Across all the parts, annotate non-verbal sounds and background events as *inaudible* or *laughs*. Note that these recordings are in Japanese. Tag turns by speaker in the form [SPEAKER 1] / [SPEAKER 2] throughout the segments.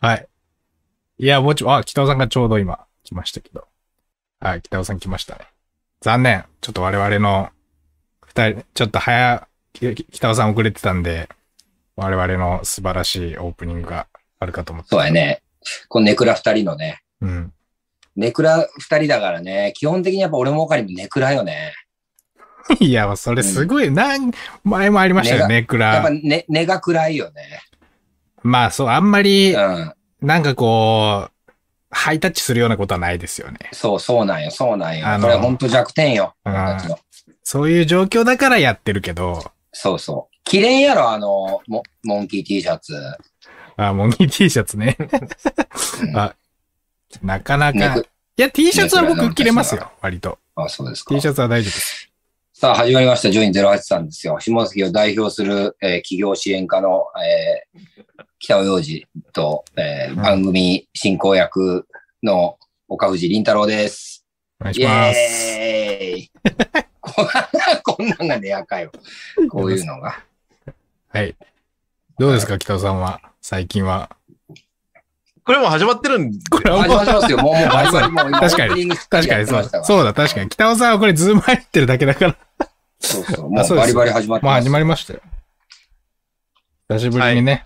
[SPEAKER 1] はい。いや、もうちょ、あ、北尾さんがちょうど今来ましたけど。はい、北尾さん来ましたね。残念。ちょっと我々の二人、ちょっと早、き北尾さん遅れてたんで、我々の素晴らしいオープニングがあるかと思って。
[SPEAKER 2] そうやね。このネクラ二人のね。
[SPEAKER 1] うん。
[SPEAKER 2] ネクラ二人だからね、基本的にやっぱ俺もおかりもネクラよね。
[SPEAKER 1] いや、それすごい、なん、前もありましたよね、ク
[SPEAKER 2] やっぱ
[SPEAKER 1] ラ。
[SPEAKER 2] ね、根が暗いよね。
[SPEAKER 1] まあそう、あんまり
[SPEAKER 2] う、ん。
[SPEAKER 1] なんかこう、ハイタッチするようなことはないですよね。
[SPEAKER 2] そう、そうなんよ、そうなんよ
[SPEAKER 1] あ。の
[SPEAKER 2] これは本当弱点よ。
[SPEAKER 1] うん
[SPEAKER 2] 俺たちの
[SPEAKER 1] そういう状況だからやってるけど、
[SPEAKER 2] そうそう。綺麗やろ、あの、モモンキー T シャツ。
[SPEAKER 1] あ、モギー T シャツね。あ、なかな
[SPEAKER 2] ネ
[SPEAKER 1] か。
[SPEAKER 2] ク
[SPEAKER 1] いや、T シャツは
[SPEAKER 2] ネクラの
[SPEAKER 1] 僕着れます
[SPEAKER 2] 私
[SPEAKER 1] よ、割と。
[SPEAKER 2] あ、そうですか
[SPEAKER 1] T。シャツは大丈夫です。
[SPEAKER 2] さあ、始まりました。ジョイン083ですよ。下関を代表する、えー企業支援課の、えー北尾洋二と、えー
[SPEAKER 1] うん
[SPEAKER 2] 番組進行役の岡藤凛太郎です。
[SPEAKER 1] お願い
[SPEAKER 2] イ
[SPEAKER 1] します。
[SPEAKER 2] エーイこんなこんなんがねや
[SPEAKER 1] *laughs*
[SPEAKER 2] かよ。こういうのが。
[SPEAKER 1] はい。どうですか、北尾さんは。最近は。
[SPEAKER 3] これもう始まってるんで、
[SPEAKER 1] これは
[SPEAKER 2] 始
[SPEAKER 1] もう
[SPEAKER 2] まってますよ。も
[SPEAKER 1] *laughs*
[SPEAKER 2] う、もう、バリバリもう今、
[SPEAKER 1] 確かに
[SPEAKER 2] オープニング
[SPEAKER 1] 確か
[SPEAKER 2] や
[SPEAKER 1] に
[SPEAKER 2] って
[SPEAKER 1] そ
[SPEAKER 2] ま
[SPEAKER 1] う
[SPEAKER 2] した。
[SPEAKER 1] そうだ、確かに。北尾さんはこれズーム入ってるだけだから。
[SPEAKER 2] そうそう。も
[SPEAKER 1] あそうで
[SPEAKER 2] うバ
[SPEAKER 1] す
[SPEAKER 2] リバリ始まって
[SPEAKER 1] まあ
[SPEAKER 2] ます。
[SPEAKER 1] 始まりましたよ。久しぶりにね。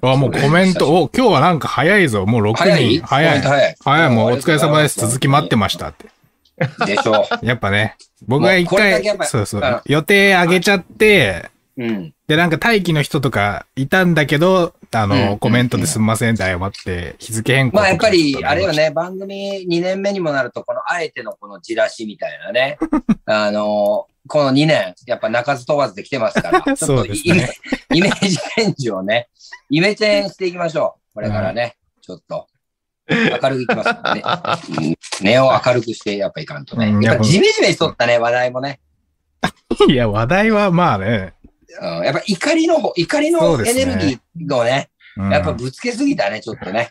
[SPEAKER 1] あ、もうコメント、お、今日はなんか早いぞ。もう6人。
[SPEAKER 2] 早い
[SPEAKER 1] 早い。
[SPEAKER 2] 早い。
[SPEAKER 1] 早い、もうお疲れ様です。
[SPEAKER 2] ありがとうございます
[SPEAKER 1] 続き待ってましたって。
[SPEAKER 2] でしょ
[SPEAKER 1] やっぱね、僕が一
[SPEAKER 2] もうこれだけやっぱ
[SPEAKER 1] 回、そうそう
[SPEAKER 2] うん、
[SPEAKER 1] 予定上げちゃって、
[SPEAKER 2] う。うん。
[SPEAKER 1] で、なんか待機の人とかいたんだけど、あ
[SPEAKER 2] うんう
[SPEAKER 1] の、
[SPEAKER 2] ん
[SPEAKER 1] コメントですんませんって謝って、日付変更と
[SPEAKER 2] まあ
[SPEAKER 1] か
[SPEAKER 2] やっ
[SPEAKER 1] にちょ
[SPEAKER 2] ぱり
[SPEAKER 1] っ、とな
[SPEAKER 2] あれ
[SPEAKER 1] りま
[SPEAKER 2] よ
[SPEAKER 1] した。
[SPEAKER 2] ね、番組2年目にもなると、このあえてのこのじらしみたいなね、 *laughs* あの、この2年、やっぱ鳴かず飛ばずで来てま
[SPEAKER 1] *laughs*
[SPEAKER 2] すから、ちょっと
[SPEAKER 1] そうですね
[SPEAKER 2] イメイメージチェンジをね、イメチェンしていきましょう。これからね、ちょっと。明るくいきますからね。うん根を明るくして、やっぱいかんとね
[SPEAKER 1] うん。
[SPEAKER 2] や
[SPEAKER 1] やっ
[SPEAKER 2] っ
[SPEAKER 1] ぱ
[SPEAKER 2] ぱジメジメしとったね、話題もね。
[SPEAKER 1] いや、話題はまあね。
[SPEAKER 2] うん、やっぱ怒りの方、怒り
[SPEAKER 1] そう
[SPEAKER 2] の
[SPEAKER 1] です
[SPEAKER 2] エ
[SPEAKER 1] ね
[SPEAKER 2] ネルギーのね、
[SPEAKER 1] うん
[SPEAKER 2] やっぱぶつけすぎたね、ちょっとね。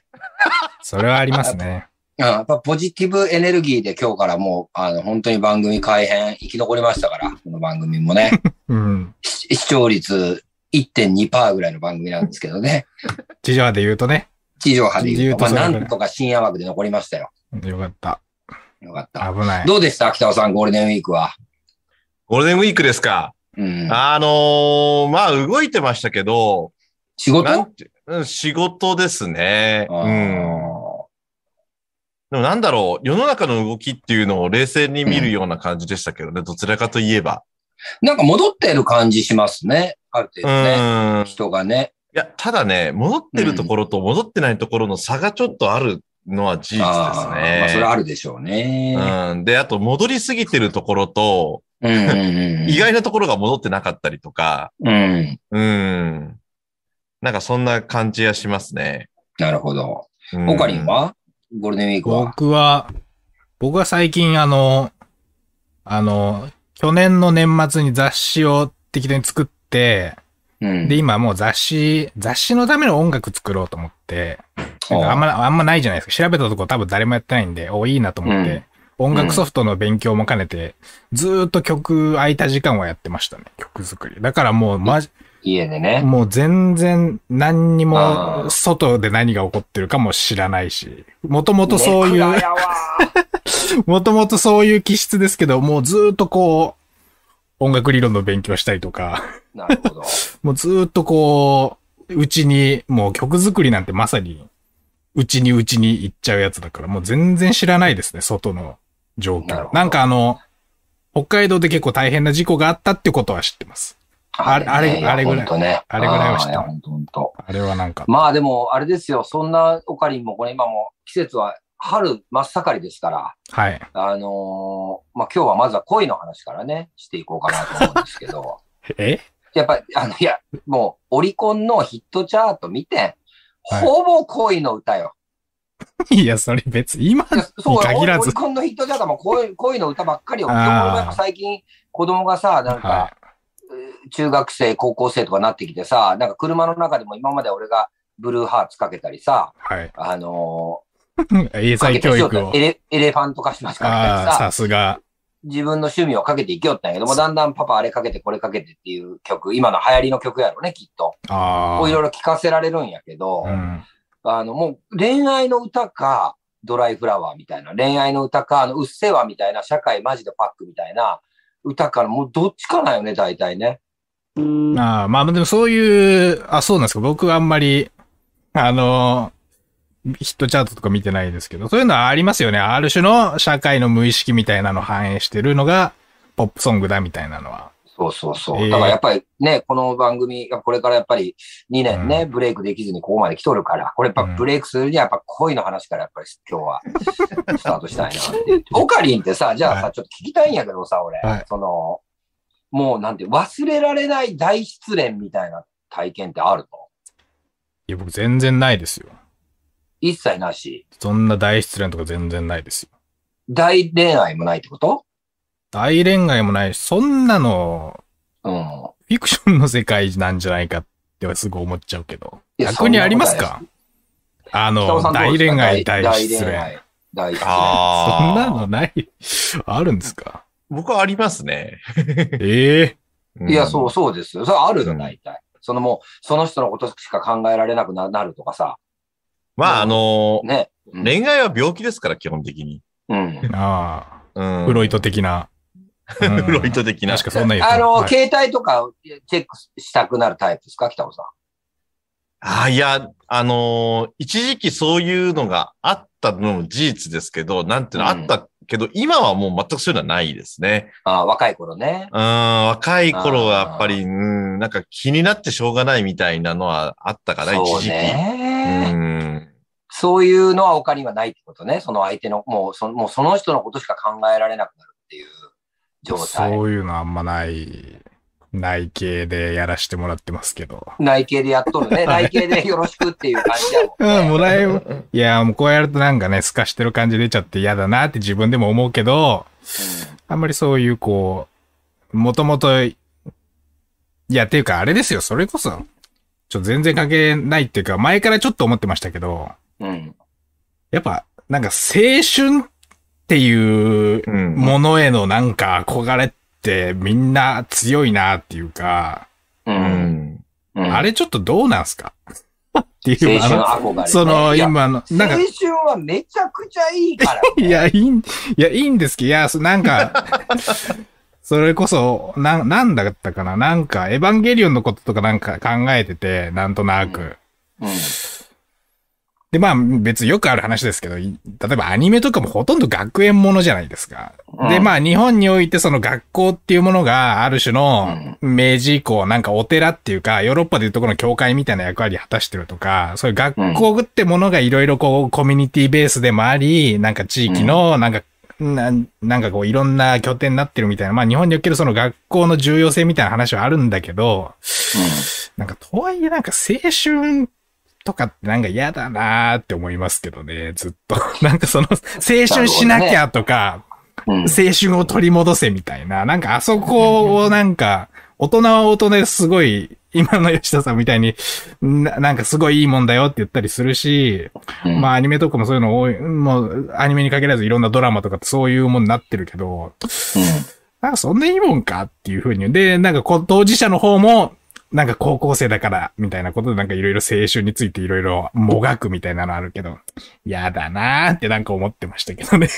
[SPEAKER 1] それはありますね。
[SPEAKER 2] うん、やっぱポジティブエネルギーで今日からもう、あの、本当に番組改編、生き残りましたから、この番組もね。 *laughs*
[SPEAKER 1] うん。
[SPEAKER 2] し視聴率1.2%ぐらいの番組なんですけどね。
[SPEAKER 1] 地上波で言うとね、
[SPEAKER 2] 地上波で言うと、
[SPEAKER 1] 自由と
[SPEAKER 2] まあ、
[SPEAKER 1] そうだ
[SPEAKER 2] な
[SPEAKER 1] ね
[SPEAKER 2] んとか深夜枠で残りましたよ。
[SPEAKER 1] よかった。
[SPEAKER 2] よかった。
[SPEAKER 1] 危ない。
[SPEAKER 2] どうでした北尾さん、ゴールデンウィークは。
[SPEAKER 3] ゴールデンウィークですか。
[SPEAKER 2] うん。
[SPEAKER 3] あのー、まあ動いてましたけど、
[SPEAKER 2] 仕
[SPEAKER 3] な
[SPEAKER 2] 事
[SPEAKER 3] んてうん仕事ですね。うん。
[SPEAKER 2] あ
[SPEAKER 3] でもなんだろう、世の中の動きっていうのを冷静に見るような感じでしたけどね、どちらかといえば。
[SPEAKER 2] ーなんか戻ってる感じしますね。ある程度ね。
[SPEAKER 3] うん。
[SPEAKER 2] 人がね。
[SPEAKER 3] いや、ただね、戻ってるところと戻ってないところの差がちょっとあるのは事実です
[SPEAKER 2] あー
[SPEAKER 3] ね。
[SPEAKER 2] まあ、それはあるでしょうね。
[SPEAKER 3] うん。で、あと戻りすぎてるところと、
[SPEAKER 2] うんうんうん。
[SPEAKER 3] 意外なところが戻ってなかったりとか、
[SPEAKER 2] うん。
[SPEAKER 3] うん。なんかそんな感じがしますね。
[SPEAKER 2] なるほど。
[SPEAKER 3] うん
[SPEAKER 2] オカリンはゴールデンウィークは
[SPEAKER 1] 僕は、僕は最近あの、あの、去年の年末に雑誌を適当に作って、
[SPEAKER 2] うん
[SPEAKER 1] で、今もう雑誌、雑誌のための音楽作ろうと思って、なんかあんま、あんまないじゃないですか。調べたとこ多分誰もやってないんで、お、いいなと思って、音楽ソフトの勉強も兼ねて、ずーっと曲、空いた時間はやってましたね。曲作り。だからもう、まじ、
[SPEAKER 2] 家でね。
[SPEAKER 1] もう全然何に
[SPEAKER 2] あ
[SPEAKER 1] も
[SPEAKER 2] ー
[SPEAKER 1] 外で何が起こってるかも知らないし、もともとそうい
[SPEAKER 2] ネ
[SPEAKER 1] う
[SPEAKER 2] クラ、やわ
[SPEAKER 1] *laughs* もともとそういう気質ですけど、もうずーっとこう、音楽理論の勉強したりとか、
[SPEAKER 2] ーなるほど。
[SPEAKER 1] もうずーっとこう、うちに、もう曲作りなんてまさに、うちにうちに行っちゃうやつだから、もう全然知らないですね、外の状
[SPEAKER 2] なる
[SPEAKER 1] 況。
[SPEAKER 2] ほど
[SPEAKER 1] なんかあの、北海道で結構大変な事故があったってことは知ってます。 *laughs* あれあれ
[SPEAKER 2] いや
[SPEAKER 1] あれぐらい
[SPEAKER 2] ほんとね
[SPEAKER 1] あれぐらいは知って
[SPEAKER 2] あーい
[SPEAKER 1] る
[SPEAKER 2] やほんとほんと
[SPEAKER 1] あれはなんか、
[SPEAKER 2] まあでも、あれですよ。そんなオカリンもこれ今も季節は春真っ盛りですから、
[SPEAKER 1] はい。
[SPEAKER 2] あのーまあ今日はまずは恋の話からね、していこうかなと思うんですけど、 *laughs*
[SPEAKER 1] え *laughs*
[SPEAKER 2] やっぱ、あの、いや、もうオリコンのヒットチャート見て、
[SPEAKER 1] はい
[SPEAKER 2] ほぼ恋の歌よ。
[SPEAKER 1] いや、それ別に今
[SPEAKER 2] いやそう、
[SPEAKER 1] に限ら
[SPEAKER 2] オ
[SPEAKER 1] ず
[SPEAKER 2] リ。コンのヒットチャートも恋恋の歌ばっかりよ。
[SPEAKER 1] あー
[SPEAKER 2] 今日もやっぱ最近子供がさ、なんか、
[SPEAKER 1] は
[SPEAKER 2] 中学生、高校生とかなってきてさ、なんか車の中でも今まで俺がブルーハーツかけたりさ、
[SPEAKER 1] い。
[SPEAKER 2] あ
[SPEAKER 1] は
[SPEAKER 2] の
[SPEAKER 1] い。英
[SPEAKER 2] ー、か
[SPEAKER 1] 才
[SPEAKER 2] けた
[SPEAKER 1] 教
[SPEAKER 2] り
[SPEAKER 1] 育を
[SPEAKER 2] エ。レエレファントカシマシかけた
[SPEAKER 1] あ
[SPEAKER 2] り
[SPEAKER 1] あ、
[SPEAKER 2] さ、
[SPEAKER 1] さすが。
[SPEAKER 2] 自分の趣味をかけていきよったんやけども、だんだんパパあれかけてこれかけてっていう曲、今の流行りの曲やろね、きっと。
[SPEAKER 1] ああ。
[SPEAKER 2] こういろいろ聴かせられるんやけど、
[SPEAKER 1] うん。
[SPEAKER 2] あの、もう恋愛の歌か、ドライフラワーみたいな、恋愛の歌か、あの、うっせぇわみたいな、社会マジでパックみたいな歌から、もうどっちかなんよね、大体ね。
[SPEAKER 1] ああ、まあでもそういう、あ、そうなんですか。僕はあんまり、あの、ヒットチャートとか見てないですけど、そういうのはありますよね。ある種の社会の無意識みたいなのを反映してるのが、ポップソングだみたいなのは。
[SPEAKER 2] そうそうそう。
[SPEAKER 1] ええ
[SPEAKER 2] だからやっぱりね、この番組、これからやっぱり2年ね、ブレイクできずにここまで来とるから、これやっぱ
[SPEAKER 1] うん
[SPEAKER 2] ブレイクするにはやっぱ恋の話からやっぱり今日
[SPEAKER 1] *laughs*
[SPEAKER 2] はスタートしたいなっていう。オカリンってさ、じゃあ
[SPEAKER 1] は
[SPEAKER 2] さ、ちょっと聞きたいんやけどさ、俺、
[SPEAKER 1] はい
[SPEAKER 2] その、もうなんて忘れられない大失恋みたいな体験ってあるの
[SPEAKER 1] いや、僕全然ないですよ。
[SPEAKER 2] 一切なし。
[SPEAKER 1] そんな大失恋とか全然ないですよ。
[SPEAKER 2] 大恋愛もないってこと
[SPEAKER 1] 大恋愛もないし、そんなの、
[SPEAKER 2] うん。
[SPEAKER 1] フィクションの世界なんじゃないかってはすぐ思っちゃうけど。
[SPEAKER 2] いや
[SPEAKER 1] 逆にありますかあ
[SPEAKER 2] 北尾
[SPEAKER 1] の、
[SPEAKER 2] さんどう
[SPEAKER 1] 大
[SPEAKER 2] です
[SPEAKER 1] 恋
[SPEAKER 2] か
[SPEAKER 1] 愛、大失恋
[SPEAKER 2] 大恋。愛。大失恋。
[SPEAKER 1] そんな
[SPEAKER 3] あ
[SPEAKER 1] の
[SPEAKER 3] あ。
[SPEAKER 1] ない、あるんですか
[SPEAKER 3] 僕はありますね。
[SPEAKER 1] ええ
[SPEAKER 3] うん
[SPEAKER 2] いや、そう、そうですよ。それある
[SPEAKER 3] う
[SPEAKER 2] よ、
[SPEAKER 3] ん
[SPEAKER 2] 大体。そのもう、その人のことしか考えられなくななるとかさ。
[SPEAKER 3] まあ、あの、
[SPEAKER 2] ね。
[SPEAKER 3] 恋愛は病気ですから、基本的に。
[SPEAKER 2] うん。
[SPEAKER 1] あ
[SPEAKER 3] うん
[SPEAKER 1] あ、フロイト的な。フ
[SPEAKER 3] フロイト的な。
[SPEAKER 1] 確かそんな言う
[SPEAKER 2] あの、
[SPEAKER 1] はい
[SPEAKER 2] 携帯とかチェックしたくなるタイプですか、北尾さん。
[SPEAKER 3] ああ、いや、あのー一時期そういうのがあったのも事実ですけど、なんていうの、
[SPEAKER 2] うん
[SPEAKER 3] あったけど、今はもう全くそういうのはないですね。
[SPEAKER 2] あー若い頃ね。
[SPEAKER 3] うん、若い頃はやっぱり、うん、なんか気になってしょうがないみたいなのはあったかな、一
[SPEAKER 2] そう
[SPEAKER 3] 時期。
[SPEAKER 2] ね、
[SPEAKER 3] うん。
[SPEAKER 2] そういうのは他にはないってことね。その相手の、もうそのもうその人のことしか考えられなくなるっていう状態。
[SPEAKER 1] そういうのあんまない、内系でやらしてもらってますけど。
[SPEAKER 2] 内系でやっとる
[SPEAKER 1] *laughs*
[SPEAKER 2] ね。内系でよろしくっていう感じだもん、
[SPEAKER 1] うん、もらえ
[SPEAKER 3] う *laughs*
[SPEAKER 1] よ。
[SPEAKER 3] ん
[SPEAKER 1] いや、もうこうやるとなんかね、透かしてる感じ出ちゃって嫌だなって自分でも思うけど、あんまりそういうこう、もともと、いや、っていうかあれですよ、それこそ。ちょっと全然関係ないっていうか、前からちょっと思ってましたけど、
[SPEAKER 2] うん。うん。
[SPEAKER 1] やっぱ、なんか青春っていう
[SPEAKER 3] うん
[SPEAKER 1] ものへのなんか憧れってみんな強いなっていうか、
[SPEAKER 2] う。
[SPEAKER 3] うんん。
[SPEAKER 2] うん
[SPEAKER 1] あれちょっとどうなんすかっていう、
[SPEAKER 2] 青春
[SPEAKER 1] あ
[SPEAKER 2] 憧れ、
[SPEAKER 1] の、その、
[SPEAKER 2] いや
[SPEAKER 1] 今の、なんか
[SPEAKER 2] 青、春はめちゃくちゃいいから、
[SPEAKER 1] *laughs* いや、いいん、いや、いいんですけど、いや、そなんか、 *laughs* それこそ、な、なんだったかななんか、エヴァンゲリオンのこととかなんか考えてて、なんとなく。
[SPEAKER 2] ううん。
[SPEAKER 1] で、まあ、別によくある話ですけど、い例えばアニメとかもほとんど学園ものじゃないですか。で、まあ、日本においてその学校っていうものが、ある種の、明治以降、なんかお寺っていうか、ヨーロッパでいうところの教会みたいな役割果たしてるとか、そういう学校ってものがいろいろこう、コミュニティベースでもあり、なんか地域の、なんか、なんなんかこういろんな拠点になってるみたいな、まあ日本におけるその学校の重要性みたいな話はあるんだけど、なんかとはいえなんか青春とかってなんか嫌だなーって思いますけどね、ずっと。 *laughs* なんかその青春しなきゃとか、
[SPEAKER 2] うん。うん。
[SPEAKER 1] 青春を取り戻せみたいな、なんかあそこをなんか、大人は大人ですごい、今の吉田さんみたいにな、なんかすごいいいもんだよって言ったりするし、
[SPEAKER 2] うん
[SPEAKER 1] まあアニメとかもそういうの多い、もうアニメに限らずいろんなドラマとかってそういうもんになってるけど、なんかそんないいもんかっていうふうに。で、なんかこう当事者の方も、なんか高校生だから、みたいなことでなんかいろいろ青春についていろいろもがくみたいなのあるけど、嫌だなーってなんか思ってましたけどね。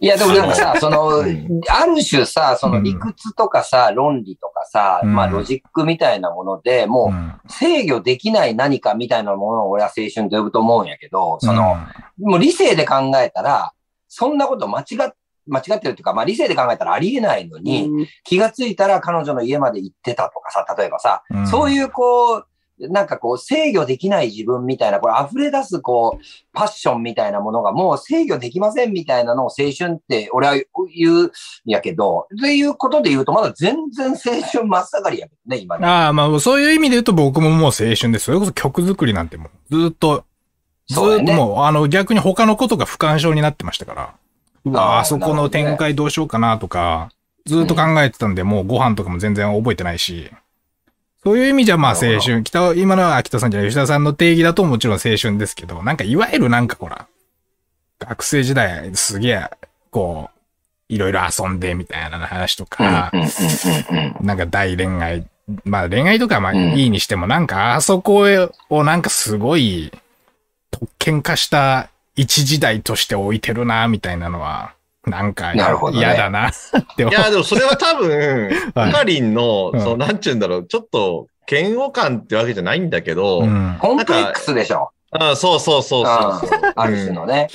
[SPEAKER 2] いや、でもなんかさ、その、
[SPEAKER 3] うん
[SPEAKER 2] ある種さ、その
[SPEAKER 1] うん
[SPEAKER 2] 理屈とかさ、論理とかさ、
[SPEAKER 1] うん
[SPEAKER 2] まあロジックみたいなもので、
[SPEAKER 1] う
[SPEAKER 2] も
[SPEAKER 1] ん
[SPEAKER 2] う制御できない何かみたいなものを俺は青春と呼ぶと思うんやけど、その、もう理性で考えたら、そんなこと間違っ間違ってるっていうか、まあ理性で考えたらありえないのに、気がついたら彼女の家まで行ってたとかさ、例えばさ、
[SPEAKER 1] うん
[SPEAKER 2] そういうこう、なんかこう制御できない自分みたいな、これ溢れ出すこう、パッションみたいなものがもう制御できませんみたいなのを青春って俺は言うんやけど、ということで言うとまだ全然青春真っ盛りやけどね、今ね。
[SPEAKER 1] ああ、まあ、そういう意味で言うと僕ももう青春です。それこそ曲作りなんてもう、ずーっと、ず
[SPEAKER 2] そうだ
[SPEAKER 1] ーっ
[SPEAKER 2] よ
[SPEAKER 1] と
[SPEAKER 2] ね
[SPEAKER 1] もう、あの、逆に他のことが不干渉になってましたから。うわ
[SPEAKER 2] あー
[SPEAKER 1] あ、そこの展開どうしようかなとか、ずーっと考えてたんで、もうご飯とかも全然覚えてないし。そういう意味じゃまあ
[SPEAKER 2] なる
[SPEAKER 1] 青
[SPEAKER 2] ほ
[SPEAKER 1] 春。北尾、今のは秋田さんじゃない、吉田さんの定義だともちろん青春ですけど、なんかいわゆるなんかほら、学生時代すげえ、こう、いろいろ遊んでみたいな話とか、
[SPEAKER 2] うんうんうんうんうん
[SPEAKER 1] なんか大恋愛。まあ恋愛とかまあ
[SPEAKER 2] うん
[SPEAKER 1] いいにしても、なんかあそこをなんかすごい特権化した一時代として置いてるな、みたいなのは、なんか
[SPEAKER 2] なるほどね
[SPEAKER 1] 嫌だなって思。
[SPEAKER 4] いうや、でもそれは多分、
[SPEAKER 1] はい
[SPEAKER 4] ゆかりんの、
[SPEAKER 1] うん
[SPEAKER 4] その、なんちゅうんだろう、ちょっと、嫌悪感ってわけじゃないんだけど、
[SPEAKER 1] う
[SPEAKER 4] うん
[SPEAKER 1] ん
[SPEAKER 2] コンプレックスでしょ。
[SPEAKER 4] そうそうそうそうそう。
[SPEAKER 2] ある種のね。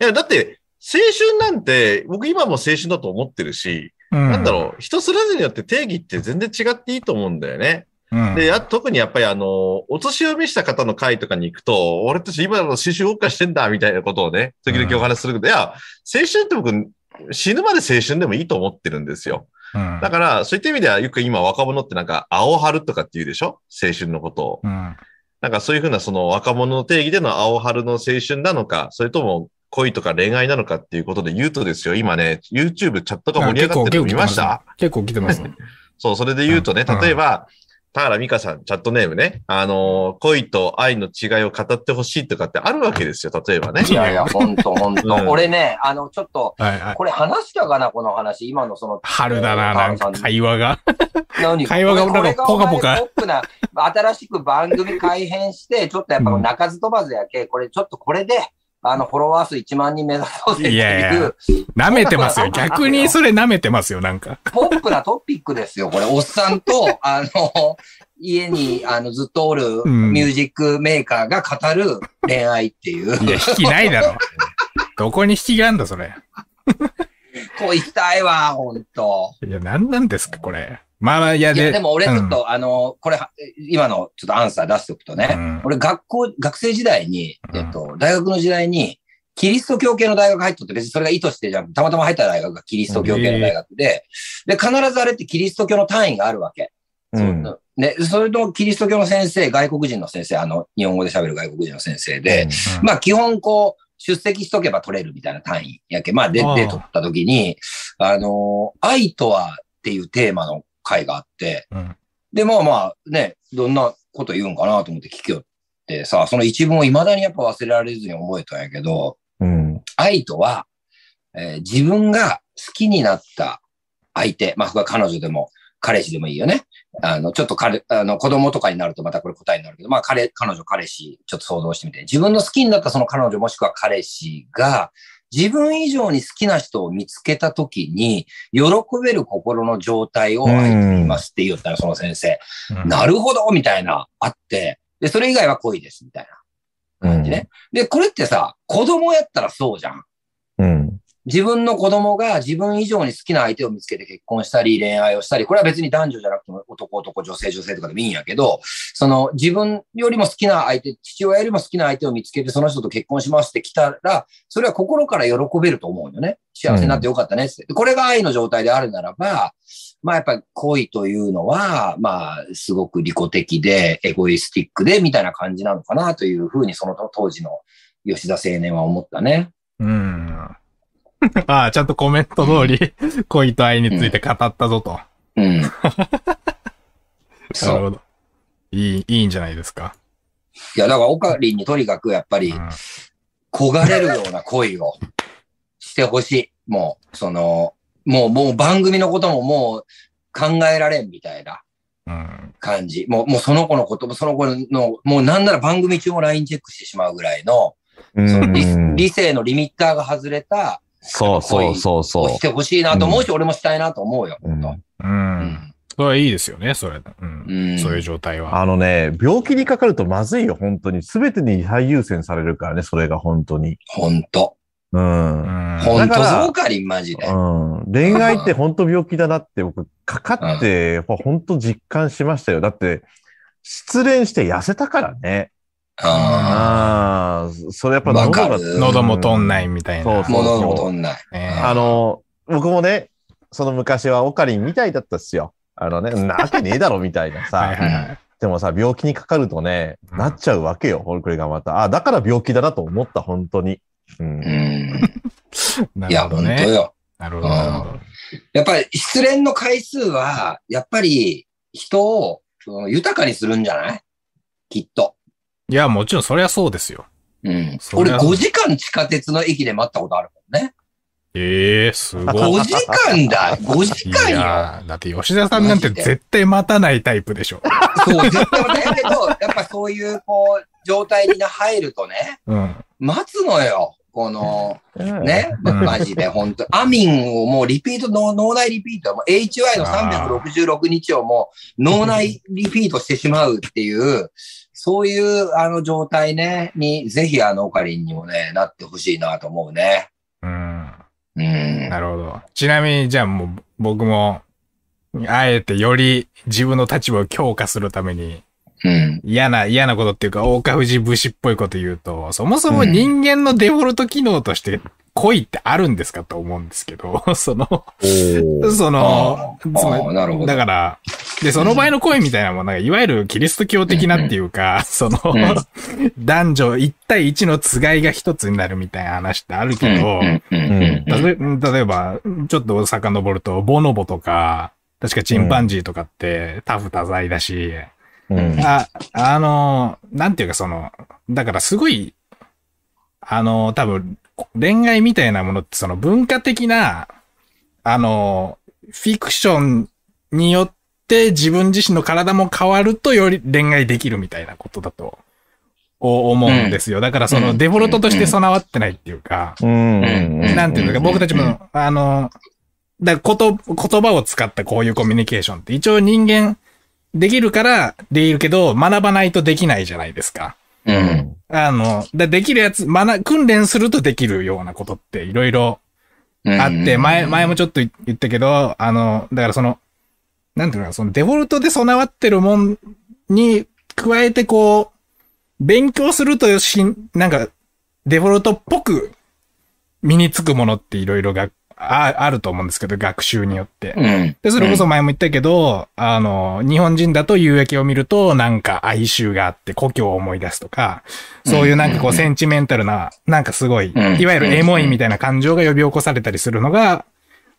[SPEAKER 4] いや、だって、青春なんて、僕今も青春だと思ってるし、なんだろう、人それぞれによって定義って全然違っていいと思うんだよね。
[SPEAKER 1] うん。
[SPEAKER 4] で、あ特にやっぱりあの、お年を召した方の会とかに行くと、俺たち今の青春謳歌してんだ、みたいなことをね、時々お話しするけど、いや、青春って僕、死ぬまで青春でもいいと思ってるんですよ。
[SPEAKER 1] うん
[SPEAKER 4] だから、そういった意味では、よく今若者ってなんか、青春とかって言うでしょ青春のことを。
[SPEAKER 1] うん
[SPEAKER 4] なんかそういうふうなその若者の定義での青春の青春なのか、それとも恋とか恋愛なのかっていうことで言うとですよ、今ね、YouTube チャットが盛り上がってるの見ました
[SPEAKER 1] 結構来て
[SPEAKER 4] *laughs*
[SPEAKER 1] ますね。
[SPEAKER 4] そう、それで言うとね、
[SPEAKER 1] うん
[SPEAKER 4] 例えば、田原美香さん、チャットネームね、あのー恋と愛の違いを語ってほしいとかってあるわけですよ、例えばね。
[SPEAKER 2] いやいや、ほんとほんと
[SPEAKER 4] うん。
[SPEAKER 2] 俺ね、あの、ちょっと、
[SPEAKER 1] はいはい。
[SPEAKER 2] これ話したかな、この話。今のその、
[SPEAKER 1] 春だな、なんか会話が。
[SPEAKER 2] 何
[SPEAKER 1] 会話がなんか
[SPEAKER 2] これ
[SPEAKER 1] ポカポカ
[SPEAKER 2] これがお前ポップな、新しく番組改編して、ちょっとやっぱ鳴かず飛ばずやけ、これちょっとこれで、あの、フォロワー数1万人目指そうぜって
[SPEAKER 1] いやい
[SPEAKER 2] い
[SPEAKER 1] や
[SPEAKER 2] う、
[SPEAKER 1] 舐めてます
[SPEAKER 4] *laughs*
[SPEAKER 1] よ。逆にそれ舐めてますよ、なんか。
[SPEAKER 2] ポップなトピックですよ、これ。おっさんと、あの、家に、あの、ずっとおる
[SPEAKER 1] うん
[SPEAKER 2] ミュージックメーカーが語る恋愛っていう。
[SPEAKER 1] いや、引きないだろ。 *laughs* どこに引きがあんだ、それ。
[SPEAKER 2] こう行きたいわ、ほんと。
[SPEAKER 1] いや、なんなんですか、これ。まあまあ、いや
[SPEAKER 2] いや、
[SPEAKER 1] で。
[SPEAKER 2] でも俺ちょっと、あの、これ、今のちょっとアンサー出しておくとね、
[SPEAKER 1] うん
[SPEAKER 2] 俺学校、学生時代に、
[SPEAKER 1] うん
[SPEAKER 2] えっと、大学の時代に、キリスト教系の大学入っとって、別にそれが意図してじゃなくてたまたま入った大学がキリスト教系の大学で、で、必ずあれってキリスト教の単位があるわけ。
[SPEAKER 4] うん
[SPEAKER 2] ね、それとキリスト教の先生、外国人の先生、あの、日本語で喋る外国人の先生で、
[SPEAKER 1] うん
[SPEAKER 2] まあ基本こう、出席しとけば取れるみたいな単位やけ。まあで、
[SPEAKER 1] ああ
[SPEAKER 2] で取った時に、あのー愛とはっていうテーマの回があって、
[SPEAKER 1] うん
[SPEAKER 2] で、まあまあね、どんなこと言うんかなと思って聞きよってさ、その一文を未だにやっぱ忘れられずに覚えたんやけど、
[SPEAKER 4] うん。
[SPEAKER 2] 愛とは、えー自分が好きになった相手、まあ、これは彼女でも、彼氏でもいいよね。あの、ちょっと彼、あの、子供とかになるとまたこれ答えになるけど、まあ、彼、彼女、彼氏、ちょっと想像してみて。自分の好きになったその彼女もしくは彼氏が、自分以上に好きな人を見つけたときに、喜べる心の状態を愛と言いますって言ったら、その先生。
[SPEAKER 1] うん
[SPEAKER 2] なるほどみたいな、あって、で、それ以外は恋です、みたいな感じね。で、これってさ、子供やったらそうじゃん。
[SPEAKER 4] うん。
[SPEAKER 2] 自分の子供が自分以上に好きな相手を見つけて結婚したり恋愛をしたり、これは別に男女じゃなくても男男、女性女性とかでもいいんやけど、その自分よりも好きな相手、父親よりも好きな相手を見つけてその人と結婚しますって来たら、それは心から喜べると思うよね。幸せになってよかったねって。これが愛の状態であるならば、まあやっぱり恋というのは、まあすごく利己的で、エゴイスティックでみたいな感じなのかなというふうにその当時の吉田青年は思ったね。
[SPEAKER 1] うん。 *laughs* ああ、ちゃんとコメント通り、恋と愛について語ったぞと。
[SPEAKER 2] うん。
[SPEAKER 1] な
[SPEAKER 2] そ
[SPEAKER 1] る
[SPEAKER 2] う。
[SPEAKER 1] ほど。いい、いいんじゃないですか。
[SPEAKER 2] いや、だから、オカリンにとにかく、やっぱ
[SPEAKER 1] う
[SPEAKER 2] り、
[SPEAKER 1] ん
[SPEAKER 2] 焦がれるような恋をしてほしい。もう、その、もう、もう番組のことももう考えられんみたいな
[SPEAKER 1] うん。
[SPEAKER 2] 感じ。もう、もうその子のことも、その子の、もうなんなら番組中も LINE チェックしてしまうぐらいの、
[SPEAKER 4] う
[SPEAKER 2] その理
[SPEAKER 4] ん
[SPEAKER 2] 理性のリミッターが外れた、
[SPEAKER 4] そうそうそう
[SPEAKER 2] を
[SPEAKER 4] そ
[SPEAKER 2] してほしいなと思うし、俺もしたいなと思うよ。
[SPEAKER 4] う。
[SPEAKER 2] ほんと
[SPEAKER 1] う。
[SPEAKER 2] うんん
[SPEAKER 1] それはいいですよね、それ。うん。
[SPEAKER 2] うん
[SPEAKER 1] そういう状態は。
[SPEAKER 4] あのね、病気にかかるとまずいよ、本当に。すべてに最優先されるからね、それが本当に。
[SPEAKER 2] ほんと。
[SPEAKER 4] うん。
[SPEAKER 1] うん。
[SPEAKER 2] ほん
[SPEAKER 4] だ
[SPEAKER 2] と
[SPEAKER 4] から
[SPEAKER 2] そう、オカリン、マジで。
[SPEAKER 4] うん、恋愛って本当病気だなって僕、かかって、やっぱ本当実感しましたよ。だって、失恋して痩せたからね。
[SPEAKER 2] あ
[SPEAKER 4] ああ、それやっぱ喉
[SPEAKER 2] わか
[SPEAKER 4] が
[SPEAKER 2] る。
[SPEAKER 1] 喉も通んないみたいな。
[SPEAKER 4] そう
[SPEAKER 2] あ。
[SPEAKER 4] そう
[SPEAKER 2] 物もとんない。
[SPEAKER 1] ね
[SPEAKER 4] あの、僕もね、その昔はオカリンみたいだったっすよ。あのね、んなわけねえだろみたいなさ。
[SPEAKER 1] はいはいはい。
[SPEAKER 4] でもさ、病気にかかるとね、
[SPEAKER 1] うん
[SPEAKER 4] なっちゃうわけよ、これがまた。あだから病気だなと思った、本当に。う
[SPEAKER 2] う
[SPEAKER 4] ん
[SPEAKER 2] ん。
[SPEAKER 1] *laughs* ないる
[SPEAKER 2] や、
[SPEAKER 1] ほ
[SPEAKER 2] ほ
[SPEAKER 1] ど
[SPEAKER 2] んと
[SPEAKER 1] ね。
[SPEAKER 2] よ。
[SPEAKER 1] なるほどなるほど。
[SPEAKER 2] やっぱり失恋の回数は、やっぱり人をその豊かにするんじゃないきっと。
[SPEAKER 1] いや、もちろんそりゃそうですよ。
[SPEAKER 2] うん
[SPEAKER 1] そりゃ
[SPEAKER 2] 俺5時間地下鉄の駅で待ったことあるもんね。
[SPEAKER 1] ええすごい。
[SPEAKER 2] 5時間
[SPEAKER 1] *laughs*
[SPEAKER 2] だ !5 時
[SPEAKER 1] い
[SPEAKER 2] 間よ
[SPEAKER 1] やーだって吉田さんなんて
[SPEAKER 2] マジで
[SPEAKER 1] 絶対待たないタイプでしょ。
[SPEAKER 2] そう、絶対だけど、やっぱそういう、こう、状態に入るとね、
[SPEAKER 1] うん。
[SPEAKER 2] 待つのよ。この、
[SPEAKER 3] ね。
[SPEAKER 2] ね、
[SPEAKER 1] うん
[SPEAKER 2] マジで、本当アミンをもうリピート、脳脳内リピート、もう HY の366日をもう脳内リピートしてしまうっていう、そういう、あの、状態ね、に、ぜひ、あの、オカリンにもね、なってほしいなと思うね。
[SPEAKER 1] うん。
[SPEAKER 2] うん。
[SPEAKER 1] なるほど。ちなみに、じゃあもう僕も、あえてより自分の立場を強化するために、
[SPEAKER 2] うん。
[SPEAKER 1] 嫌な、嫌なことっていうか、大川藤武士っぽいこと言うと、そもそも人間のデフォルト機能として、恋ってあるんですかと思うんですけど、 *laughs* その、その、
[SPEAKER 2] あー
[SPEAKER 1] つま
[SPEAKER 2] あーなるほど
[SPEAKER 1] だから、で、その場合の恋みたいなもんなんか、いわゆるキリスト教的なっていうか、その、男女1対1のつがいが一つになるみたいな話ってあるけど、
[SPEAKER 2] うん
[SPEAKER 1] 例え例えば、ちょっと遡ると、ボノボとか、確かチンパンジーとかってタフ多彩だし、
[SPEAKER 3] うん
[SPEAKER 1] あ、あの、なんていうかその、だからすごい、あの、多分、恋愛みたいなものってその文化的な、あの、フィクションによって自分自身の体も変わるとより恋愛できるみたいなことだと、お思うんですよ。だからそのデフォルトとして備わってないっていうか、
[SPEAKER 3] うん
[SPEAKER 1] なんていうのか、
[SPEAKER 2] うん
[SPEAKER 1] 僕たちも、あの、だこと、言葉を使ったこういうコミュニケーションって一応人間できるからできるけど、学ばないとできないじゃないですか。
[SPEAKER 2] うん。
[SPEAKER 1] あの、だできるやつ、学、訓練するとできるようなことっていろいろあって、前、前もちょっと言ったけど、あの、だからその、なんていうのかな、そのデフォルトで備わってるもんに加えてこう、勉強するとしん、なんか、デフォルトっぽく身につくものっていろいろが、ああると思うんですけど、学習によって。
[SPEAKER 2] うん。
[SPEAKER 1] で、それこそ前も言ったけど、あの、日本人だと有益を見ると、なんか哀愁があって故郷を思い出すとか、そういうなんかこ
[SPEAKER 2] う
[SPEAKER 1] うんセンチメンタルな、なんかすごい、
[SPEAKER 2] うん
[SPEAKER 1] いわゆるエモいみたいな感情が呼び起こされたりするのが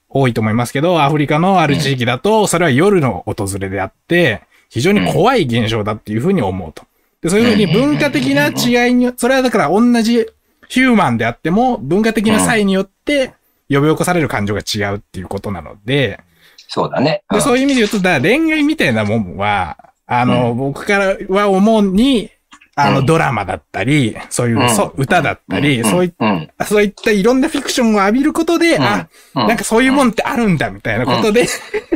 [SPEAKER 1] 多いと思いますけど、アフリカのある地域だと、それは夜の訪れであって、非常に怖い現象だっていうふうに思うと。で、そういうふうに文化的な違いに、それはだから同じヒューマンであっても、文化的な差異によって呼び起こされる感情が違うっていうことなので、
[SPEAKER 2] そうだね。
[SPEAKER 1] で、そういう意味で言うと、だから恋愛みたいなもんは、あの、僕からは思うに、あの、
[SPEAKER 2] うん
[SPEAKER 1] ドラマだったり、そういう、
[SPEAKER 2] うん
[SPEAKER 1] そ歌だったり、そうい、
[SPEAKER 2] うん。
[SPEAKER 1] そういったいろんなフィクションを浴びることで、
[SPEAKER 2] うん
[SPEAKER 1] あ、なんかそういうもんってあるんだ、みたいなことで、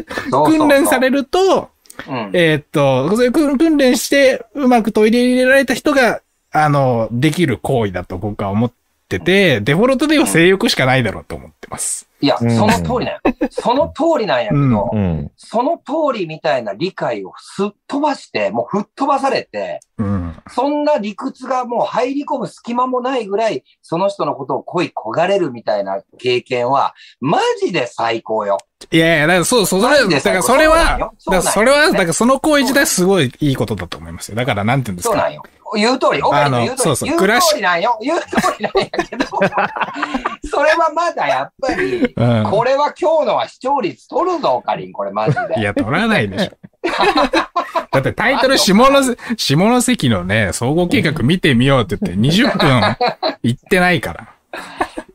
[SPEAKER 1] 訓練され
[SPEAKER 2] る。
[SPEAKER 1] ると、
[SPEAKER 2] うん。
[SPEAKER 1] えーっと、そういう訓訓練して、うまく取り入れられた人が、あの、できる行為だと僕は思ってて、デフォルトでは性欲しかないだろうと思ってます。
[SPEAKER 2] いや、そ
[SPEAKER 3] うん
[SPEAKER 2] の通りなんや。その通りなんやけ
[SPEAKER 1] うん
[SPEAKER 2] ど、その通りみたいな理解をすっ飛ばして、もう吹っ飛ばされて、
[SPEAKER 1] うん。
[SPEAKER 2] そんな理屈がもう入り込む隙間もないぐらい、その人のことを恋焦がれるみたいな経験は、マジで最高よ。
[SPEAKER 1] いやいや、だからそう、そう、そ
[SPEAKER 2] マ
[SPEAKER 1] れ、
[SPEAKER 2] ジで
[SPEAKER 1] だ
[SPEAKER 2] 最
[SPEAKER 1] から
[SPEAKER 2] 高
[SPEAKER 1] それは、だか
[SPEAKER 2] そうなんよ
[SPEAKER 1] らそれは、
[SPEAKER 2] そうなんよ
[SPEAKER 1] だからその行為自体すごいいいことだと思いますよ。だからなんて言うんです
[SPEAKER 2] そうな
[SPEAKER 1] か。
[SPEAKER 2] んよ。言う通り、オカリの言う
[SPEAKER 1] あ
[SPEAKER 2] 通
[SPEAKER 1] のそ
[SPEAKER 2] り、
[SPEAKER 1] うそう
[SPEAKER 2] 言う
[SPEAKER 1] クラシ
[SPEAKER 2] 通りなんよ。言う通りなんやけど、 *laughs* それはまだやっぱり、
[SPEAKER 1] う
[SPEAKER 2] これは今日のは視聴率取るぞ、オカリン、これマジで。
[SPEAKER 1] ん。いや、取らない
[SPEAKER 2] *laughs*
[SPEAKER 1] でしょ。だってタイトル下の、下関のね、総合計画見てみようって言って20分行ってないから。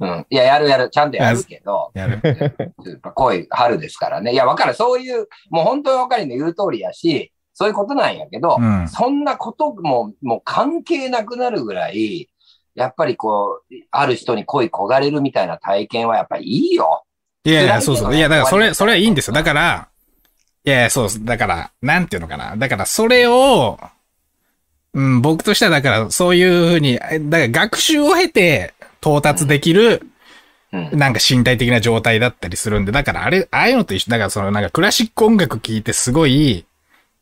[SPEAKER 2] うん。いや、やるやる、ちゃんとやるけど、
[SPEAKER 1] や
[SPEAKER 2] *laughs*
[SPEAKER 1] る。
[SPEAKER 2] やっぱ恋、春ですからね。いや、わかる。そういう、もう本当にオカリンの言う通りやし、そういうことなんやけど、
[SPEAKER 1] うん。
[SPEAKER 2] そんなことも、もう関係なくなるぐらい、やっぱりこう、ある人に恋焦がれるみたいな体験はやっぱいいよ。
[SPEAKER 1] いやいや、
[SPEAKER 2] 辛
[SPEAKER 1] そ
[SPEAKER 2] いうけど
[SPEAKER 1] そう。
[SPEAKER 2] ね
[SPEAKER 1] いや、だからそれ、それはいいんですよ。だから、いやいや、そうです。だから、なんていうのかな。だから、それを、うん、僕としては、だから、そういうふうに、えだから、学習を経て、到達できる、
[SPEAKER 2] うん。
[SPEAKER 1] なんか身体的な状態だったりするんで、だからあれ、ああいうのと一緒、だからそのなんかクラシック音楽聴いてすごい、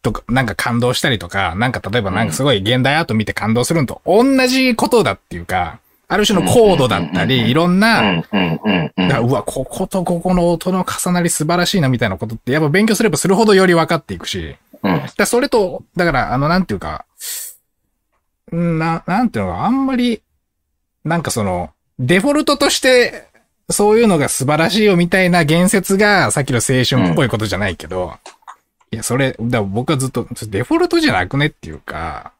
[SPEAKER 1] とか、なんか感動したりとか、なんか例えばなんかすごい現代アート見て感動するのと同じことだっていうか、ある種のコードだった
[SPEAKER 2] うん
[SPEAKER 1] り、いろんな、
[SPEAKER 2] ん、うん、うん、う
[SPEAKER 1] だからうわ、こことここの音の重なり素晴らしいなみたいなことって、やっぱ勉強すればするほどより分かっていくし、
[SPEAKER 2] うん
[SPEAKER 1] だからそれと、だから、あの、なんていうか、んな、なんていうのか、あんまり、なんかその、デフォルトとして、そういうのが素晴らしいよみたいな言説が、さっきの青春っぽいことじゃないけど、いや、それ、だから僕はずっと、デフォルトじゃなくねっていうか、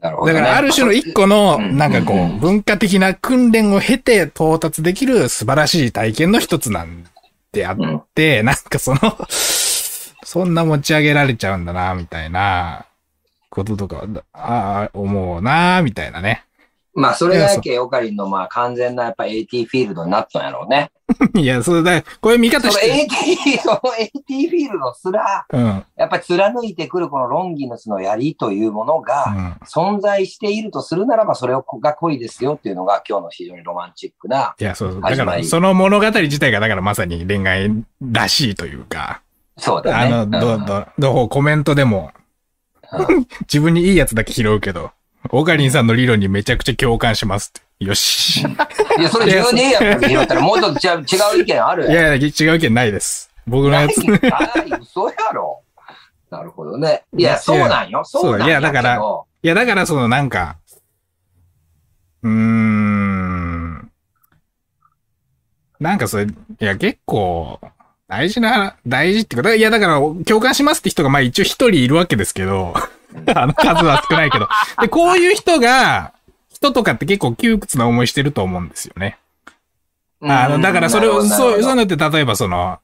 [SPEAKER 2] なるほど、
[SPEAKER 1] だ
[SPEAKER 2] ね。
[SPEAKER 1] からある種の一個の、
[SPEAKER 2] うん
[SPEAKER 1] なんかこ
[SPEAKER 2] うん
[SPEAKER 1] う、文化的な訓練を経て到達できる素晴らしい体験の一つなんであっ
[SPEAKER 2] うん
[SPEAKER 1] て、なんかその、 *laughs* そんな持ち上げられちゃうんだな、みたいな、こととか、ああ、思うな、みたいなね。 *laughs*
[SPEAKER 2] まあ、それがやけ、オカリンの、まあ、完全な、やっぱ AT フィールドになったんやろうね。
[SPEAKER 1] いや、それだ、こういう見
[SPEAKER 2] そ
[SPEAKER 1] 方
[SPEAKER 2] の
[SPEAKER 1] して、
[SPEAKER 2] AT、その *laughs* AT フィールドすら、
[SPEAKER 1] うん、うん。
[SPEAKER 2] やっぱり貫いてくるこのロンギヌスの槍というものが、存在しているとするならば、それをが恋ですよっていうのが、今日の非常にロマンチックな、
[SPEAKER 1] いや、そうそう。だ
[SPEAKER 2] 始
[SPEAKER 1] か
[SPEAKER 2] まり
[SPEAKER 1] ら、その物語自体が、だからまさに恋愛らしいというか、
[SPEAKER 2] そうだ
[SPEAKER 1] あ
[SPEAKER 2] ね。
[SPEAKER 1] の、ど、
[SPEAKER 2] うん
[SPEAKER 1] ど、どうコメントでも
[SPEAKER 2] う、
[SPEAKER 1] *laughs* 自分にいいやつだけ拾うけど、オカリンさんの理論にめちゃくちゃ共感しますって。よ
[SPEAKER 2] *laughs*
[SPEAKER 1] し。
[SPEAKER 2] いや、それ自分でいいやん。拾ったら、もうちょっとちゃう違う意見ある
[SPEAKER 1] いやいや、違う意見ないです。僕の
[SPEAKER 2] な
[SPEAKER 1] や
[SPEAKER 2] い
[SPEAKER 1] つ。
[SPEAKER 2] んかい、嘘やろ。なるほどね。い
[SPEAKER 1] い
[SPEAKER 2] や、
[SPEAKER 1] や
[SPEAKER 2] そうなんよ。そうなん
[SPEAKER 1] いやだから
[SPEAKER 2] けど
[SPEAKER 1] いや、だからそのなんか、うーん。なんかそれ、いや、結構、大事な、大事っていうか、だいや、だから、共感しますって人が、まあ一応一人いるわけですけど、 *laughs* あの数は少ないけど。で、こういう人が、人とかって結構窮屈な思いしてると思うんですよね。あの、だからそれを、そう、そういうのって例えばその、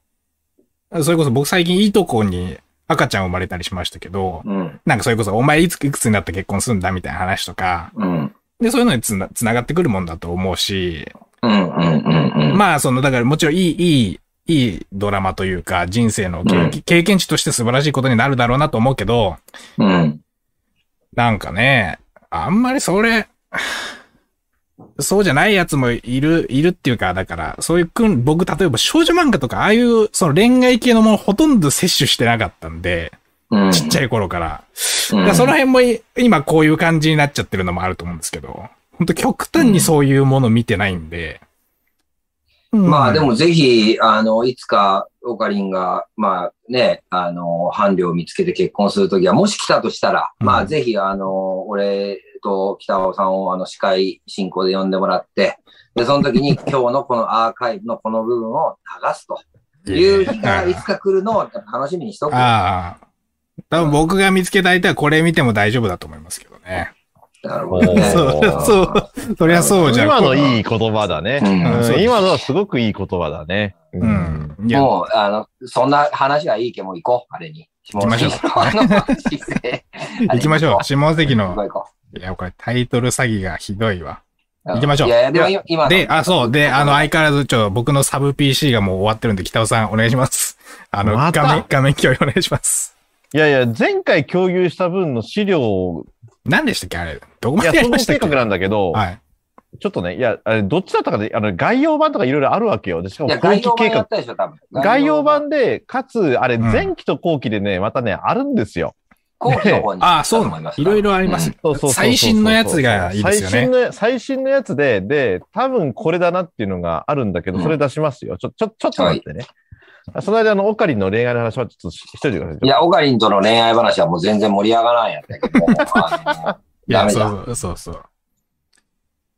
[SPEAKER 1] それこそ僕最近いいとこに赤ちゃん生まれたりしましたけど、
[SPEAKER 2] うん。うん
[SPEAKER 1] なんかそれこそ、お前いついくつになって結婚するんだみたいな話とか、
[SPEAKER 2] うん。
[SPEAKER 1] で、そういうのにつなつながってくるもんだと思うし、
[SPEAKER 2] うん。うん。うん。うん。
[SPEAKER 1] まあ、その、だからもちろんいい、いい、いいドラマというか、人生の経
[SPEAKER 2] う
[SPEAKER 1] 経験値として素晴らしいことになるだろうなと思うけど、
[SPEAKER 2] うん。
[SPEAKER 1] なんかね、あんまりそれ、そうじゃないやつもいる、いるっていうか、だから、そういう訓、僕、例えば少女漫画とか、ああいう、その恋愛系のものほとんど摂取してなかったんで、
[SPEAKER 2] うん。
[SPEAKER 1] ちっちゃい頃から。
[SPEAKER 2] うん
[SPEAKER 1] だからその辺もい今こういう感じになっちゃってるのもあると思うんですけど、本当極端にそういうもの見てないんで。うん
[SPEAKER 2] まあで、もぜひ、あの、いつか、オカリンが、まあね、あの、伴侶を見つけて結婚するときは、もし来たとしたら、
[SPEAKER 1] うん
[SPEAKER 2] まあぜひ、あの、俺と北尾さんを、あの、司会進行で呼んでもらって、で、その時
[SPEAKER 1] *laughs*
[SPEAKER 2] に今日のこのアーカイブのこの部分を流すという日がいつか来るのを楽しみにしとく。な
[SPEAKER 1] ああ。多分僕が見つけた相手はこれ見ても大丈夫だと思いますけどね。
[SPEAKER 2] るほどね。
[SPEAKER 4] そう
[SPEAKER 1] そうそりゃそうじゃん。
[SPEAKER 4] 今のいい言葉だね。
[SPEAKER 2] うん
[SPEAKER 4] うん
[SPEAKER 1] そうです
[SPEAKER 4] 今のはすごくいい言葉だね。う
[SPEAKER 1] うん。いや、
[SPEAKER 2] もう、あの、そんな話はいいけど、もう行こう、あれに。行
[SPEAKER 1] きましょう
[SPEAKER 2] あ
[SPEAKER 1] *laughs*
[SPEAKER 2] の、姿勢。
[SPEAKER 1] 行きましょう。下関
[SPEAKER 2] 行こ
[SPEAKER 1] の、
[SPEAKER 2] う行こ
[SPEAKER 1] いや、これタイトル詐欺がひどいわ。
[SPEAKER 2] う。ん
[SPEAKER 1] 行きましょう
[SPEAKER 2] いやいや、でも今今の
[SPEAKER 1] で、あ、そう。で、あの、相変わらず、ちょ、僕のサブ PC がもう終わってるんで、北尾さん、お願いします。あの、
[SPEAKER 4] また
[SPEAKER 1] 画面、画面共有お願いします。
[SPEAKER 4] いやいや、前回共有した分の資料を、
[SPEAKER 1] 何でしたっけあれ。どこ
[SPEAKER 4] い
[SPEAKER 1] ま
[SPEAKER 4] や、
[SPEAKER 1] でや
[SPEAKER 4] 総
[SPEAKER 1] り
[SPEAKER 4] 合
[SPEAKER 1] ましたっ
[SPEAKER 4] 計
[SPEAKER 1] け
[SPEAKER 4] 画なんだけど、
[SPEAKER 1] はい。
[SPEAKER 4] ちょっとね、いや、あれ、どっちだったかで、あの、概要版とかいろいろあるわけよ。でしか
[SPEAKER 2] い
[SPEAKER 4] も
[SPEAKER 2] や、
[SPEAKER 4] 後
[SPEAKER 2] 概
[SPEAKER 4] 期
[SPEAKER 2] 要
[SPEAKER 4] 計
[SPEAKER 2] 版や
[SPEAKER 4] 画
[SPEAKER 2] っ。たでしょ、多分。
[SPEAKER 4] 概要版で、かつ、あれ、
[SPEAKER 1] うん
[SPEAKER 4] 前期と後期でね、またね、あるんですよ。
[SPEAKER 2] 後期の方に。
[SPEAKER 1] ああ、そうなんだ。いろいろあります。
[SPEAKER 4] そうそうそうそう
[SPEAKER 1] 最新のやつがいいですよね
[SPEAKER 4] 最新の、最新のやつで、で、多分これだなっていうのがあるんだけど、
[SPEAKER 2] うん
[SPEAKER 4] それ出しますよ。ちょ、ちょ、ちょっと待ってね。あその間、あの、オカリンの恋愛の話はちょっとししといてください。
[SPEAKER 2] いや、オカリンとの恋愛話はもう全然盛り上がらんやったけど、もうあ
[SPEAKER 1] い
[SPEAKER 2] の
[SPEAKER 1] や、
[SPEAKER 2] ダメだ。
[SPEAKER 1] そうそうそう。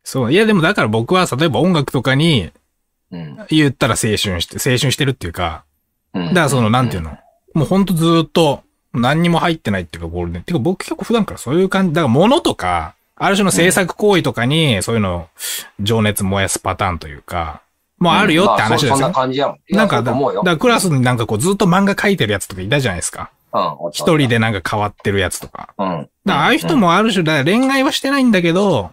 [SPEAKER 1] そう。いや、でもだから僕は、例えば音楽とかに
[SPEAKER 2] うん
[SPEAKER 1] 言ったら青春して、青春してるっていうか、
[SPEAKER 2] うん
[SPEAKER 1] だからその、なんていうの、もうほんとずーっと何にも入ってないっていうか、ゴールデン。てか僕結構普段からそういう感じ、だから物とか、ある種の制作行為とかに、そういうのを情熱燃やすパターンというか、もうあるよって話です
[SPEAKER 2] ま
[SPEAKER 1] よ。
[SPEAKER 2] あそそんな感じやもん。いや
[SPEAKER 1] なんか
[SPEAKER 2] そう
[SPEAKER 1] だ、
[SPEAKER 2] 思うよ
[SPEAKER 1] だ。からクラスになんかこうずっと漫画描いてるやつとかいたじゃないですか。
[SPEAKER 2] うん
[SPEAKER 1] 一人。でなんか変わってるやつとか。
[SPEAKER 2] うん。
[SPEAKER 1] だからああいう人もある種、だから恋愛はしてないんだけど、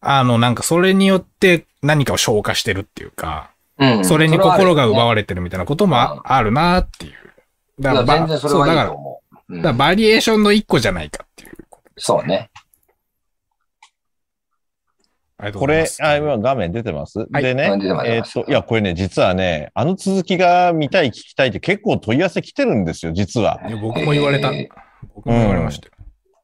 [SPEAKER 1] あの、なんかそれによって何かを消化してるっていうか、
[SPEAKER 2] うん、
[SPEAKER 1] それに心が奪
[SPEAKER 2] わ
[SPEAKER 1] われてるみたいなこともああるなっていう。だ
[SPEAKER 2] れる。いや、全然そ
[SPEAKER 1] う、
[SPEAKER 2] れ
[SPEAKER 1] だ
[SPEAKER 2] はい
[SPEAKER 1] か
[SPEAKER 2] い
[SPEAKER 1] ら、
[SPEAKER 2] と
[SPEAKER 1] だか
[SPEAKER 2] 思う。うん
[SPEAKER 1] らバリエーションの一個じゃないかっていうこと。
[SPEAKER 2] そうね。
[SPEAKER 1] ありがとうご
[SPEAKER 4] こ
[SPEAKER 1] ざいま
[SPEAKER 4] れ
[SPEAKER 1] す、
[SPEAKER 4] あ、今画面出てます、
[SPEAKER 1] はい
[SPEAKER 4] でね
[SPEAKER 2] うん出てま、す
[SPEAKER 4] えーっと、いや、これね、実はね、あの続きが見たい、聞きたいって結構問い合わせ来てるんですよ、実は。
[SPEAKER 1] いや僕も言われた。
[SPEAKER 2] え
[SPEAKER 1] 僕も言われましたよ。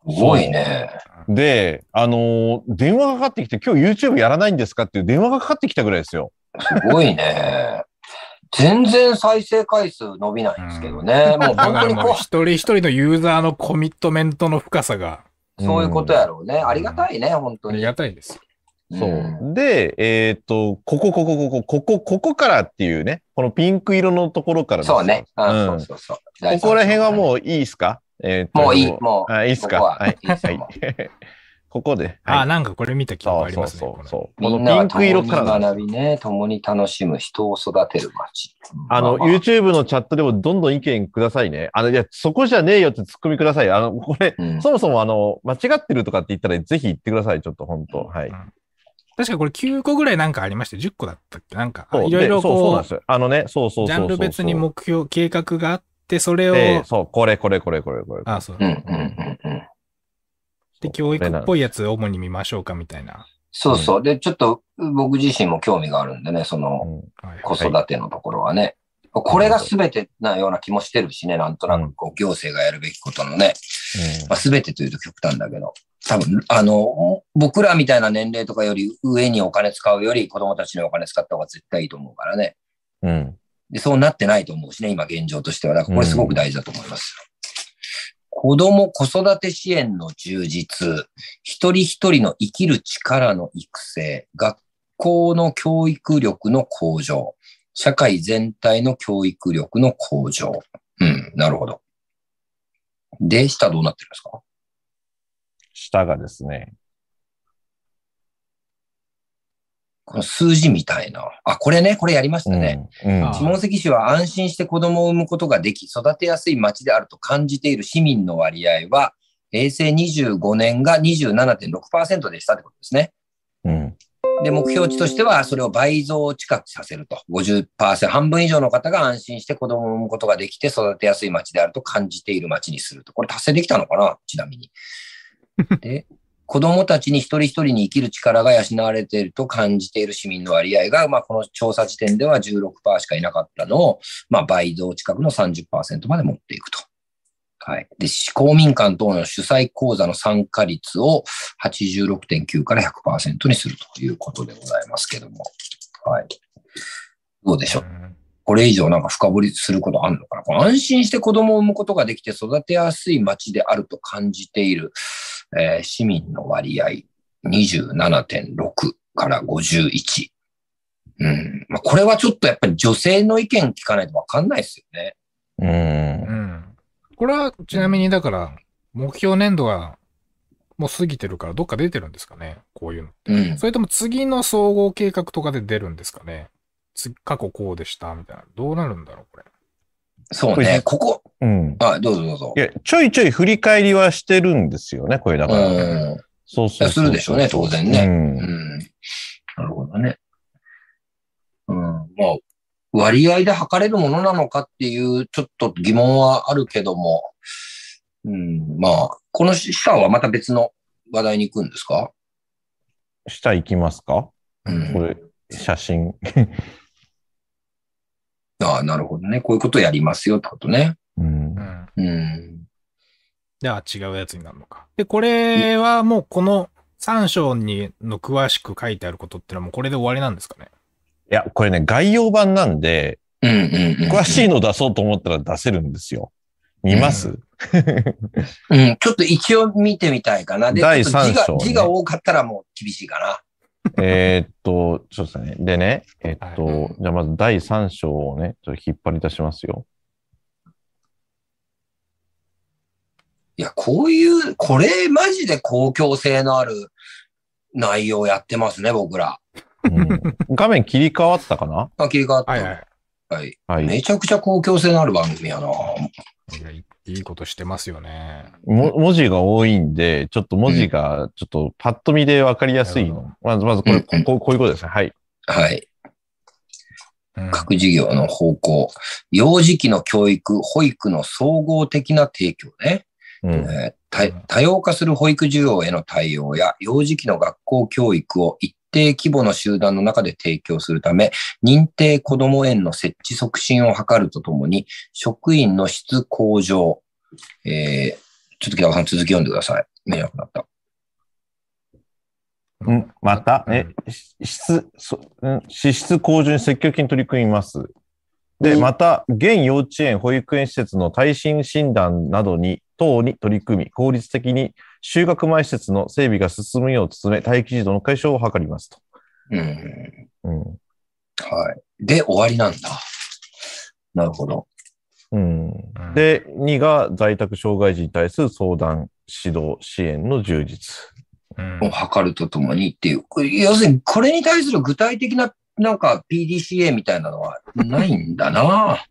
[SPEAKER 2] ーすごいね。
[SPEAKER 4] で、あのー電話がかかってきて、今日 YouTube やらないんですかっていう電話がかかってきたぐらいですよ。
[SPEAKER 2] すごいね。全然再生回数伸びないんですけどね。も
[SPEAKER 1] だ
[SPEAKER 2] う本
[SPEAKER 1] か
[SPEAKER 2] 当
[SPEAKER 1] ら
[SPEAKER 2] に
[SPEAKER 1] もう
[SPEAKER 2] こ
[SPEAKER 1] 一人一人のユーザーのコミットメントの深さが
[SPEAKER 2] う、そういうことやろうね。ありがたいね、本当
[SPEAKER 1] あり
[SPEAKER 2] に。
[SPEAKER 1] がたいです。
[SPEAKER 4] そ
[SPEAKER 2] ん
[SPEAKER 4] う。で、えーっと、ここ、ここ、ここ、ここ、ここからっていうね、このピンク色のところからですよ
[SPEAKER 2] そうね。
[SPEAKER 4] う
[SPEAKER 2] あ
[SPEAKER 4] ん
[SPEAKER 2] そうそうそう。
[SPEAKER 4] ここら辺はもういいですかえっと
[SPEAKER 2] もういい、もう。
[SPEAKER 4] あ、いいっすか。
[SPEAKER 2] ここは
[SPEAKER 4] はい。
[SPEAKER 2] いいっすよ
[SPEAKER 4] はい
[SPEAKER 2] も *laughs*
[SPEAKER 4] *laughs* ここで。
[SPEAKER 1] あ、
[SPEAKER 4] はい
[SPEAKER 1] なんかこれ見た記憶
[SPEAKER 4] そ
[SPEAKER 1] あ
[SPEAKER 4] う
[SPEAKER 1] りま
[SPEAKER 4] そう
[SPEAKER 1] すね。
[SPEAKER 4] そう
[SPEAKER 1] こ
[SPEAKER 4] そう。
[SPEAKER 2] み
[SPEAKER 4] この
[SPEAKER 2] んな
[SPEAKER 4] ピ
[SPEAKER 2] は
[SPEAKER 4] ンク色か
[SPEAKER 2] 共に
[SPEAKER 4] ら
[SPEAKER 2] 学。びね、共に楽しむ、人を育てる街。
[SPEAKER 4] あの、
[SPEAKER 2] まま
[SPEAKER 4] YouTube のチャットでもどんどん意見くださいね。あの、いや、そこじゃねえよってツッコミください。あの、これ、
[SPEAKER 2] うん
[SPEAKER 4] そもそもあの、間違ってるとかって言ったら、ぜひ言ってください。ちょっと、本当はい
[SPEAKER 1] れ。確かこれ9個ぐらいなんかありました。10個だったっけなんか、
[SPEAKER 4] そう
[SPEAKER 1] いろいろ
[SPEAKER 4] でそうそうなん
[SPEAKER 1] こ
[SPEAKER 4] ですよ。あのね、そうそ
[SPEAKER 1] う、
[SPEAKER 4] うそうそう
[SPEAKER 1] ジ
[SPEAKER 4] そう。
[SPEAKER 1] ャンル別に目標、計画があって、それ
[SPEAKER 4] で
[SPEAKER 1] を、
[SPEAKER 4] そう、これ、これ、これ、これ、これ。
[SPEAKER 1] あ、そう
[SPEAKER 2] う。んうんうんうん。
[SPEAKER 1] で、教育っぽ
[SPEAKER 4] い。
[SPEAKER 1] いやつを主に見ましょうかみたいな。
[SPEAKER 2] そうそう。で、ちょっと僕自身も興味があるんでね、その
[SPEAKER 4] うん
[SPEAKER 1] はい
[SPEAKER 2] 子育てのところはね。これが全てなような気もしてるしね、なんとなくこう行政がやるべきことのね、まあ、全てというと極端だけど、多分、あの、僕らみたいな年齢とかより上にお金使うより子供たちにお金使った方が絶対いいと思うからね。
[SPEAKER 4] うん。うん
[SPEAKER 2] で、そうなってないと思うしね、今現状としては。だからこれすごく大事だと思います。子供子育て支援の充実、一人一人の生きる力の育成、学校の教育力の向上、社会全体の教育力の向上。うん、なるほど。で、下どうなってるんですか
[SPEAKER 4] 下がですね。
[SPEAKER 2] この数字みたいな。あ、これね、これやりましたね。
[SPEAKER 4] うん。うん
[SPEAKER 1] あ
[SPEAKER 2] 下関市は安心して子供を産むことができ、育てやすい町であると感じている市民の割合は、平成25年が27.6%でしたってことですね。
[SPEAKER 4] うん。
[SPEAKER 2] で、目標値としては、それを倍増近くさせると。50%、半分以上の方が安心して子供を産むことができて、育てやすい町であると感じている町にすると。これ達成できたのかなちなみに。で、子供たちに一人一人に生きる力が養われていると感じている市民の割合が、まあ、この調査時点では16%しかいなかったのを、まあ、倍増近くの30%まで持っていくと。はい。で、公民館等の主催講座の参加率を86.9から100%にするということでございますけども。はい。どうでしょう
[SPEAKER 1] うん
[SPEAKER 2] これ以上なんか深掘りすることあるのかなこの安心して子供を産むことができて育てやすい町であると感じている、えー市民の割合27.6から51。うん。まあ、これはちょっとやっぱり女性の意見聞かないとわかんないですよね。
[SPEAKER 4] うん
[SPEAKER 1] う。ん。これはちなみにだから、目標年度がもう過ぎてるから、どっか出てるんですかねこういうの。
[SPEAKER 2] うん。
[SPEAKER 1] それとも次の総合計画とかで出るんですかねつ過去こうでしたみたいな。どうなるんだろうこれ。
[SPEAKER 2] そう
[SPEAKER 4] これ
[SPEAKER 2] ね。ここ、
[SPEAKER 4] うん。
[SPEAKER 2] あ、どうぞどうぞ
[SPEAKER 4] い。や、ちょいちょい振り返りはしてるんですよね、これだ
[SPEAKER 2] う
[SPEAKER 4] から。
[SPEAKER 2] ん。
[SPEAKER 4] そうそうそう
[SPEAKER 2] するでしょうね当然ねう。
[SPEAKER 4] うん
[SPEAKER 2] なるほどね。うん。まあ、割合で測れるものなのかっていう、ちょっと疑問はあるけども、うん、まあ、この下はまた別の話題に行くんですか
[SPEAKER 4] 下行きますか
[SPEAKER 2] うん。
[SPEAKER 4] これ、写真。
[SPEAKER 2] ああ、なるほどね。こういうことやりますよってことね。
[SPEAKER 4] うん
[SPEAKER 1] う。ん。
[SPEAKER 2] うん。
[SPEAKER 1] では違うやつになるのか。で、これはもうこの3章にの詳しく書いてあることってのはもうこれで終わりなんですかね
[SPEAKER 4] いや、これね、概要版なんで、
[SPEAKER 2] うんうん、うん。
[SPEAKER 4] 詳しいの出そうと思ったら出せるんですよ。見ます、
[SPEAKER 2] うん、ちょっと一応見てみたいかな。で、
[SPEAKER 4] 第
[SPEAKER 2] ちょっと字が
[SPEAKER 4] 三章ね
[SPEAKER 2] 字が多かったらもう厳しいかな。
[SPEAKER 4] えーっと、そうですね。でね、えっと、
[SPEAKER 2] はい
[SPEAKER 4] じゃあまず第3章をね、ちょっと引っ張り出しますよ。
[SPEAKER 2] いや、こういう、これマジで公共性のある内容やってますね、僕ら。
[SPEAKER 4] うん画面切り替わったかな
[SPEAKER 2] あ、切り替わった。
[SPEAKER 1] はいはい。
[SPEAKER 2] はい。
[SPEAKER 4] はい。
[SPEAKER 2] めちゃくちゃ公共性のある番組やな。
[SPEAKER 1] いやいいいことしてますよね。
[SPEAKER 4] も文字が多いんで、ちょっと文字が、ちょっとパッと見でわかりやすいの。まず、まずこれ、こ
[SPEAKER 2] うん
[SPEAKER 4] こうこういうことですね。はい。
[SPEAKER 2] はい。
[SPEAKER 1] うん
[SPEAKER 2] 各事業の方向。幼児期の教育、保育の総合的な提供ね。
[SPEAKER 4] うん。
[SPEAKER 2] えー多多様化する保育需要への対応や、幼児期の学校教育を一定規模の集団の中で提供するため、認定こども園の設置促進を図るとともに、職員の質向上。えー、ちょっと北川さん続き読んでください。迷惑だった。
[SPEAKER 4] うん、また、
[SPEAKER 1] うん
[SPEAKER 4] え、し質、そうん支出向上に積極的に取り組みます。で、また、現幼稚園、保育園施設の耐震診断などに、等に取り組み、効率的に就学前施設の整備が進むよう努め、待機児童の解消を図りますと。
[SPEAKER 2] うん。
[SPEAKER 4] うん。
[SPEAKER 2] はい。で、終わりなんだ。なるほど。
[SPEAKER 4] うん
[SPEAKER 1] うん、
[SPEAKER 4] で、2が在宅障害児に対する相談、指導、支援の充実。
[SPEAKER 1] うん
[SPEAKER 2] を図るとともにっていう、これ要するにこれに対する具体的な、なんか PDCA みたいなのはないんだな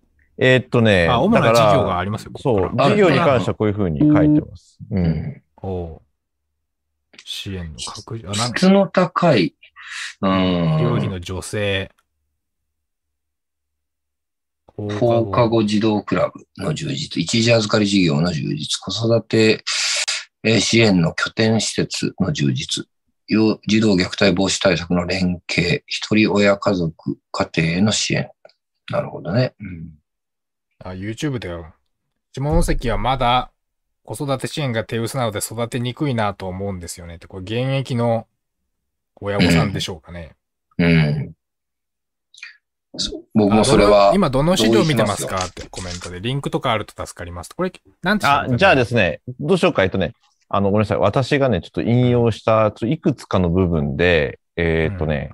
[SPEAKER 4] えーっとね、
[SPEAKER 1] あ、主な
[SPEAKER 4] だから
[SPEAKER 1] 事業がありますよ。こ
[SPEAKER 4] そう
[SPEAKER 1] こ、から
[SPEAKER 4] 事業に関してはこういうふうに書いてます。う。
[SPEAKER 2] うんん
[SPEAKER 1] おう支援の拡充、あ、なんか
[SPEAKER 2] 質の高い。う
[SPEAKER 1] 料理
[SPEAKER 2] ん。
[SPEAKER 1] の女性。放
[SPEAKER 2] 放課後児童クラブの充実、一時預かり事業の充実、子育てえー支援の拠点施設の充実、幼児童虐待防止対策の連携、一人親家族家庭への支援。なるほどね。うん
[SPEAKER 1] あ、YouTube では、下関はまだ子育て支援が手薄なので育てにくいなと思うんですよねって、これ現役の親御さんでしょうかね。
[SPEAKER 2] うん。そ僕
[SPEAKER 1] あ
[SPEAKER 2] もそれ
[SPEAKER 1] ど
[SPEAKER 2] は
[SPEAKER 1] の、今どの資料見てますかってコメントで、リンクとかあると助かります。これ、なんて。
[SPEAKER 4] あ、じゃあですすね、どうしようか、えっとね、あの、ごめんなさい、私がね、ちょっと引用した、ちょっといくつかの部分で、えーっとね、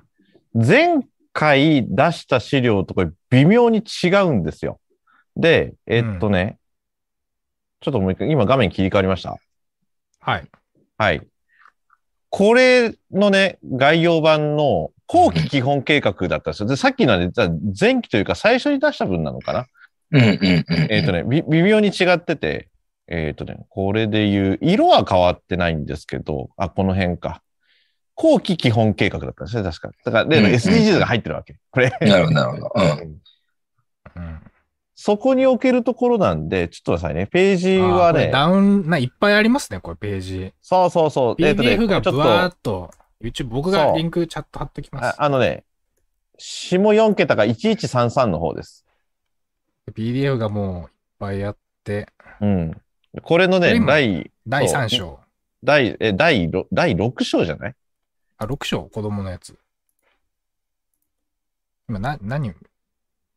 [SPEAKER 4] 前回出した資料とこれ微妙に違うんですよ。で、えーっとね、ちょっともう一回、今画面切り替わりました。
[SPEAKER 1] はい。
[SPEAKER 4] はい。これのね、概要版の後期基本計画だったんですよ。で、さっきのはね、実は前期というか最初に出した分なのかな。
[SPEAKER 2] うんうんうんうん。
[SPEAKER 4] えっ、とね、び微妙に違ってて、えっ、とね、これで言う、色は変わってないんですけど、あ、この辺か。後期基本計画だったんですね、確か。だから、例の
[SPEAKER 2] うんうん
[SPEAKER 4] SDGs が入ってるわけ。これ。
[SPEAKER 2] なるほど、なるほど。うん。
[SPEAKER 1] うん。
[SPEAKER 4] そこに置けるところなんで、ちょっと待ってくださいね。ページ
[SPEAKER 1] あ
[SPEAKER 4] は
[SPEAKER 1] これ
[SPEAKER 4] ね、
[SPEAKER 1] ダウン、ないっぱいありますね、これページ。
[SPEAKER 4] そうそうそう。えっ、とね、
[SPEAKER 1] PDF が
[SPEAKER 4] ちょっ
[SPEAKER 1] ぶ
[SPEAKER 4] と
[SPEAKER 1] わーっと、YouTube、僕が
[SPEAKER 4] そう
[SPEAKER 1] リンクチャット貼っときま
[SPEAKER 4] あ
[SPEAKER 1] す。
[SPEAKER 4] あのね、下4桁が1133の方です。
[SPEAKER 1] PDF がもういっぱいあって、
[SPEAKER 4] うん。これの
[SPEAKER 1] これ
[SPEAKER 4] ね、
[SPEAKER 1] 今
[SPEAKER 4] 第、
[SPEAKER 1] 第
[SPEAKER 4] そう
[SPEAKER 1] 3章。
[SPEAKER 4] 第、え、第ろ、第6章じゃない
[SPEAKER 1] あ、6章、子供のやつ。今、な、何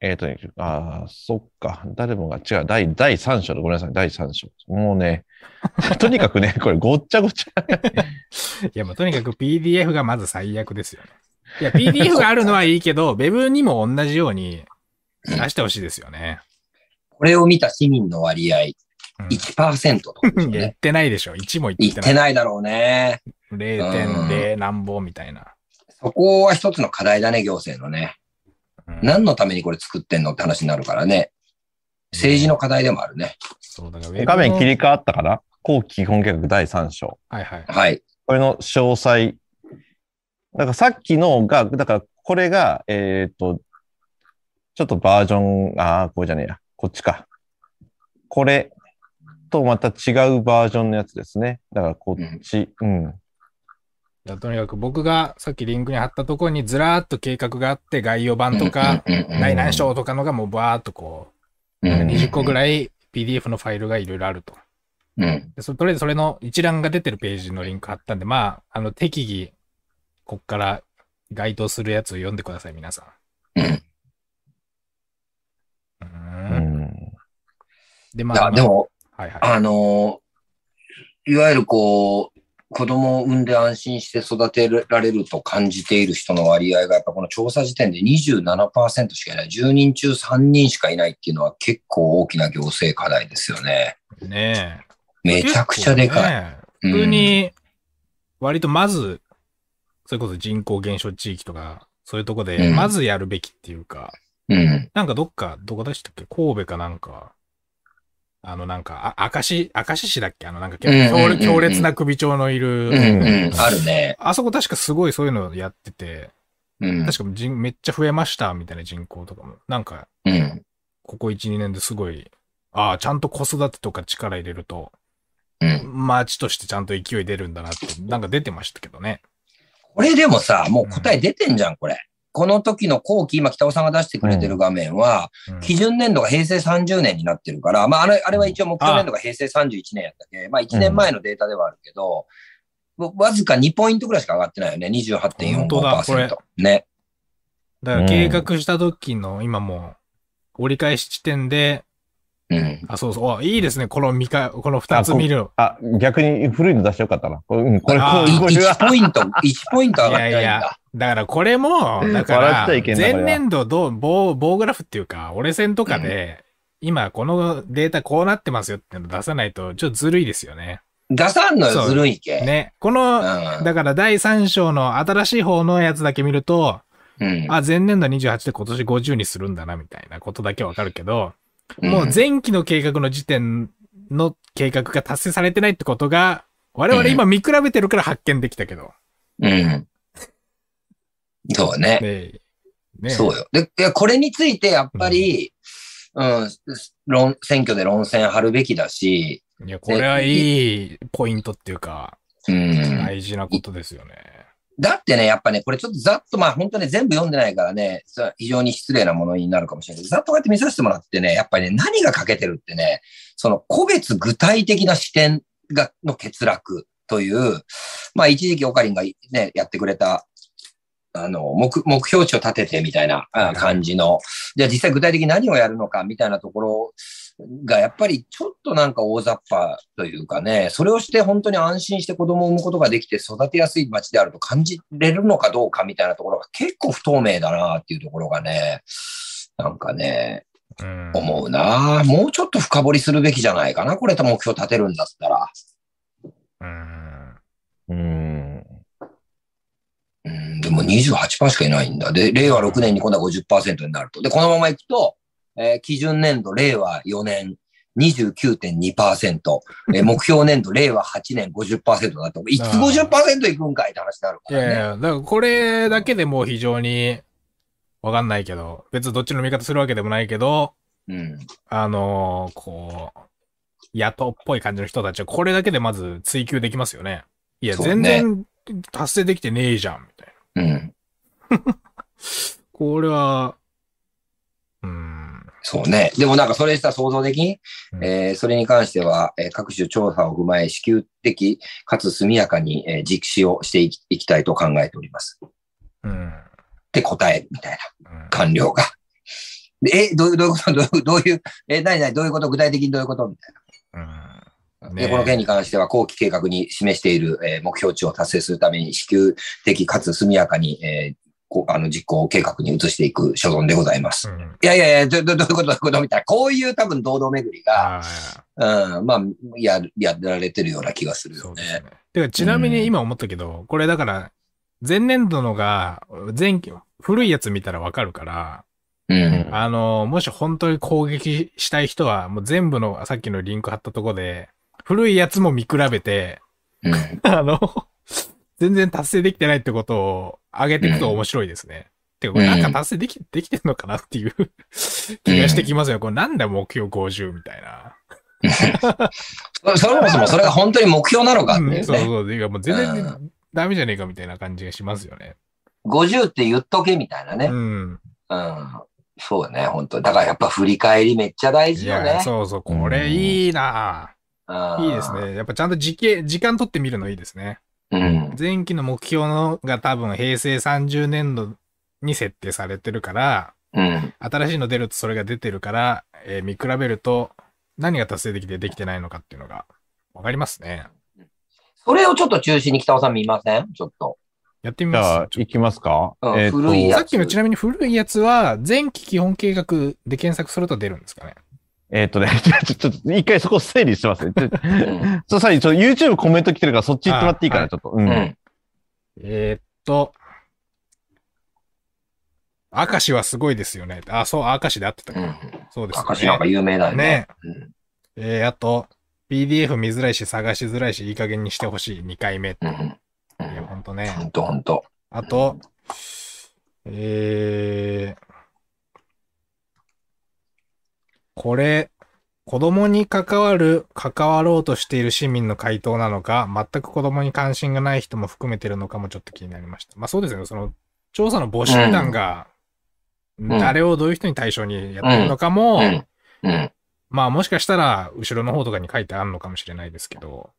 [SPEAKER 4] えっ、とね、ああ、そっか。誰もが、違う、第、第3章だ。ごめんなさい、第3章。もうね、 *laughs* とにかくね、これごっちゃごち
[SPEAKER 1] *laughs*
[SPEAKER 4] ゃ。
[SPEAKER 1] いや、もうとにかく PDF がまず最悪ですよね。いや、PDF があるのはいいけ
[SPEAKER 4] *laughs*
[SPEAKER 1] ど、Web にも同じように出してほしいですよね。
[SPEAKER 2] これを見た市民の割合
[SPEAKER 1] うん
[SPEAKER 2] 1%とかです
[SPEAKER 1] *laughs*
[SPEAKER 2] よ
[SPEAKER 1] いや言っ
[SPEAKER 2] ね。
[SPEAKER 1] てないでしょ。1も言
[SPEAKER 2] 言
[SPEAKER 1] っ
[SPEAKER 2] ってて
[SPEAKER 1] ない。
[SPEAKER 2] ないだろうね。
[SPEAKER 1] 0.0何本みたいな。
[SPEAKER 2] そこは一つの課題だね、行政のね。
[SPEAKER 1] うん
[SPEAKER 2] 何のためにこれ作ってんのって話になるからね。政治の課題でもあるね。
[SPEAKER 1] そうだから Web の
[SPEAKER 4] 画面切り替わったかな後期基本計画第3章。
[SPEAKER 1] はいはい。
[SPEAKER 2] はい。
[SPEAKER 4] これの詳細。だからさっきのが、だからこれが、えっ、と、ちょっとバージョン、ああ、これじゃねえや。こっちか。これとまた違うバージョンのやつですね。だからこっち。うん。
[SPEAKER 1] だからとにかく僕がさっきリンクに貼ったところにずらーっと計画があって、概要版とか、
[SPEAKER 2] うんうんうんうん
[SPEAKER 1] 第何章とかのがもうバーっとこう、
[SPEAKER 2] うん
[SPEAKER 1] 20個ぐらい PDF のファイルがいろいろあると。
[SPEAKER 2] うん。
[SPEAKER 1] でそとりあえずそれの一覧が出てるページのリンク貼ったんで、まあ、あの適宜、こっから該当するやつを読んでください、皆さん。
[SPEAKER 2] うん
[SPEAKER 1] う
[SPEAKER 4] う
[SPEAKER 1] ーん。
[SPEAKER 4] ん。
[SPEAKER 1] で、
[SPEAKER 2] い
[SPEAKER 1] まあ、
[SPEAKER 2] や、でも、
[SPEAKER 1] はいはい。
[SPEAKER 2] あのーいわゆるこう、子供を産んで安心して育てられると感じている人の割合が、やっぱこの調査時点で27%しかいない。10人中3人しかいないっていうのは結構大きな行政課題ですよね。
[SPEAKER 1] ねえ。
[SPEAKER 2] めちゃくちゃでかい。
[SPEAKER 1] い普通
[SPEAKER 2] うん
[SPEAKER 1] に、割とまず、それこそ人口減少地域とか、そういうとこで、
[SPEAKER 2] うん
[SPEAKER 1] まずやるべきっていうか、
[SPEAKER 2] うん。
[SPEAKER 1] なんかどっか、どこでしたっけ神戸かなんか、あのなんか、あ、明石、明石市だっけあのなんか結構強
[SPEAKER 2] うんうんうんうん
[SPEAKER 1] 強烈な首長のいる、
[SPEAKER 2] うんうん。あるね。
[SPEAKER 1] あそこ確かすごいそういうのやってて、
[SPEAKER 2] うん。
[SPEAKER 1] 確か人めっちゃ増えましたみたいな人口とかも、なんか、
[SPEAKER 2] うん。
[SPEAKER 1] ここ1、2年ですごい、ああ、ちゃんと子育てとか力入れると、
[SPEAKER 2] うん。
[SPEAKER 1] 街としてちゃんと勢い出るんだなって、なんか出てましたけどね。
[SPEAKER 2] これでもさ、もう答え出てんじゃん、これ。この時の後期、今北尾さんが出してくれてる画面は、
[SPEAKER 1] うん
[SPEAKER 2] 基準年度が平成30年になってるから、まあ、あれあれは一応目標年度が平成31年やったけ、まあ、1年前のデータではあるけど、わわずか2ポイントぐらいしか上がってないよね、
[SPEAKER 1] 本当だこれ
[SPEAKER 2] 28.45%。ね。
[SPEAKER 1] だから計画した時の、今もう、折り返し地点で、
[SPEAKER 2] うん。
[SPEAKER 1] あ、そうそう、あいいですね、この見か、この2つ見るの。
[SPEAKER 4] あ、逆に古いの出してよかったな。これ、うん、これ、こ
[SPEAKER 1] あ
[SPEAKER 4] れ、これ
[SPEAKER 2] 1
[SPEAKER 4] は。
[SPEAKER 2] ポイント、1ポイント上がってないんだ。
[SPEAKER 1] いやいやだからこれも、だか
[SPEAKER 4] 笑っ
[SPEAKER 1] ら、
[SPEAKER 4] ちゃいけんなこれ
[SPEAKER 1] 前
[SPEAKER 4] は
[SPEAKER 1] 年度どう棒、棒グラフっていうか、折れ線とかで、今このデータこうなってますよっていうの出さないと、ちょっとずるいですよね。
[SPEAKER 2] 出さんの
[SPEAKER 1] そう
[SPEAKER 2] よ、ずるいけ。
[SPEAKER 1] ね。この、だから第3章の新しい方のやつだけ見ると、
[SPEAKER 2] うん。
[SPEAKER 1] あ、前年度28で今年50にするんだな、みたいなことだけわかるけど、
[SPEAKER 2] うん
[SPEAKER 1] もう前期の計画の時点の計画が達成されてないってことが、我々今見比べてるから発見できたけど。
[SPEAKER 2] うん。そうね。
[SPEAKER 1] ねね
[SPEAKER 2] そうよ。で、いやこれについてやっぱり、うん、論、選挙で論戦張るべきだし、
[SPEAKER 1] いや、これはいいポイントっていうか、
[SPEAKER 2] うん。
[SPEAKER 1] 大事なことですよね。
[SPEAKER 2] だってね、やっぱね、これちょっとざっと、まあ本当ね、全部読んでないからね、さ非常に失礼なものになるかもしれないけど、ざっとこうやって見させてもらってね、やっぱりね、何が欠けてるってね、その個別具体的な視点が、の欠落という、まあ一時期オカリンがね、やってくれた、あの、目、目標値を立ててみたいなあ感じの、じゃあ実際具体的に何をやるのかみたいなところが、やっぱりちょっとなんか大雑把というかね、それをして本当に安心して子供を産むことができて育てやすい街であると感じれるのかどうかみたいなところが結構不透明だなっていうところがね、なんかね、
[SPEAKER 1] うん。
[SPEAKER 2] 思うなもうちょっと深掘りするべきじゃないかな。これと目標立てるんだったら。
[SPEAKER 1] うん。
[SPEAKER 4] うん。
[SPEAKER 2] うん、でも28%しかいないんだ。で、令和6年に今度は50%になると。で、このままいくと、えー基準年度、令和4年、29.2%。えー目標年度、令和8年50%だと。いつ50%いくんかいって話になる
[SPEAKER 1] い
[SPEAKER 2] から
[SPEAKER 1] やい *laughs*
[SPEAKER 2] ね。
[SPEAKER 1] や、だからこれだけでもう非常に、わかんないけど、別にどっちの味方するわけでもないけど、
[SPEAKER 2] うん。
[SPEAKER 1] あのーこう、野党っぽい感じの人たちは、これだけでまず追求できますよね。いや、
[SPEAKER 2] そう
[SPEAKER 1] 全
[SPEAKER 2] ね
[SPEAKER 1] 然達成できてねえじゃん、みたいな。
[SPEAKER 2] うん。
[SPEAKER 1] これは、うん。
[SPEAKER 2] そうね。でもなんかそれしたら想像的に、
[SPEAKER 1] うん
[SPEAKER 2] えーそれに関しては、えー各種調査を踏まえ、支給的かつ速やかに、えー実施をしていきいきたいと考えております。っ
[SPEAKER 1] うん。
[SPEAKER 2] て答え、みたいな。
[SPEAKER 1] うん
[SPEAKER 2] 官僚が。でえ、どういうどういうこと *laughs* どういうどういう、え、何何どういうこと具体的にどういうことみたい
[SPEAKER 1] うん。
[SPEAKER 2] な。
[SPEAKER 1] ねえ
[SPEAKER 2] で、この件に関しては、後期計画に示している、えー目標値を達成するために、支給的かつ速やかに、えーこあの実行計画に移していく所存でございます。
[SPEAKER 1] うん
[SPEAKER 2] いやいやいや、どどどういうことどういうことみたいな。こういう多分堂々巡りが、
[SPEAKER 1] ああ、
[SPEAKER 2] うん、まあ、やる、やられてるような気がする
[SPEAKER 1] そ
[SPEAKER 2] よ
[SPEAKER 1] うです
[SPEAKER 2] ね。
[SPEAKER 1] ね。てか、ちなみ
[SPEAKER 2] う
[SPEAKER 1] に
[SPEAKER 2] ん
[SPEAKER 1] 今思ったけど、これだから、前年度のが、前期、古いやつ見たらわかるから、
[SPEAKER 2] うん。
[SPEAKER 1] あの、もし本当に攻撃したい人は、もう全部の、さっきのリンク貼ったとこで、古いやつも見比べて、
[SPEAKER 2] う
[SPEAKER 1] *laughs*
[SPEAKER 2] ん。
[SPEAKER 1] あの、全然達成できてないってことを上げていくと面白いですね。てか、これなんか達成でき、できてんのかなっていう *laughs* 気がしてきますよ。これなんだ目標50みたいな。
[SPEAKER 2] そそもそもそれが本当に目標なのかっていう
[SPEAKER 1] う
[SPEAKER 2] ね。
[SPEAKER 1] んそうそう。てかもう全
[SPEAKER 2] う
[SPEAKER 1] 然ダメじゃねえかみたいな感じがしますよね。
[SPEAKER 2] 50って言っとけみたいなね。
[SPEAKER 1] うん。
[SPEAKER 2] うんそうね、本当だからやっぱ振り返りめっちゃ大
[SPEAKER 1] い
[SPEAKER 2] 事よ
[SPEAKER 1] や、
[SPEAKER 2] ね。
[SPEAKER 1] そうそう。これいいな
[SPEAKER 2] うん
[SPEAKER 1] いいです。ね。やっぱちゃんと時系時間取ってみるのいいですね。
[SPEAKER 2] うん。
[SPEAKER 1] 前期の目標のが多分平成30年度に設定されてるから、
[SPEAKER 2] うん。
[SPEAKER 1] 新しいの出るとそれが出てるから、えー見比べると何が達成できてできてないのかっていうのがわかりますね。
[SPEAKER 2] それをちょっと中心に北尾さん見ませんちょっと。
[SPEAKER 1] やってみ
[SPEAKER 4] じゃあ
[SPEAKER 1] ま、す。
[SPEAKER 4] 行きますか。
[SPEAKER 2] うん
[SPEAKER 4] えーと
[SPEAKER 2] 古いや
[SPEAKER 1] さっきのちなみに古いやつは、前期基本計画で検索すると出るんですかね。
[SPEAKER 4] えーっとね、 *laughs* ちょ、ちょっと、一回そこ整理してますね。ちょ
[SPEAKER 2] ん
[SPEAKER 4] そう、さっき、ちょ、YouTube コメント来てるから、そっち行ってもらっていいか
[SPEAKER 1] あ
[SPEAKER 4] な、ちょっと。う。
[SPEAKER 2] うんん。
[SPEAKER 1] えーっと、明石はすごいですよね。あ、そう、明石で合ってた
[SPEAKER 2] う
[SPEAKER 1] か。
[SPEAKER 2] ん。
[SPEAKER 1] そうですよね。
[SPEAKER 2] 明石なんか有名だよね。
[SPEAKER 1] ねえーあと、PDF 見づらいし、探しづらいし、いい加減にしてほしい。2回目。い
[SPEAKER 2] うん。うん。
[SPEAKER 1] や、ほんとね。
[SPEAKER 2] ほんとほんと。
[SPEAKER 1] あと、えー、これ、子供に関わる、関わろうとしている市民の回答なのか、全く子供に関心がない人も含めてるのかもちょっと気になりました。まあそうですよね、その、調査の募集団が、
[SPEAKER 2] ん
[SPEAKER 1] 誰をどういう人に対象にやってるのかも、
[SPEAKER 2] うん。うん。
[SPEAKER 1] まあもしかしたら、後ろの方とかに書いてあるのかもしれないですけど、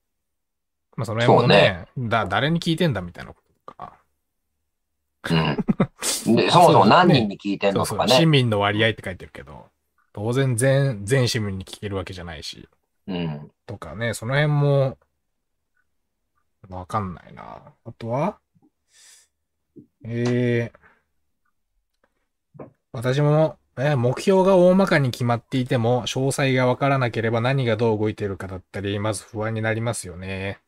[SPEAKER 1] まあその辺もね、だ、誰に聞いてんだみたいなこととか、
[SPEAKER 2] うん。で、そもそも何人に聞いてん
[SPEAKER 1] そ
[SPEAKER 2] の
[SPEAKER 1] う
[SPEAKER 2] と
[SPEAKER 1] そ
[SPEAKER 2] か
[SPEAKER 1] う、市
[SPEAKER 2] ね。
[SPEAKER 1] 民の割合って書いてるけど、当然全、全市民に聞けるわけじゃないし、
[SPEAKER 2] うん。
[SPEAKER 1] とかね、その辺も、わかんないな。あとは、えー、私もえー目標が大まかに決まっていても、詳細がわからなければ何がどう動いているかだったり、まず不安になりますよね。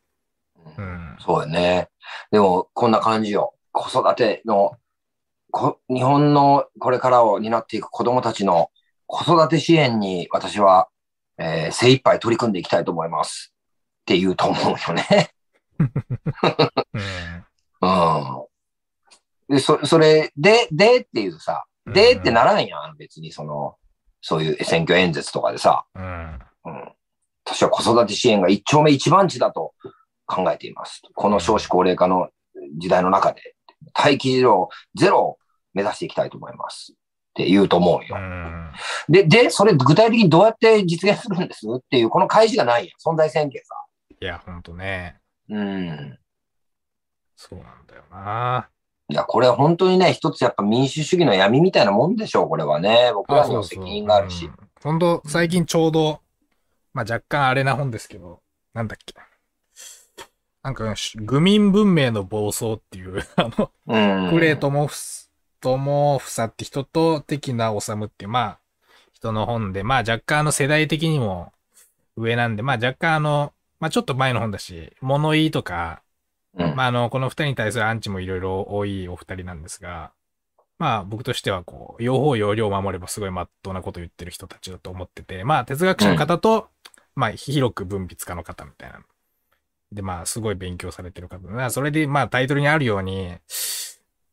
[SPEAKER 1] うん。
[SPEAKER 2] そうよね。でも、こんな感じよ。子育ての、こ日本のこれからを担っていく子供たちの子育て支援に私は、えー精一杯取り組んでいきたいと思います。って言うと思うよね。 *laughs*
[SPEAKER 1] うん
[SPEAKER 2] うん。で、そ、それで、でっていうさ、でってならんやん。別にその、そういう選挙演説とかでさ、
[SPEAKER 1] うん。
[SPEAKER 2] うん。私は子育て支援が一丁目一番地だと考えています。この少子高齢化の時代の中で、待機児童ゼロを目指していきたいと思います。って言うと思う
[SPEAKER 1] う
[SPEAKER 2] よ。
[SPEAKER 1] ん。
[SPEAKER 2] で、で、それ具体的にどうやって実現するんですっていう、この開示がないやん。存在宣言さ。
[SPEAKER 1] いや、ほんとね。
[SPEAKER 2] うん。
[SPEAKER 1] そうなんだよな。
[SPEAKER 2] いや、これは本当にね、一つやっぱ民主主義の闇みたいなもんでしょう、これはね。僕らにも責任があるし。
[SPEAKER 1] うん。ほんと、最近ちょうど、まあ、若干あれな本ですけど、なんだっけ。なんか、愚民文明の暴走っていう、 *laughs* あの、
[SPEAKER 2] うん。
[SPEAKER 1] クレートモフス、トモフサって人と、的な治むっていう、まあ、人の本で、まあ若干あの世代的にも上なんで、まあ若干あの、まあちょっと前の本だし、物言いとか、
[SPEAKER 2] うん。
[SPEAKER 1] まああの、この二人に対するアンチもいろいろ多いお二人なんですが、まあ僕としてはこう、用法用量を守ればすごいまっとうなこと言ってる人たちだと思ってて、まあ哲学者の方と、まあ広く文筆家の方みたいな。で、まあすごい勉強されてる方。まあそれでまあタイトルにあるように、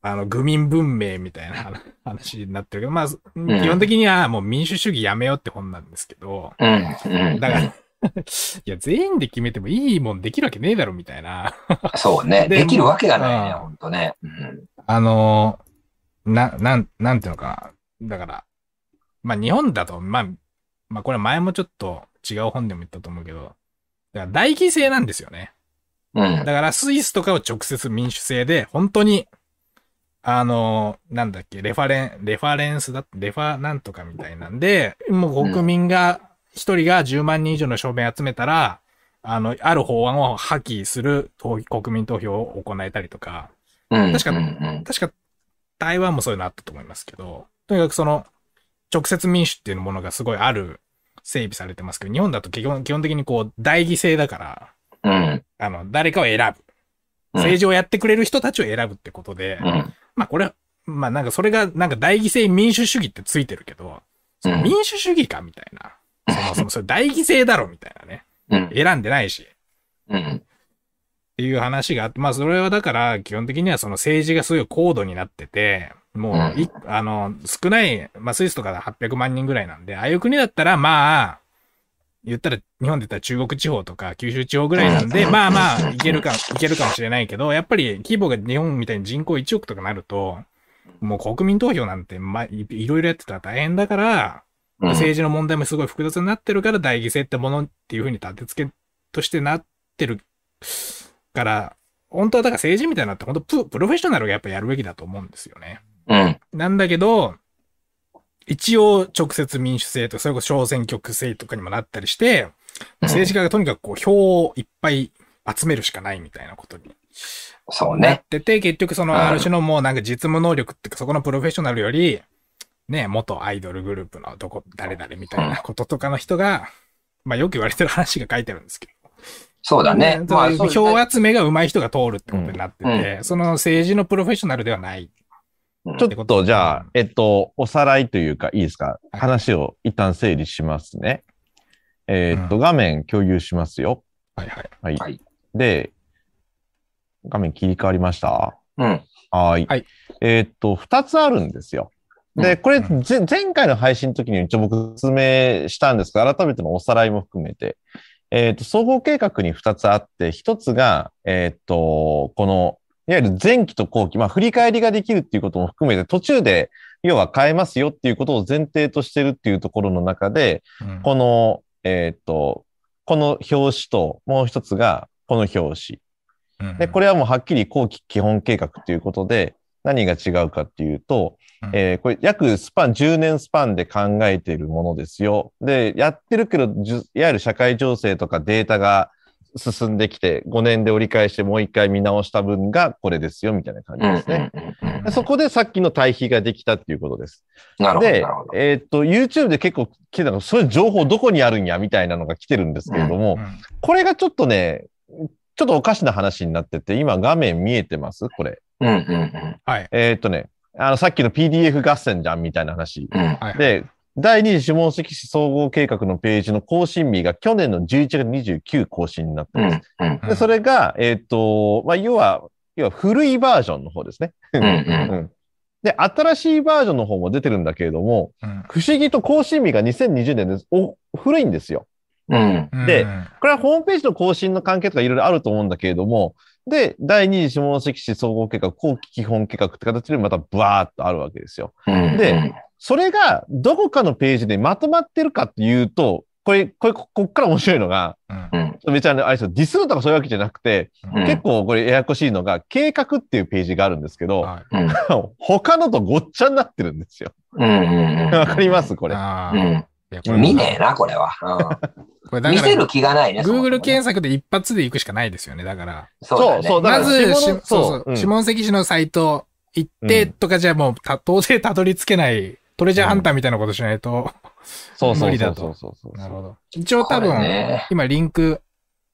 [SPEAKER 1] あの、愚民文明みたいな *laughs* 話になってるけど、まあ、基本的にはもう民主主義やめようって本なんですけど、
[SPEAKER 2] うん。うん。
[SPEAKER 1] だ
[SPEAKER 2] *laughs*
[SPEAKER 1] から、いや、全員で決めてもいいもんできるわけねえだろみたいな。
[SPEAKER 2] そうね。
[SPEAKER 1] で
[SPEAKER 2] できるわけがないね、
[SPEAKER 1] うん
[SPEAKER 2] 本当ね。うん。
[SPEAKER 1] あのーな、なん、なんていうのかな。だから、まあ日本だと、まあ、まあこれ前もちょっと違う本でも言ったと思うけど、だから大規制なんですよね。
[SPEAKER 2] うん
[SPEAKER 1] だ。からスイスとかは直接民主制で、本当に、あのーなんだっけ、レファレン、レファレンスだ、レファなんとかみたいなんで、もう国民が、一人が10万人以上の証明集めたら、あの、ある法案を破棄する投国民投票を行えたりとか、
[SPEAKER 2] うん
[SPEAKER 1] 確か
[SPEAKER 2] うんうん
[SPEAKER 1] 確か台湾もそういうのあったと思いますけど、とにかくその直接民主っていうものがすごいある整備されてますけど、日本だと基本基本的にこう代議制だから、
[SPEAKER 2] うん。
[SPEAKER 1] あの、誰かを選ぶ。
[SPEAKER 2] うん
[SPEAKER 1] 政治をやってくれる人たちを選ぶってことで、
[SPEAKER 2] うん
[SPEAKER 1] まあこれ、まあなんかそれがなんか代議制民主主義ってついてるけど、その民主主義かみたいな。そもそもそれ代議制だろみたいなね。
[SPEAKER 2] うん。
[SPEAKER 1] 選んでないし。
[SPEAKER 2] うん。
[SPEAKER 1] っていう話があって、まあそれはだから基本的にはその政治がすごい高度になってて、もうい、あの、少ない、まあスイスとかで800万人ぐらいなんで、ああいう国だったらまあ、言ったら日本で言ったら中国地方とか九州地方ぐらいなんで、
[SPEAKER 2] うん
[SPEAKER 1] まあまあいけるか、いけるかもしれないけど、やっぱり規模が日本みたいに人口1億とかなると、もう国民投票なんて、まあいいろいろやってたら大変だから、
[SPEAKER 2] うん
[SPEAKER 1] 政治の問題もすごい複雑になってるから、代議制ってものっていうふうに立て付けとしてなってるから、本当はだから政治みたいなのって本当ププロフェッショナルがやっぱやるべきだと思うんですよね。
[SPEAKER 2] うん。
[SPEAKER 1] なんだけど、一応直接民主制とか、それこそ小選挙区制とかにもなったりして、政治家がとにかくこう票をいっぱい集めるしかないみたいなことに
[SPEAKER 2] そう
[SPEAKER 1] な
[SPEAKER 2] ね
[SPEAKER 1] っ。てて、結局その
[SPEAKER 2] うん
[SPEAKER 1] ある種のもうなんか実務能力っていうか、そこのプロフェッショナルより、ね、元アイドルグループのどこ、誰々みたいなこととかの人が、まあよく言われてる話が書いてあるんですけど。
[SPEAKER 2] そうだね。まあ、
[SPEAKER 1] そういう
[SPEAKER 2] そうだね
[SPEAKER 1] 票集めが上手い人が通るってことになって
[SPEAKER 2] うん
[SPEAKER 1] て、その政治のプロフェッショナルではない。
[SPEAKER 4] ちょっとじゃあ、えっと、おさらいというか、いいですか
[SPEAKER 1] はい
[SPEAKER 4] 話を一旦整理しますね。えーっと、
[SPEAKER 1] うん
[SPEAKER 4] 画面共有しますよ。
[SPEAKER 1] はいはい。
[SPEAKER 4] はい。
[SPEAKER 2] はい
[SPEAKER 4] で、画面切り替わりました
[SPEAKER 2] うん。
[SPEAKER 4] はい。
[SPEAKER 1] はい
[SPEAKER 4] えーっと、二つあるんですよ。
[SPEAKER 2] う
[SPEAKER 4] で、
[SPEAKER 2] ん
[SPEAKER 4] これ、
[SPEAKER 1] うん
[SPEAKER 4] ぜ前回の配信の時に一応僕説明したんですが、改めてのおさらいも含めて、えーっと、総合計画に二つあって、一つが、えーっと、この、いわゆる前期と後期、まあ、振り返りができるっていうことも含めて、途中で、要は変えますよっていうことを前提としてるっていうところの中で、
[SPEAKER 1] うん
[SPEAKER 4] この、えーっと、この表紙と、もう一つが、この表紙。で、これはもうはっきり後期基本計画ということで、何が違うかっていうと
[SPEAKER 1] うん、
[SPEAKER 4] えーこれ約スパン、10年スパンで考えているものですよ。で、やってるけど、じゅいわゆる社会情勢とかデータが進んできて、5年で折り返してもう一回見直した分がこれですよ、みたいな感じですね。でそこでさっきの対比ができたっていうことです。
[SPEAKER 2] なるほど。
[SPEAKER 4] で
[SPEAKER 2] なるほど、
[SPEAKER 4] えーっと、YouTube で結構来てたのが、そういう情報どこにあるんや、みたいなのが来てるんですけれども、
[SPEAKER 1] うん
[SPEAKER 4] これがちょっとね、ちょっとおかしな話になってて、今画面見えてますこれ。
[SPEAKER 2] うんうんうん
[SPEAKER 1] はい。
[SPEAKER 4] えーっとね、あの、さっきの PDF 合戦じゃんみたいな話。
[SPEAKER 2] うん。
[SPEAKER 1] はい。
[SPEAKER 4] で、第二次下関市総合計画のページの更新日が去年の11月29更新になって
[SPEAKER 2] う
[SPEAKER 4] ます。
[SPEAKER 2] んうん
[SPEAKER 1] う
[SPEAKER 4] で、
[SPEAKER 1] ん
[SPEAKER 4] それが、えーっと、まあ、要は、要は古いバージョンの方ですね。
[SPEAKER 2] うんうん
[SPEAKER 4] うん。で、新しいバージョンの方も出てるんだけれども、
[SPEAKER 1] うん
[SPEAKER 4] 不思議と更新日が2020年です。お、古いんですよ。
[SPEAKER 2] うん
[SPEAKER 1] う
[SPEAKER 4] で
[SPEAKER 1] ん
[SPEAKER 4] これはホームページの更新の関係とかいろいろあると思うんだけれども、で、第二次下関市総合計画、後期基本計画って形でまたバーっとあるわけですよ。
[SPEAKER 2] うん
[SPEAKER 4] で、それがどこかのページでまとまってるかっていうと、これ、これ、ここっから面白いのが、
[SPEAKER 1] うん
[SPEAKER 2] うん
[SPEAKER 4] めちゃあのあれですよディスるとかそういうわけじゃなくて、
[SPEAKER 2] うん
[SPEAKER 4] 結構これややこしいのが、計画っていうページがあるんですけど、
[SPEAKER 1] は
[SPEAKER 2] うん
[SPEAKER 4] *laughs* 他のとごっちゃになってるんですよ。
[SPEAKER 2] うんうんうん
[SPEAKER 4] わかりますこ
[SPEAKER 1] い。
[SPEAKER 4] れ。
[SPEAKER 1] あ
[SPEAKER 2] う
[SPEAKER 1] ー
[SPEAKER 2] ん。
[SPEAKER 1] いやこれ
[SPEAKER 2] 見ねえな、これは。
[SPEAKER 1] これ
[SPEAKER 2] う
[SPEAKER 1] だ
[SPEAKER 2] ん、見
[SPEAKER 1] か
[SPEAKER 2] せる
[SPEAKER 1] ら、
[SPEAKER 2] 気がないね。そもそも
[SPEAKER 1] Google
[SPEAKER 2] ね
[SPEAKER 1] 検索で一発で行くしかないですよね。だから。
[SPEAKER 2] そう
[SPEAKER 4] そ
[SPEAKER 2] そう
[SPEAKER 4] だ
[SPEAKER 1] ま
[SPEAKER 4] から
[SPEAKER 1] ず、し
[SPEAKER 4] 下
[SPEAKER 1] そうそ
[SPEAKER 4] の
[SPEAKER 1] う
[SPEAKER 4] そううん
[SPEAKER 1] 下関市のサイト行って
[SPEAKER 4] うん
[SPEAKER 1] とかじゃもうた、到底たどり着けない、トレジャーハンターみたいなことしないと。
[SPEAKER 4] そうそ
[SPEAKER 1] 無
[SPEAKER 4] う
[SPEAKER 1] 理
[SPEAKER 4] そ
[SPEAKER 1] だ
[SPEAKER 4] う
[SPEAKER 1] と
[SPEAKER 4] そうそうそう。
[SPEAKER 1] なるほど。一応多
[SPEAKER 2] これ
[SPEAKER 1] 分、
[SPEAKER 2] ね
[SPEAKER 1] 今リンク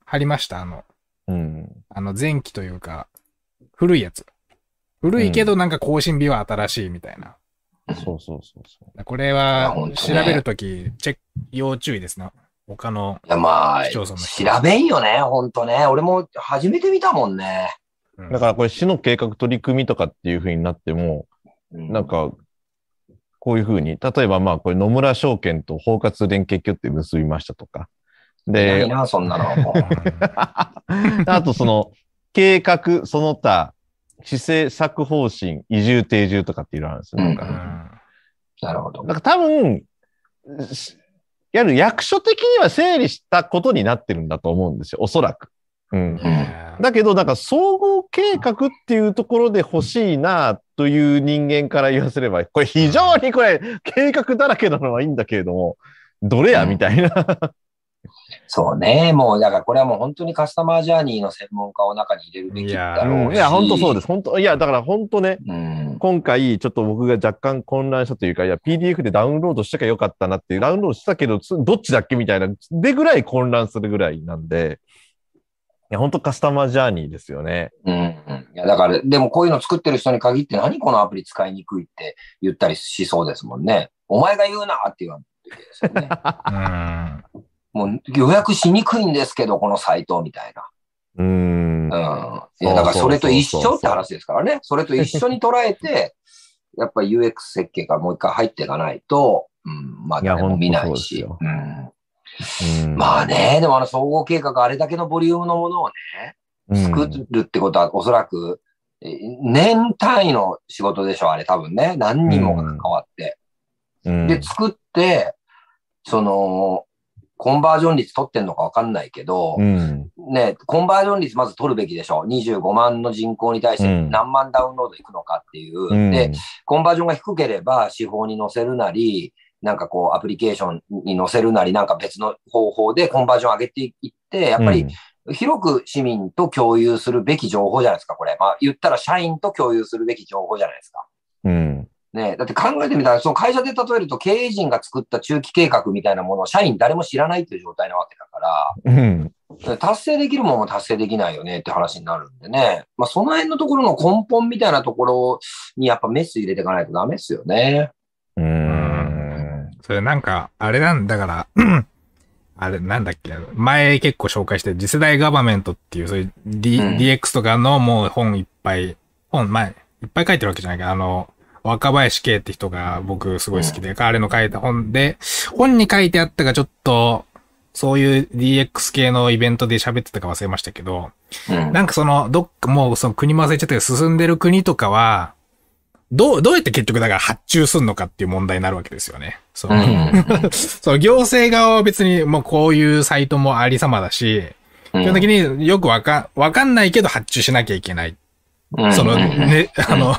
[SPEAKER 1] 貼りました。あの、
[SPEAKER 4] うん。
[SPEAKER 1] あの前期というか、古いやつ。古いけどなんか更新日は新しいみたいな。
[SPEAKER 4] そうそうそうそう。
[SPEAKER 1] これ
[SPEAKER 2] いや
[SPEAKER 1] は
[SPEAKER 2] ほんと
[SPEAKER 1] 調
[SPEAKER 2] ね
[SPEAKER 1] べるとき、チェック、要注意ですね。他の、
[SPEAKER 2] いや、まあ、
[SPEAKER 1] 市町村
[SPEAKER 2] 調
[SPEAKER 1] の人
[SPEAKER 2] べんよね、ほんとね。俺も初めて見たもんね。
[SPEAKER 1] うん
[SPEAKER 4] だからこれ、市の計画取り組みとかっていうふうになっても、
[SPEAKER 2] な
[SPEAKER 4] なん、か、こういうふうに、例えばまあ、これ野村証券と包括連携協定結びましたとか。
[SPEAKER 2] いい
[SPEAKER 4] で、
[SPEAKER 2] な、そんなの。もう
[SPEAKER 4] *laughs* あとその、計画、その他、施政策方針、移住定住とかっていうのあるんですよ。なん
[SPEAKER 1] う
[SPEAKER 4] か、
[SPEAKER 1] んうん
[SPEAKER 2] なるほど。
[SPEAKER 4] なんか多分、しやる役所的には整理したことになってるんだと思うんですよ、おそらく。うん。
[SPEAKER 2] うん
[SPEAKER 4] だけど、なんか総合計画っていうところで欲しいなという人間から言わせれば、これ非常にこれ計画だらけなのはいいんだけれども、どれやみたいな。
[SPEAKER 2] そうね、もう、だからこれはもう本当にカスタマージャーニーの専門家を中に入れるべきだろうし。
[SPEAKER 4] いや、本当そうです。本当いや、だから本当ね、
[SPEAKER 2] うん。
[SPEAKER 4] 今回ちょっと僕が若干混乱したというか、いや、PDF でダウンロードしたかよかったなっていう、ダウンロードしたけど、つどっちだっけみたいな、でぐらい混乱するぐらいなんで、いや、本当カスタマージャーニーですよね。
[SPEAKER 2] うん。いや、だから、でもこういうの作ってる人に限って何このアプリ使いにくいって言ったりしそうですもんね。お前が言うなって言わんといけないですよ
[SPEAKER 4] *laughs*
[SPEAKER 2] ね。
[SPEAKER 1] うん
[SPEAKER 2] もう予約しにくいんですけど、このサイトみたいな。
[SPEAKER 4] うーん。
[SPEAKER 2] うん。いや、だからそれと一緒って話ですからね。それと一緒に捉えて、 *laughs* やっぱ UX 設計がもう一回入っていかないと、うん、まあ
[SPEAKER 4] いや
[SPEAKER 2] 誰も見ない
[SPEAKER 4] 本当そうです
[SPEAKER 2] し。
[SPEAKER 4] よ
[SPEAKER 2] うん
[SPEAKER 4] うん
[SPEAKER 2] まあ、ね、でもあの総合計画、あれだけのボリュームのものをね、
[SPEAKER 4] うん
[SPEAKER 2] 作るってことはおそらく、えー年単位の仕事でしょ、あれ多分ね。何人もが関わって。
[SPEAKER 4] うん
[SPEAKER 2] で、作って、その、コンバージョン率取ってんのかわかんないけど、
[SPEAKER 4] うん。
[SPEAKER 2] ね、コンバージョン率まず取るべきでしょ。25万の人口に対して
[SPEAKER 4] うん
[SPEAKER 2] 何万ダウンロードいくのかっていう。
[SPEAKER 4] うん
[SPEAKER 2] で、、コンバージョンが低ければ、手法に載せるなり、なんかこう、アプリケーションに載せるなり、なんか別の方法でコンバージョン上げていって、やっぱり広く市民と共有するべき情報じゃないですか、これ。まあ、言ったら社員と共有するべき情報じゃないですか。
[SPEAKER 4] うん、うん。
[SPEAKER 2] ね、だって考えてみたら、その会社で例えると経営陣が作った中期計画みたいなものを社員誰も知らないという状態なわけだから、
[SPEAKER 4] うん。
[SPEAKER 2] 達成できるもんも達成できないよねって話になるんでね。まあ、その辺のところの根本みたいなところにやっぱメス入れていかないとダメですよね。
[SPEAKER 4] うん。
[SPEAKER 1] それなんか、あれなんだから、 *clears throat* あれなんだっけ、前結構紹介して、次世代ガバメントっていう、そういう、D
[SPEAKER 2] うん
[SPEAKER 1] DX とかのもう本いっぱい、本、前、いっぱい書いてるわけじゃないけど、あの、若林圭って人が僕すごい好きで、彼の書いた本で、本に書いてあったがちょっと、そういう DX 系のイベントで喋ってたか忘れましたけど、
[SPEAKER 2] うん。
[SPEAKER 1] なんかその、どっか、もうその国も忘れちゃったけど、進んでる国とかは、どう、どうやって結局だから発注すんのかっていう問題になるわけですよね。そうの、
[SPEAKER 2] ん
[SPEAKER 1] その行政側は別にもうこういうサイトもありさまだし、
[SPEAKER 2] うん
[SPEAKER 1] 基本的によくわか、わかんないけど発注しなきゃいけない。
[SPEAKER 2] うん
[SPEAKER 1] その、
[SPEAKER 2] うん
[SPEAKER 1] ね、 *laughs* あの、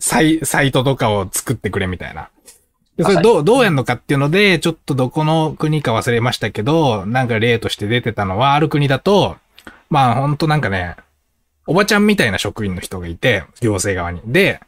[SPEAKER 1] サイ、サイトとかを作ってくれみたいな。でそ
[SPEAKER 2] は
[SPEAKER 1] れ
[SPEAKER 2] い
[SPEAKER 1] どう、どうやんのかっていうので、ちょっとどこの国か忘れましたけど、なんか例として出てたのは、ある国だと、まあほんとなんかね、おばちゃんみたいな職員の人がいて、行政側に。で、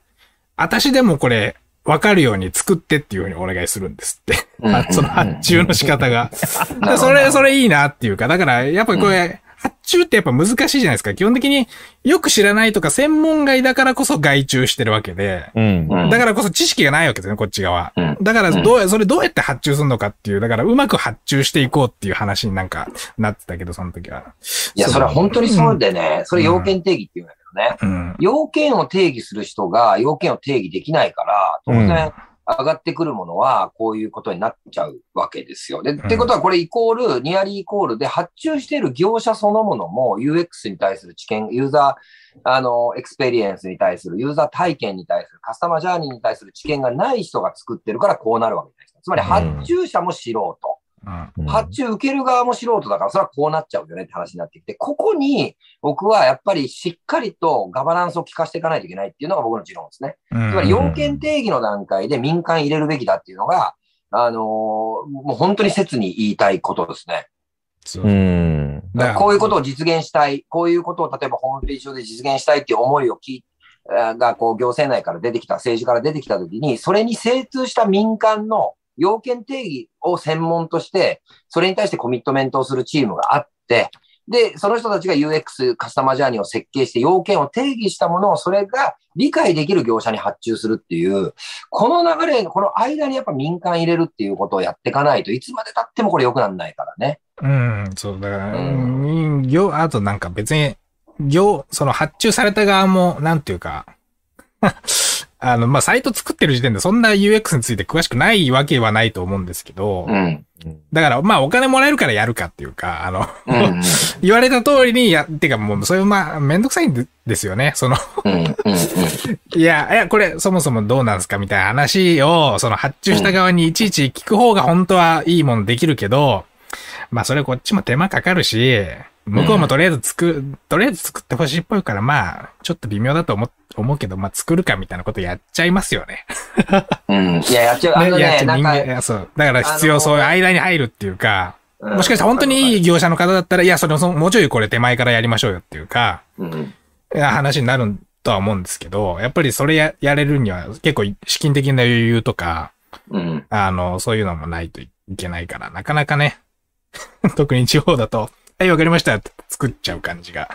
[SPEAKER 1] 私でもこれ、わかるように作ってっていうふうにお願いするんですって。あ *laughs* その発注の仕方が。
[SPEAKER 2] *laughs* なるほど
[SPEAKER 1] それ、それいいなっていうか、だから、やっぱりこれ、発注ってやっぱ難しいじゃないですか。基本的によく知らないとか、専門外だからこそ外注してるわけで、
[SPEAKER 4] うん。
[SPEAKER 2] うん
[SPEAKER 1] だからこそ知識がないわけですね、こっち側
[SPEAKER 2] うん。
[SPEAKER 1] だから、どうや、それどうやって発注するのかっていう、だからうまく発注していこうっていう話になんかなってたけど、その時は。
[SPEAKER 2] いや、それは本当にそうでね、それ要件定義って言うんだけどね。
[SPEAKER 1] うん。
[SPEAKER 2] 要件を定義する人が要件を定義できないから、当然上がってくるものはこういうことになっちゃうわけですよ。で、ってことはこれイコール、ニアリーイコールで発注している業者そのものも UX に対する知見、ユーザー、あの、エクスペリエンスに対する、ユーザー体験に対する、カスタマージャーニーに対する知見がない人が作ってるからこうなるわけじゃないですか。つまり発注者も素人。
[SPEAKER 1] うん。
[SPEAKER 4] うん。
[SPEAKER 2] 発注受ける側も素人だから、それはこうなっちゃうよねって話になってきて、ここに僕はやっぱりしっかりとガバナンスを効かしていかないといけないっていうのが僕の持論ですね。
[SPEAKER 1] うん
[SPEAKER 2] つまり要件定義の段階で民間入れるべきだっていうのが、あのーもう本当に切に言いたいことですね。
[SPEAKER 1] そううんだから
[SPEAKER 2] こういうことを実現したい、こういうことを例えばホームページ上で実現したいっていう思いを聞いあがこう行政内から出てきた、政治から出てきたときに、それに精通した民間の要件定義を専門として、それに対してコミットメントをするチームがあって、で、その人たちが UX、カスタマージャーニーを設計して要件を定義したものを、それが理解できる業者に発注するっていう、この流れ、この間にやっぱ民間入れるっていうことをやっていかないといつまで経ってもこれ良くならないからね。
[SPEAKER 1] うん、そう、だから、
[SPEAKER 2] う
[SPEAKER 1] うん、業、あとなんか別に、業、その発注された側も、なんていうか、 *laughs* あの、まあ、サイト作ってる時点でそんな UX について詳しくないわけはないと思うんですけど、
[SPEAKER 2] うん。
[SPEAKER 1] だから、まあ、お金もらえるからやるかっていうか、あの、 *laughs*
[SPEAKER 2] うん。
[SPEAKER 1] 言われた通りにや、ってかもう、それまあ、めんどくさいんでですよね。その、
[SPEAKER 2] うん。うん。うん。
[SPEAKER 1] いや、いや、これ、そもそもどうなんすかみたいな話を、その発注した側にいちいち聞く方が本当はいいものできるけど、まあ、それこっちも手間かかるし、向こうもとりあえず作、とりあえず作ってほしいっぽいから、まあ、ちょっと微妙だと思う、思うけど、まあ、作るかみたいなことやっちゃいますよね。
[SPEAKER 2] うんいや、やっちゃう。あの
[SPEAKER 1] ねやっ
[SPEAKER 2] ね、
[SPEAKER 1] ちゃ
[SPEAKER 2] な
[SPEAKER 1] うん人
[SPEAKER 2] か
[SPEAKER 1] 間、いやそう。だから必
[SPEAKER 2] あの
[SPEAKER 1] 要、
[SPEAKER 2] ー
[SPEAKER 1] そういう間に入るっていうか、
[SPEAKER 2] うん
[SPEAKER 1] もしかしたら本当にいい業者の方だったら、いや、それもそもうちょいこれ手前からやりましょうよっていうか、
[SPEAKER 2] うん
[SPEAKER 1] いや話になるとは思うんですけど、やっぱりそれややれるには結構資金的な余裕とか、
[SPEAKER 2] うん。
[SPEAKER 1] あの、そういうのもないといけないから、なかなかね、 *laughs* 特に地方だと、はい、わかりましたって作っちゃう感じが。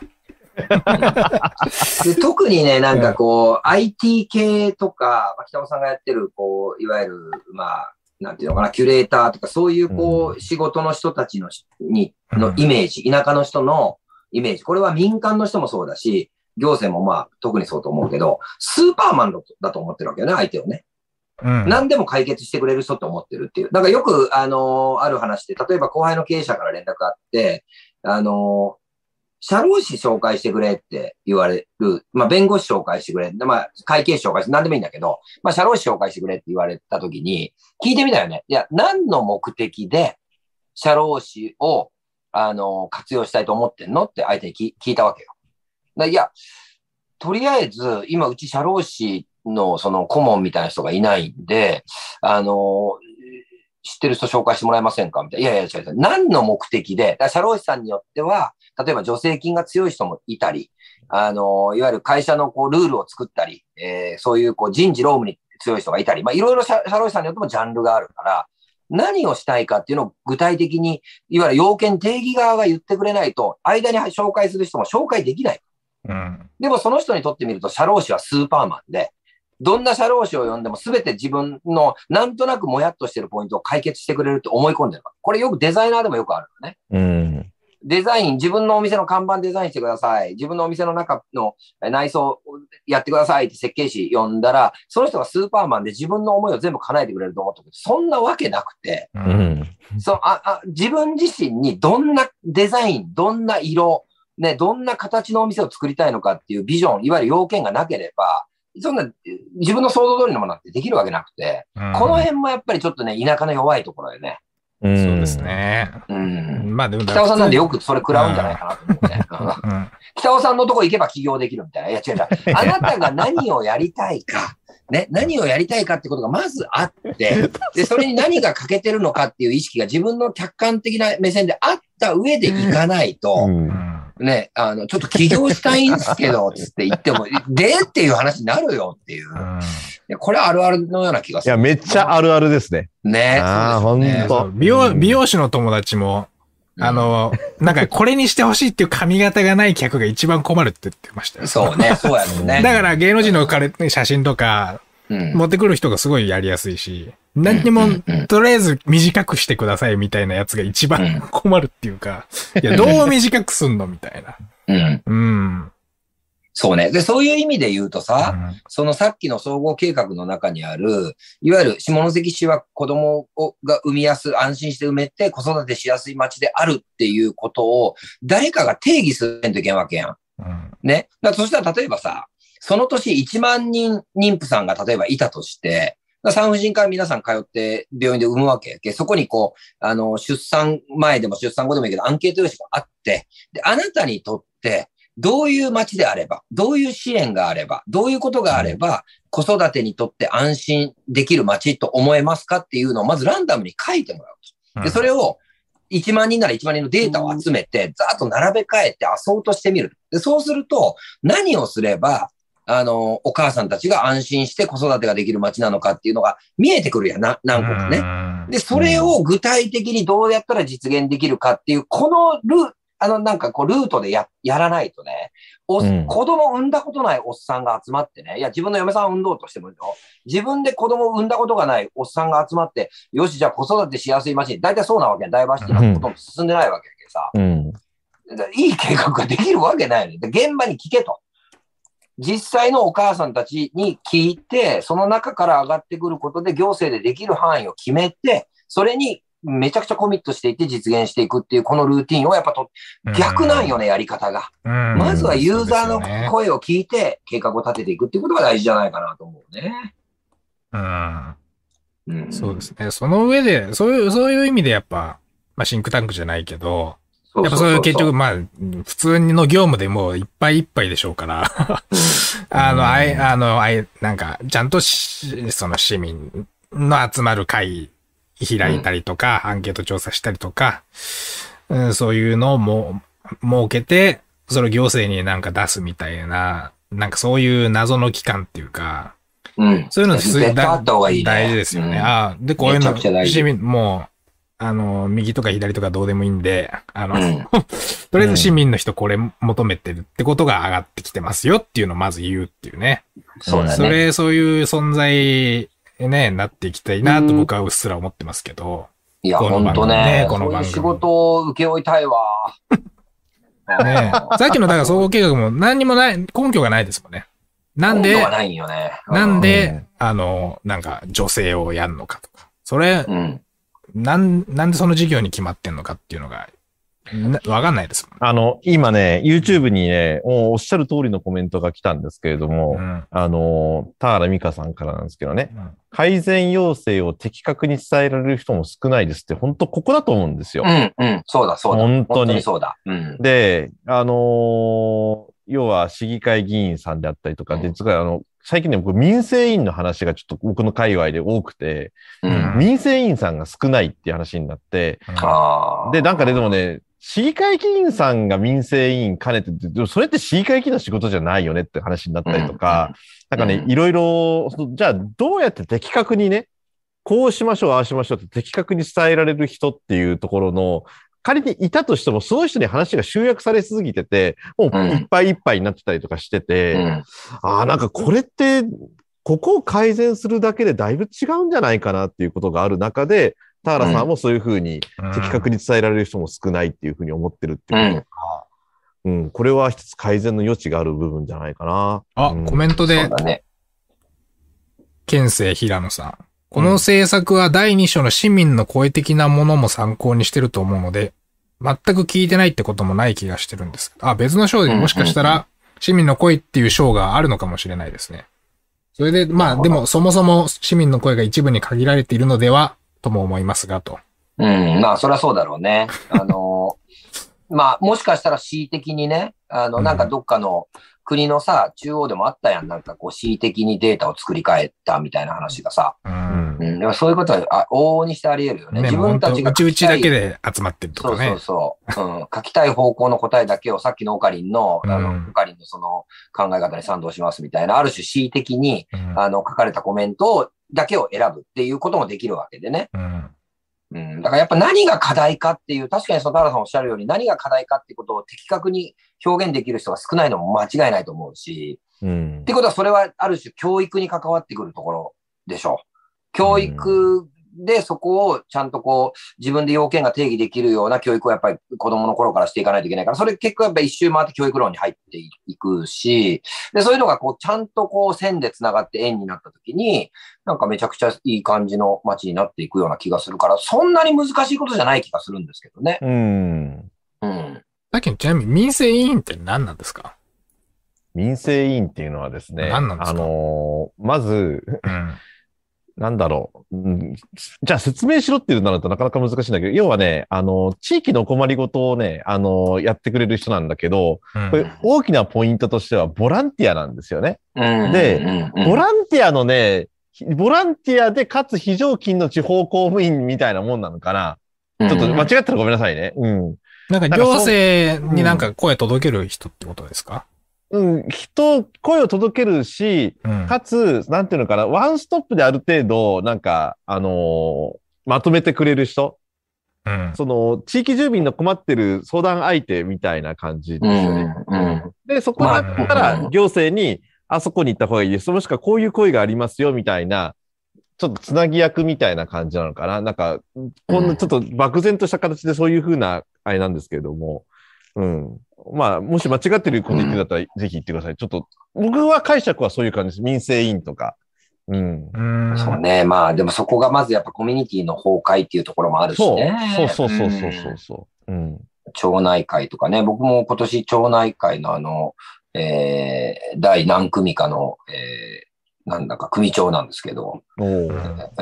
[SPEAKER 2] で特にね、なんかこう、IT 系とか、まあ北尾さんがやってる、こう、いわゆる、まあ、なんていうのかな、キュレーターとか、そういう、こう、仕事の人たちのし、に、のイメージ、田舎の人のイメージ。これは民間の人もそうだし、行政もまあ、特にそうと思うけど、スーパーマンだとだと思ってるわけよね、相手をね。
[SPEAKER 1] うん。
[SPEAKER 2] 何でも解決してくれる人って思ってるっていう。だからよく、あのーある話で、例えば後輩の経営者から連絡あって、あのー社労士紹介してくれって言われる。まあ、弁護士紹介してくれ。でまあ、会計士紹介して、何でもいいんだけど、まあ、社労士紹介してくれって言われた時に、聞いてみたよね。いや、何の目的で、社労士を、あのー活用したいと思ってんのって相手に聞聞いたわけよ。だいや、とりあえず、今、うち社労士のその顧問みたいな人がいないんで、あの、知ってる人紹介してもらえませんかみたいな。いやいや、違う違う。何の目的で、だから社労士さんによっては、例えば助成金が強い人もいたり、あの、いわゆる会社のこうルールを作ったり、えーそういうこう人事労務に強い人がいたり、まあ、いろいろ社社労士さんによってもジャンルがあるから、何をしたいかっていうのを具体的に、いわゆる要件定義側が言ってくれないと、間に紹介する人も紹介できない。
[SPEAKER 1] うん。
[SPEAKER 2] でもその人にとってみると、社労士はスーパーマンで、どんな社労士を呼んでも全て自分のなんとなくもやっとしてるポイントを解決してくれるって思い込んでるわけこれよくデザイナーでもよくあるのね。
[SPEAKER 4] うん。
[SPEAKER 2] デザイン、自分のお店の看板デザインしてください。自分のお店の中のえ内装やってくださいって設計士呼んだら、その人がスーパーマンで自分の思いを全部叶えてくれると思ったけど、そんなわけなくて、
[SPEAKER 1] う。
[SPEAKER 4] うんん。
[SPEAKER 2] そうああ自分自身にどんなデザイン、どんな色、ね、どんな形のお店を作りたいのかっていうビジョン、いわゆる要件がなければ、そんなえ自分の想像通りのものなんてできるわけなくて、この辺もやっぱりちょっとね、田舎の弱いところよね。
[SPEAKER 4] うん。
[SPEAKER 1] そうです。ね。
[SPEAKER 2] うん。
[SPEAKER 1] まあでも、
[SPEAKER 2] 北尾さんなんでよくそれ食らうんじゃないかなと思うね。うん
[SPEAKER 1] うん。
[SPEAKER 2] 北尾さんのとこ行けば起業できるみたいな。いや違う
[SPEAKER 1] *laughs*
[SPEAKER 2] 違う。あなたが何をやりたいか、ね、何をやりたいかってことがまずあって、で、それに何が欠けてるのかっていう意識が自分の客観的な目線であった上でいかないうと、
[SPEAKER 1] うんん。
[SPEAKER 2] ね、あの、ちょっと起業したいんですけど、つって言っても、 *laughs* でっていう話になるよっていう。
[SPEAKER 1] うん
[SPEAKER 2] いやこれあるあるのような気がす
[SPEAKER 4] いや、
[SPEAKER 2] る。
[SPEAKER 4] めっちゃあるあるですね。
[SPEAKER 2] ね。
[SPEAKER 4] ああ、
[SPEAKER 2] そう
[SPEAKER 4] ほん
[SPEAKER 2] ですね
[SPEAKER 1] そ
[SPEAKER 4] と
[SPEAKER 1] う。美容、美容師の友達も、あ、の、なんかこれにしてほしいっていう髪型がない客が一番困るって言ってましたよ。
[SPEAKER 2] そうね、そうやろうね。
[SPEAKER 1] だから芸能人の彼写真とか
[SPEAKER 2] うん、
[SPEAKER 1] 持ってくる人がすごいやりやすいし、何にも
[SPEAKER 2] うんうん
[SPEAKER 1] とりあえず短くしてくださいみたいなやつが一
[SPEAKER 2] うん
[SPEAKER 1] 番困るっていう
[SPEAKER 2] *laughs*
[SPEAKER 1] か、いや、どう短くすんのみたいな。
[SPEAKER 2] うん。
[SPEAKER 1] うん。
[SPEAKER 2] そうね。で、そういう意味で言うとさ、
[SPEAKER 1] うん
[SPEAKER 2] そのさっきの総合計画の中にある、いわゆる下関市は子供をが産みやす、安心して産めて子育てしやすい町であるっていうことを誰かが定義するといけんわけやん。
[SPEAKER 1] うん
[SPEAKER 2] ね。だからそしたら例えばさ、その年1万人妊婦さんが例えばいたとして、だから産婦人科に皆さん通って病院で産むわけやけ。そこにこう、あの、出産前でも出産後でもいいけど、アンケート用紙があって、で、あなたにとって、どういう街であれば、どういう支援があれば、どういうことがあれば、子育てにとって安心できる街と思えますかっていうのをまずランダムに書いてもらうと。
[SPEAKER 1] う
[SPEAKER 2] で、
[SPEAKER 1] ん
[SPEAKER 2] それを1万人なら1万人のデータを集めて、ざーっと並べ替えてアソートしてみる。で、そうすると、何をすれば、あの、お母さんたちが安心して子育てができる街なのかっていうのが見えてくるやん、な何個かね。で、それを具体的にどうやったら実現できるかっていう、このルー、あの、なんかこう、ルートでや、やらないとね、おっ
[SPEAKER 4] うん
[SPEAKER 2] 子供産んだことないおっさんが集まってね、いや、自分の嫁さん産んどうとしてもいいよ。自分で子供産んだことがないおっさんが集まって、よし、じゃあ子育てしやすい街に、大体そうなわけや。ダイバーシティなんてことも進んでないわけやけどさ。
[SPEAKER 4] うん。
[SPEAKER 2] だいい計画ができるわけないよね。で現場に聞けと。実際のお母さんたちに聞いて、その中から上がってくることで行政でできる範囲を決めて、それにめちゃくちゃコミットしていって実現していくっていう、このルーティンをやっぱと、逆なんよね、やり方が。
[SPEAKER 1] うん。
[SPEAKER 2] まずはユーザー
[SPEAKER 1] そうですよね
[SPEAKER 2] の声を聞いて、計画を立てていくっていうことが大事じゃないかなと思うね。
[SPEAKER 1] うん。
[SPEAKER 2] うん。
[SPEAKER 1] そうですね。その上で、そういう、そういう意味でやっぱ、まあシンクタンクじゃないけど、
[SPEAKER 2] そ
[SPEAKER 1] やっぱそういう結局、、まあ、普通の業務でもういっぱいいっぱいでしょうから、あの、あい、あの、あい、なんか、ちゃんとし、その市民の集まる会開いたりとか、アンケート調査したりとか、うん、そういうのをも、設けて、それを行政になんか出すみたいな、なんかそういう謎の機関っていうか、
[SPEAKER 2] うん。
[SPEAKER 1] そういうのすごい
[SPEAKER 2] 絶対あ
[SPEAKER 1] だ
[SPEAKER 2] った方がいいね
[SPEAKER 1] 大事ですよね。
[SPEAKER 2] うん
[SPEAKER 1] ああで、こういう
[SPEAKER 2] めちゃ
[SPEAKER 1] の、
[SPEAKER 2] くちゃ大事
[SPEAKER 1] 市民、もう、あの、右とか左とかどうでもいいんで、あの、
[SPEAKER 2] うん
[SPEAKER 1] とりあえず市民の人これ求めてるってことが上がってきてますよっていうのをまず言うっていうね。
[SPEAKER 2] そうだ
[SPEAKER 1] そ
[SPEAKER 2] ね。
[SPEAKER 1] れ、そういう存在、ね、なっていきたいなと僕はうっすら思ってますけど。
[SPEAKER 2] いや、
[SPEAKER 1] この
[SPEAKER 2] ほん
[SPEAKER 1] 番組
[SPEAKER 2] とね
[SPEAKER 1] ね。この
[SPEAKER 2] そうい
[SPEAKER 1] 番
[SPEAKER 2] う
[SPEAKER 1] 組
[SPEAKER 2] 仕事を請け負いた
[SPEAKER 1] *laughs*
[SPEAKER 2] いわ。
[SPEAKER 1] ね *laughs* さっきのだから総合計画も何にもない、根拠がないですもんね。なん
[SPEAKER 2] 根拠
[SPEAKER 1] で
[SPEAKER 2] が、ないんよね。
[SPEAKER 1] なん
[SPEAKER 4] う
[SPEAKER 1] で
[SPEAKER 4] ん、
[SPEAKER 1] あの、なんか女性をやるのかとか。それ、
[SPEAKER 2] うん。
[SPEAKER 1] なん、なんでその事業に決まってんのかっていうのが、なわかんないですもん
[SPEAKER 4] あの、今ね、YouTube にね、もうおっしゃる通りのコメントが来たんですけれども、
[SPEAKER 1] ね。
[SPEAKER 4] あの、田原美香さんからなんですけどね、
[SPEAKER 1] うん。うん
[SPEAKER 4] 改善要請を的確に伝えられる人も少ないですって、本当ここだと思うんですよ
[SPEAKER 2] う。ん、うん。そうだ、そうだ。
[SPEAKER 4] 本当に
[SPEAKER 2] 本当にそうだ。うん。
[SPEAKER 4] で、あのー要は市議会議員さんであったりとか、
[SPEAKER 2] うん
[SPEAKER 4] 実はあの、最近ね、僕民生委員の話がちょっと僕の界隈で多くて、
[SPEAKER 2] うん。
[SPEAKER 4] 民生委員さんが少ないっていう話になって、
[SPEAKER 2] ああ。
[SPEAKER 4] で、なんかね、でもね、市議会議員さんが民生委員兼ねてて、でもそれって市議会議員の仕事じゃないよねって話になったりとか、なんかね
[SPEAKER 2] う、ん
[SPEAKER 4] いろいろ、そのじゃあどうやって的確にね、こうしましょう、ああしましょうって的確に伝えられる人っていうところの、仮にいたとしても、その人に話が集約されすぎてて、もういっぱいいっぱいになってたりとかしてて、
[SPEAKER 2] うん。
[SPEAKER 4] ああ、なんかこれって、ここを改善するだけでだいぶ違うんじゃないかなっていうことがある中で、田原さんもそういうふうに的確に伝えられる人も少ないっていうふうに思ってるっていうことか、うんこれは一つ改善の余地がある部分じゃないかな。
[SPEAKER 1] あ、
[SPEAKER 4] うん
[SPEAKER 1] コメント
[SPEAKER 2] そ
[SPEAKER 1] で
[SPEAKER 2] う、だね。
[SPEAKER 1] 県政平野さん。この政策は第2章の市民の声的なものも参考にしてると思うので、全く聞いてないってこともない気がしてるんです。あ、別の章でもしかした
[SPEAKER 2] うんう
[SPEAKER 1] ら、市民の声っていう章があるのかもしれないですね。それで、ま
[SPEAKER 2] なる
[SPEAKER 1] あ、
[SPEAKER 2] ほ
[SPEAKER 1] で
[SPEAKER 2] ど
[SPEAKER 1] も、そもそも市民の声が一部に限られているのでは、とも思いますが、と。
[SPEAKER 2] うん。まあ、そりゃそうだろうね。あのー、 *laughs* まあ、もしかしたら恣意的にね、あの、なんかどっかの国のさ、中央でもあったやん。なんかこう、恣意的にデータを作り変えたみたいな話がさ。
[SPEAKER 1] うん
[SPEAKER 2] ねうん、でもそういうことはあ往々にしてあり得るよね。
[SPEAKER 1] ね、
[SPEAKER 2] 自
[SPEAKER 1] もう
[SPEAKER 2] 分
[SPEAKER 1] 本当
[SPEAKER 2] たちが
[SPEAKER 1] うち
[SPEAKER 2] 書
[SPEAKER 1] う
[SPEAKER 2] き
[SPEAKER 1] ち
[SPEAKER 2] た
[SPEAKER 1] だ
[SPEAKER 2] い
[SPEAKER 1] けで集まってるとか
[SPEAKER 2] そうそう
[SPEAKER 1] ね。
[SPEAKER 2] そう。うん、書きたい方向の答えだけをさっきのオカリンの、あ
[SPEAKER 1] う
[SPEAKER 2] の、
[SPEAKER 1] ん
[SPEAKER 2] オカリンのその考え方に賛同しますみたいな、ある種恣意的に、
[SPEAKER 1] うん
[SPEAKER 2] あの、書かれたコメントを、だけを選ぶっていうこともできるわけでね。
[SPEAKER 1] うん
[SPEAKER 2] うん、だからやっぱ何が課題かっていう、確かにその田原さんおっしゃるように何が課題かってことを的確に表現できる人が少ないのも間違いないと思うし、
[SPEAKER 4] うん
[SPEAKER 2] ってことはそれはある種教育に関わってくるところでしょう。教育でそこをちゃんとこう自分で要件が定義できるような教育をやっぱり子供の頃からしていかないといけないから、それ結構やっぱ一周回って教育論に入っていくし、で、そういうのがこうちゃんとこう線で繋がって円になった時に、なんかめちゃくちゃいい感じの街になっていくような気がするから、そんなに難しいことじゃない気がするんですけどね。
[SPEAKER 4] うん。
[SPEAKER 2] うん。
[SPEAKER 1] さっきのちなみに民生委員って何なんですか
[SPEAKER 4] 民生委員っていうのはですね、
[SPEAKER 1] 何なんですか
[SPEAKER 4] あのーまず、
[SPEAKER 1] うん。
[SPEAKER 4] なんだろう、うんじゃあ説明しろっていうのだとなかなか難しいんだけど、要はね、あの、地域の困りごとをね、あの、やってくれる人なんだけど、
[SPEAKER 1] うん
[SPEAKER 4] これ大きなポイントとしてはボランティアなんですよね。
[SPEAKER 2] うん。
[SPEAKER 4] で
[SPEAKER 2] うん、
[SPEAKER 4] ボランティアのね、ひボランティアでかつ非常勤の地方公務員みたいなもんなのかな。
[SPEAKER 2] ち
[SPEAKER 4] ちょっと間違ったらごめんなさいね。うん。
[SPEAKER 1] なんか
[SPEAKER 4] なんかそう
[SPEAKER 1] 行政になんか声届ける人ってことですか
[SPEAKER 4] うん、人、声を届けるし、
[SPEAKER 1] うん。
[SPEAKER 4] かつ、なんていうのかな、ワンストップである程度、なんか、あのーまとめてくれる人、
[SPEAKER 1] うん。
[SPEAKER 4] その、地域住民の困ってる相談相手みたいな感じですよね。
[SPEAKER 2] うん。うん。
[SPEAKER 4] で、そこだった
[SPEAKER 2] まあ
[SPEAKER 4] ら、行政に、あそこに行った方がいいです。もしくはこういう声がありますよ、みたいな、ちょっとつなぎ役みたいな感じなのかな。なんか、こんなちょっと漠然とした形でそういうふうな、あれなんですけれども。うん。まあ、もし間違ってること言ってんだったら、ぜひ言ってください。ちょっと、僕は解釈はそういう感じです。民生委員とか。うん。
[SPEAKER 1] うん。
[SPEAKER 2] そうね。まあ、でもそこがまずやっぱコミュニティの崩壊っていうところもあるし
[SPEAKER 4] そう
[SPEAKER 2] ね。
[SPEAKER 4] そうそうそうそうんそうそう。うん。
[SPEAKER 2] 町内会とかね。僕も今年町内会のあの、えー、第何組かの、えー、なんだか組長なんですけど、
[SPEAKER 4] おー
[SPEAKER 1] う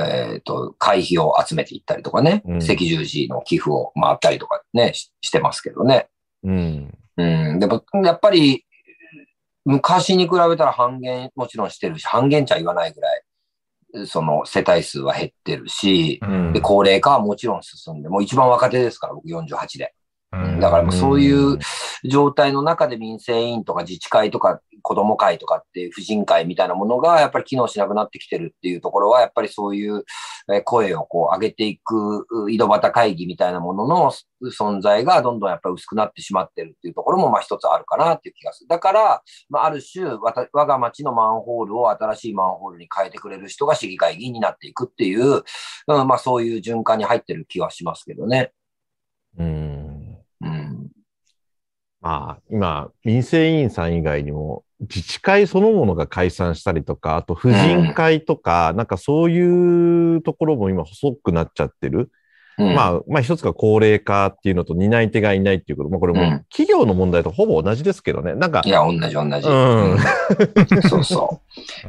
[SPEAKER 1] ん
[SPEAKER 2] えっ、と、会費を集めていったりとかね、
[SPEAKER 4] うん
[SPEAKER 2] 赤十字の寄付を回ったりとかね、ししてますけどね。
[SPEAKER 4] うん。
[SPEAKER 2] うん、でも、やっぱり、昔に比べたら半減、もちろんしてるし、半減ちゃ言わないぐらい、その世帯数は減ってるし、
[SPEAKER 1] うん
[SPEAKER 2] で、高齢化はもちろん進んで、もう一番若手ですから、僕48で。
[SPEAKER 1] うん
[SPEAKER 2] だ
[SPEAKER 1] *laughs*
[SPEAKER 2] からもうそういう状態の中で民生委員とか自治会とか子ども会とかっていう婦人会みたいなものがやっぱり機能しなくなってきてるっていうところはやっぱりそういうえー声をこう上げていくう井戸端会議みたいなもののう存在がどんどんやっぱり薄くなってしまってるっていうところもまあ一つあるかなっていう気がする。だから、まあ、ある種わた我が町のマンホールを新しいマンホールに変えてくれる人が市議会議員になっていくっていう、うん、まあそういう循環に入ってる気はしますけどね。
[SPEAKER 4] うん。
[SPEAKER 2] うん
[SPEAKER 4] まあ、今、民生委員さん以外にも、自治会そのものが解散したりとか、あと、婦人会とか、なんかそういうところも今、細くなっちゃってる。
[SPEAKER 2] うん
[SPEAKER 4] まあ、まあ、一つが高齢化っていうのと、担い手がいないっていうこと。まあ、これも
[SPEAKER 2] うん
[SPEAKER 4] 企業の問題とほぼ同じですけどね。なんか
[SPEAKER 2] い、や、同じ同じ。
[SPEAKER 4] うん
[SPEAKER 2] うんそうそ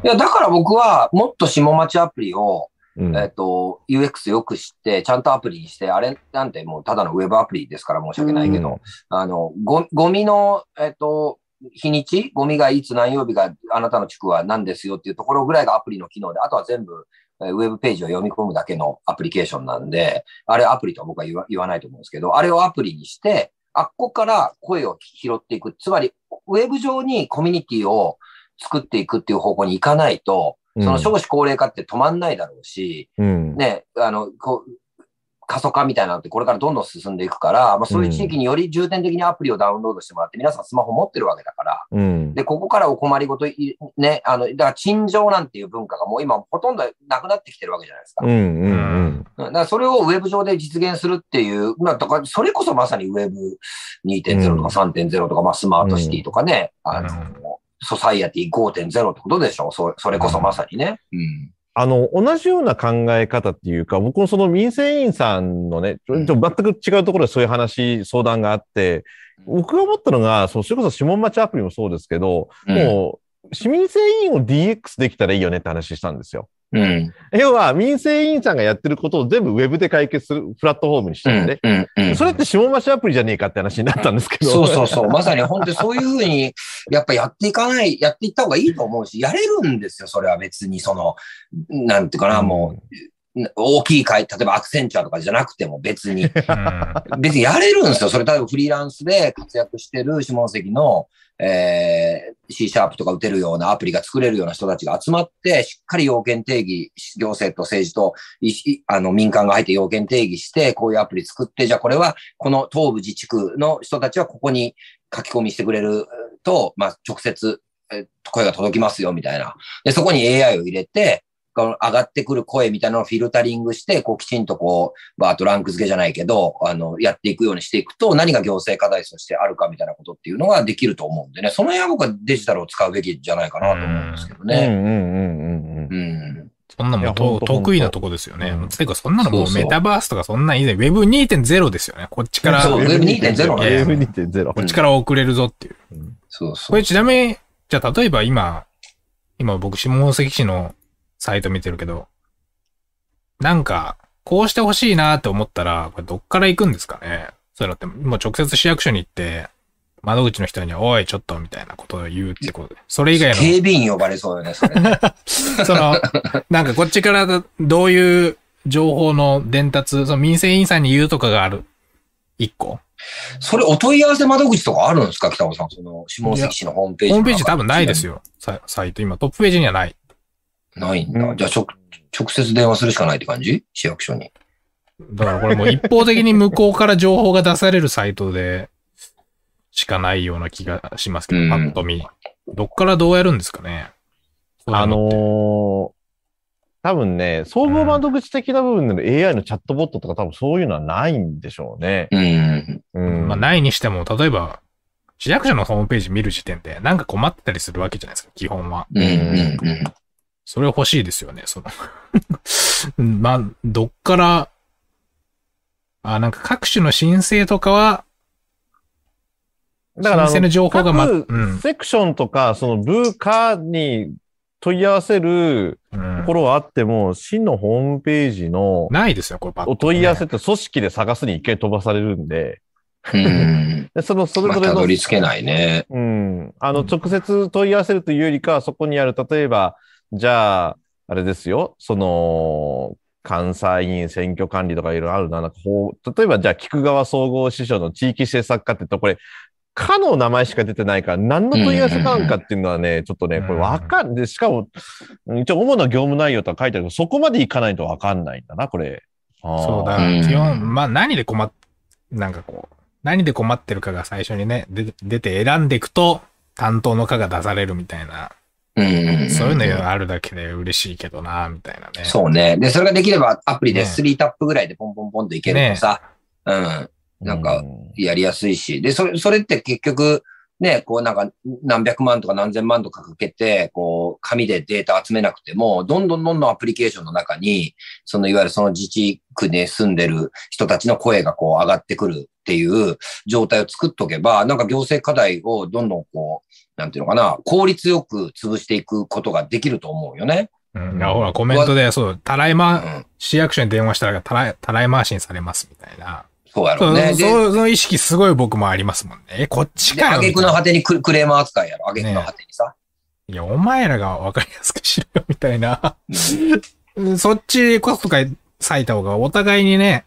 [SPEAKER 2] う。いや、だから僕はもっと下町アプリを、
[SPEAKER 4] うん
[SPEAKER 2] えっ、と、UX よく知って、ちゃんとアプリにして、あれなんてもうただのウェブアプリですから申し訳ないけど、あの、ごゴミの、えっ、と、日にち、ゴミがいつ何曜日があなたの地区は何ですよっていうところぐらいがアプリの機能で、あとは全部、えーウェブページを読み込むだけのアプリケーションなんで、あれアプリとは僕は言わ言わないと思うんですけど、あれをアプリにして、あっこから声を拾っていく。つまり、ウェブ上にコミュニティを作っていくっていう方向に行かないと、その少子高齢化って止まんないだろうし、
[SPEAKER 4] うん、
[SPEAKER 2] ね、あの、こう、過疎化みたいなのってこれからどんどん進んでいくから、まあ、そういう地域により重点的にアプリをダウンロードしてもらって、皆さんスマホ持ってるわけだから、
[SPEAKER 4] うん。
[SPEAKER 2] で、ここからお困りごとい、ね、あの、だから陳情なんていう文化がもう今ほとんどなくなってきてるわけじゃないですか
[SPEAKER 4] うん、。うん、うん。
[SPEAKER 2] うんだからそれをウェブ上で実現するっていう、まあ、だからそれこそまさにウェブ2.0とか3.0とか、まあ、スマートシティとかね、あの、ソサイエティ5.0ってことでしょそそれこそまさにね。うん。
[SPEAKER 4] あの、同じような考え方っていうか、僕もその民生委員さんのね、ちょ
[SPEAKER 2] うん
[SPEAKER 4] ちょ全く違うところでそういう話、相談があって、僕が思ったのが、そうそれこそ指紋待ちアプリもそうですけど、もう、市民生委員を DX できたらいいよねって話したんですよ。
[SPEAKER 2] うん、うん。
[SPEAKER 4] 要は、民生委員さんがやってることを全部ウェブで解決するプラットフォームにし
[SPEAKER 2] う
[SPEAKER 4] たんで、
[SPEAKER 2] んうんうん
[SPEAKER 4] それって指紋待ちアプリじゃねえかって話になったんですけど。
[SPEAKER 2] そうそうそう。 *laughs* まさに本当にそういうふうに、やっぱやっていかない、やっていった方がいいと思うし、やれるんですよ、それは別に、その、なんていうかな、もう、大きい会、例えばアクセンチャーとかじゃなくても別 *laughs* に。
[SPEAKER 1] うん
[SPEAKER 2] 別にやれるんですよ。それ、例えばフリーランスで活躍してる下関の、えー、C シャープとか打てるようなアプリが作れるような人たちが集まって、しっかり要件定義、行政と政治と、いいあの、民間が入って要件定義して、こういうアプリ作って、じゃあこれは、この東部自治区の人たちはここに書き込みしてくれると、まあ、直接、えー声が届きますよ、みたいな。で、そこに AI を入れて、この上がってくる声みたいなのをフィルタリングして、こうきちんとこう、バーッとランク付けじゃないけど、あの、やっていくようにしていくと、何が行政課題としてあるかみたいなことっていうのができると思うんでね、その辺は僕はデジタルを使うべきじゃないかなと思うんですけど
[SPEAKER 4] うんう
[SPEAKER 2] ね。
[SPEAKER 4] んうんうんうん。
[SPEAKER 2] うん。
[SPEAKER 1] そんなも
[SPEAKER 4] い
[SPEAKER 1] ん
[SPEAKER 4] やほん
[SPEAKER 1] と
[SPEAKER 4] と
[SPEAKER 1] 得意なとこですよね。
[SPEAKER 4] うん
[SPEAKER 1] てか、そんなのも
[SPEAKER 2] そう
[SPEAKER 1] う
[SPEAKER 2] そう
[SPEAKER 1] メタバースとかそんなん以前、Web2.0 ですよね。こっちから、
[SPEAKER 2] そう
[SPEAKER 1] こ
[SPEAKER 2] Web2.0
[SPEAKER 1] ね
[SPEAKER 4] Web2.0。
[SPEAKER 1] っちから遅れるぞっていう。
[SPEAKER 2] そう
[SPEAKER 1] こ
[SPEAKER 2] そう
[SPEAKER 1] れ。ちなみに、じゃあ例えば今、今僕下関市のサイト見てるけど、なんか、こうしてほしいなと思ったら、これどっから行くんですかねそういうのって、もう直接市役所に行って、窓口の人に、おい、ちょっと、みたいなことを言うってことで。それ以外の。
[SPEAKER 2] 警備員呼ばれそうよね、それ。
[SPEAKER 1] その、なんかこっちからどういう情報の伝達、その民生委員さんに言うとかがある。一個。
[SPEAKER 2] それお問い合わせ窓口とかあるんですか、北尾さん。その、下関市のホームページ
[SPEAKER 1] ホー
[SPEAKER 2] の
[SPEAKER 1] ムペ
[SPEAKER 2] 中に。
[SPEAKER 1] ージ多分ないですよ。ササイト。今トップページにはない。
[SPEAKER 2] ないんだ。
[SPEAKER 4] うん
[SPEAKER 2] じゃあ、直直接電話するしかないって感じ市役所に。
[SPEAKER 1] だからこれもう一方的に向こうから情報が出されるサイトで、しかないような気がしますけ
[SPEAKER 2] う
[SPEAKER 1] ど、
[SPEAKER 2] ん
[SPEAKER 1] パッと見。どっからどうやるんですかね。
[SPEAKER 4] あのー、多分ね、総合窓口的な部分での AI のチャットボットとか多分そういうのはないんでしょうね。
[SPEAKER 2] うん。
[SPEAKER 4] うん。
[SPEAKER 1] まあ、ないにしても、例えば、市役所のホームページ見る時点で、なんか困ってたりするわけじゃないですか、基本は。
[SPEAKER 2] うん。うん。うん。
[SPEAKER 1] それ欲しいですよね、そのうん。 *laughs* まあ、どっから、あ、なんか各種の申請とかは、
[SPEAKER 4] だからあ
[SPEAKER 1] 申請の情報がま
[SPEAKER 4] 各
[SPEAKER 1] うん
[SPEAKER 4] セクションとか、その部下に問い合わせる
[SPEAKER 1] うん
[SPEAKER 4] ところはあっても、市のホームページの
[SPEAKER 1] ないですよ、これパッとね、
[SPEAKER 4] お問い合わせって組織で探すに一回飛ばされるんで、
[SPEAKER 2] うん。
[SPEAKER 4] でそのそれ
[SPEAKER 2] まあ
[SPEAKER 4] ぞれ
[SPEAKER 2] た
[SPEAKER 4] の
[SPEAKER 2] どり着けないね。
[SPEAKER 4] うん。あの、
[SPEAKER 1] うん
[SPEAKER 4] 直接問い合わせるというよりかは、そこにある、例えば、じゃあ、あれですよ、その、関西院選挙管理とかいろいろあるな、なんか法、例えば、じゃあ、菊川総合支所の地域政策課ってと、これ、課の名前しか出てないから、何の問い合わせかなんかっていうのはね、ちょっとね、これわかんで、しかも、一応、主な業務内容とは書いてあるけど、そこまでいかないとわかんないんだな、これ。あー
[SPEAKER 1] そうだ、
[SPEAKER 2] うん
[SPEAKER 1] 基本、まあ何で困っ、なんかこう、何で困ってるかが最初にね、で出て選んでいくと、担当の課が出されるみたいな、
[SPEAKER 2] うん。
[SPEAKER 1] そういうのがあるだけで嬉しいけどな、みたいなね。
[SPEAKER 2] そうね。で、それができればアプリで
[SPEAKER 1] ね
[SPEAKER 2] 3タップぐらいでポンポンポンといけるとさ、うん、なんか
[SPEAKER 4] う
[SPEAKER 2] やりやすいし。で、それ、それって結局、ね、こうなんか何百万とか何千万とかかけて、こう、紙でデータ集めなくても、どんどんどんどんアプリケーションの中に、そのいわゆるその自治区で住んでる人たちの声がこう上がってくるっていう状態を作っとけば、なんか行政課題をどんどんこう、なんていうのかな、効率よく潰していくことができると思うよね。
[SPEAKER 1] うん。いやほら、コメントで、そう、たらいうま、
[SPEAKER 2] ん。
[SPEAKER 1] 市役所に電話したら、たらい、たらい回しにされます、みたいな。
[SPEAKER 2] そうやろ
[SPEAKER 1] そうう、
[SPEAKER 2] ね。で
[SPEAKER 1] そうその意識すごい僕もありますもんね。え、こっち
[SPEAKER 2] で、
[SPEAKER 1] か
[SPEAKER 2] 挙
[SPEAKER 1] よ。み
[SPEAKER 2] 句
[SPEAKER 1] たい
[SPEAKER 2] の
[SPEAKER 1] な
[SPEAKER 2] 果てにククレーム扱いやろ。挙句の果てにさ。
[SPEAKER 1] いや、お前らが分かりやすくしろよ、みたいな。 *laughs* うんそっちこそとか割いた方がお互いにね、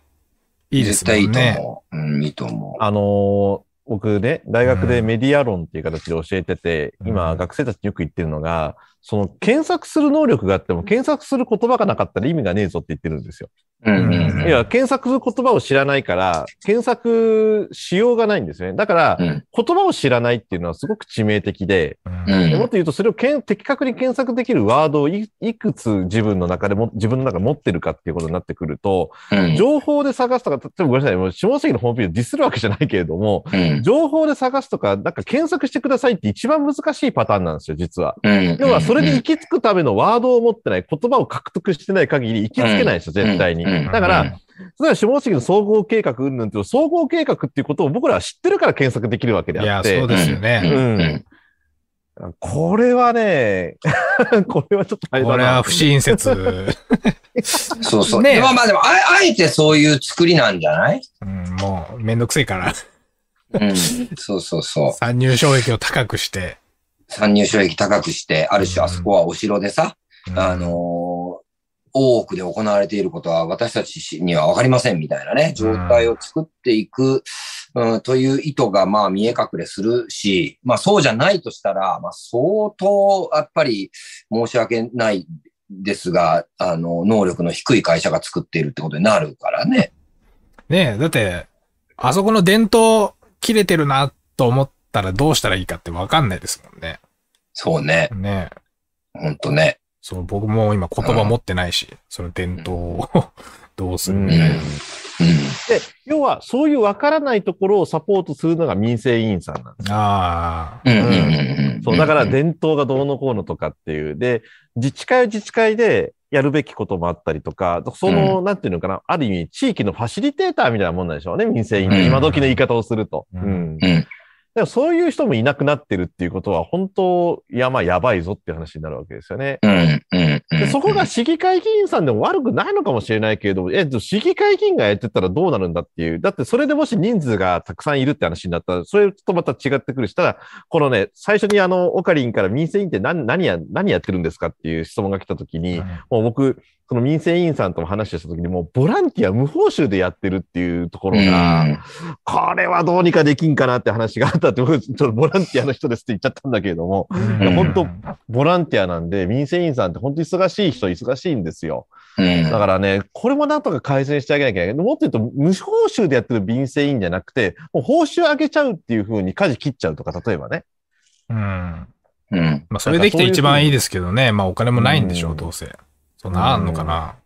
[SPEAKER 1] いいです
[SPEAKER 2] 絶
[SPEAKER 1] も
[SPEAKER 2] 対い
[SPEAKER 1] ん
[SPEAKER 2] い
[SPEAKER 1] ね。
[SPEAKER 2] と思う。うん、いいと思
[SPEAKER 4] あのー僕ね、大学で
[SPEAKER 1] うん
[SPEAKER 4] メディア論っていう形で教えてて、
[SPEAKER 1] うん
[SPEAKER 4] 今学生たちによく言ってるのが、その検索する能力があっても検索する言葉がなかったら意味がねえぞって言ってるんですよ。
[SPEAKER 2] う。うん、うん、
[SPEAKER 4] いや、検索する言葉を知らないから、検索しようがないんですよね。だから、
[SPEAKER 2] うん
[SPEAKER 4] 言葉を知らないっていうのはすごく致命的で、
[SPEAKER 1] うん
[SPEAKER 2] うん。
[SPEAKER 4] もっと言うとそれをけん的確に検索できるワードをいいくつ自分の中でも、自分の中で持ってるかっていうことになってくると、
[SPEAKER 2] うん、
[SPEAKER 4] 情報で探すとか、例えばごめんなさい、もう下関のホームページをディスるわけじゃないけれども、
[SPEAKER 2] うん、
[SPEAKER 4] 情報で探すとか、なんか検索してくださいって一番難しいパターンなんですよ、実は。
[SPEAKER 2] うん。
[SPEAKER 4] 要は、それで行き着くためのワードを持ってない、言葉を獲得してない限り行き着けないんですよ、絶対に。
[SPEAKER 2] うんうん
[SPEAKER 4] だか
[SPEAKER 1] う
[SPEAKER 4] ら
[SPEAKER 1] ん、
[SPEAKER 4] 例えば下関の総合計画うんぬんっていう、総合計画っていうことを僕らは知ってるから検索できるわけ
[SPEAKER 1] い
[SPEAKER 4] であっ
[SPEAKER 1] や、
[SPEAKER 4] て
[SPEAKER 1] そう、ですよね。
[SPEAKER 2] うん、うん。
[SPEAKER 4] これはね、 *laughs* これはちょっとあれだな
[SPEAKER 1] これは不親切。う
[SPEAKER 2] そうそう。
[SPEAKER 1] ね
[SPEAKER 2] でまあまあでもあ、あえてそういう作りなんじゃない
[SPEAKER 1] ん、も *laughs* う、めんどくせえから、
[SPEAKER 2] うん。そうそうそう。
[SPEAKER 1] 参入障壁を高くして。
[SPEAKER 2] 参入障壁高くして、ある種あそこはお城でさ、
[SPEAKER 1] うん
[SPEAKER 2] あ、のー多くで行われていることは私たちには分かりませんみたいなね、状態を作っていく、うん、という意図がまあ見え隠れするし、まあそうじゃないとしたら、まあ相当やっぱり申し訳ないですが、あの、能力の低い会社が作っているってことになるからね。
[SPEAKER 1] ねえ、だって、あそこの伝統切れてるなと思ったらどうしたらいいかってわかんないですもんね。
[SPEAKER 2] そうね。
[SPEAKER 1] ねえ。
[SPEAKER 2] ほんとね。
[SPEAKER 1] そう、僕も今言葉持ってないし、その伝統を *laughs* どうするみたいな。
[SPEAKER 2] うん。
[SPEAKER 4] で、要は、そういうわからないところをサポートするのが民生委員さんなんですよ
[SPEAKER 1] あ
[SPEAKER 2] うんうんうんん。
[SPEAKER 4] そう、だから伝統がどうのこうのとかっていう。で、自治会は自治会でやるべきこともあったりとか、その、なんていうのかな、ある意味、地域のファシリテーターみたいなもんなんでしょうね、民生委員って
[SPEAKER 2] うん
[SPEAKER 4] 今時の言い方をすると。
[SPEAKER 1] う
[SPEAKER 4] うんん。
[SPEAKER 2] うん
[SPEAKER 4] でもそういう人もいなくなってるっていうことは、本当、いや、まあ、やばいぞっていう話になるわけですよね。
[SPEAKER 2] うんうんうん
[SPEAKER 4] でそこが市議会議員さんでも悪くないのかもしれないけれども、え、でも市議会議員がやってたらどうなるんだっていう。だってそれでもし人数がたくさんいるって話になったら、それとまた違ってくるし、ただ、このね、最初にあの、オカリンから民生委員って何、何や、何やってるんですかっていう質問が来た時
[SPEAKER 1] あ。
[SPEAKER 4] に、もう僕、その民生委員さんとも話をした時に、もうボランティア無報酬でやってるっていうところが、これはどうにかできんかなって話があったって、僕、ちょっとボランティアの人ですって言っちゃったんだけれども、
[SPEAKER 1] うん
[SPEAKER 2] いや本
[SPEAKER 4] 当ボランティアなんで、民生委員さんって本当忙しい人、忙しいんですよ。
[SPEAKER 2] うん
[SPEAKER 4] だからね、これもなんとか改善してあげなきゃいけない。もっと言うと、無報酬でやってる民生委員じゃなくて、もう報酬上げちゃうっていう風に舵切っちゃうとか、例えばね。
[SPEAKER 1] うん。
[SPEAKER 2] うん
[SPEAKER 1] まあ、それできて一番いいですけどね。まあ、お金もないんでしょ
[SPEAKER 4] う
[SPEAKER 1] う、
[SPEAKER 4] ん
[SPEAKER 1] どうせ。そんなあんのかな。
[SPEAKER 2] うん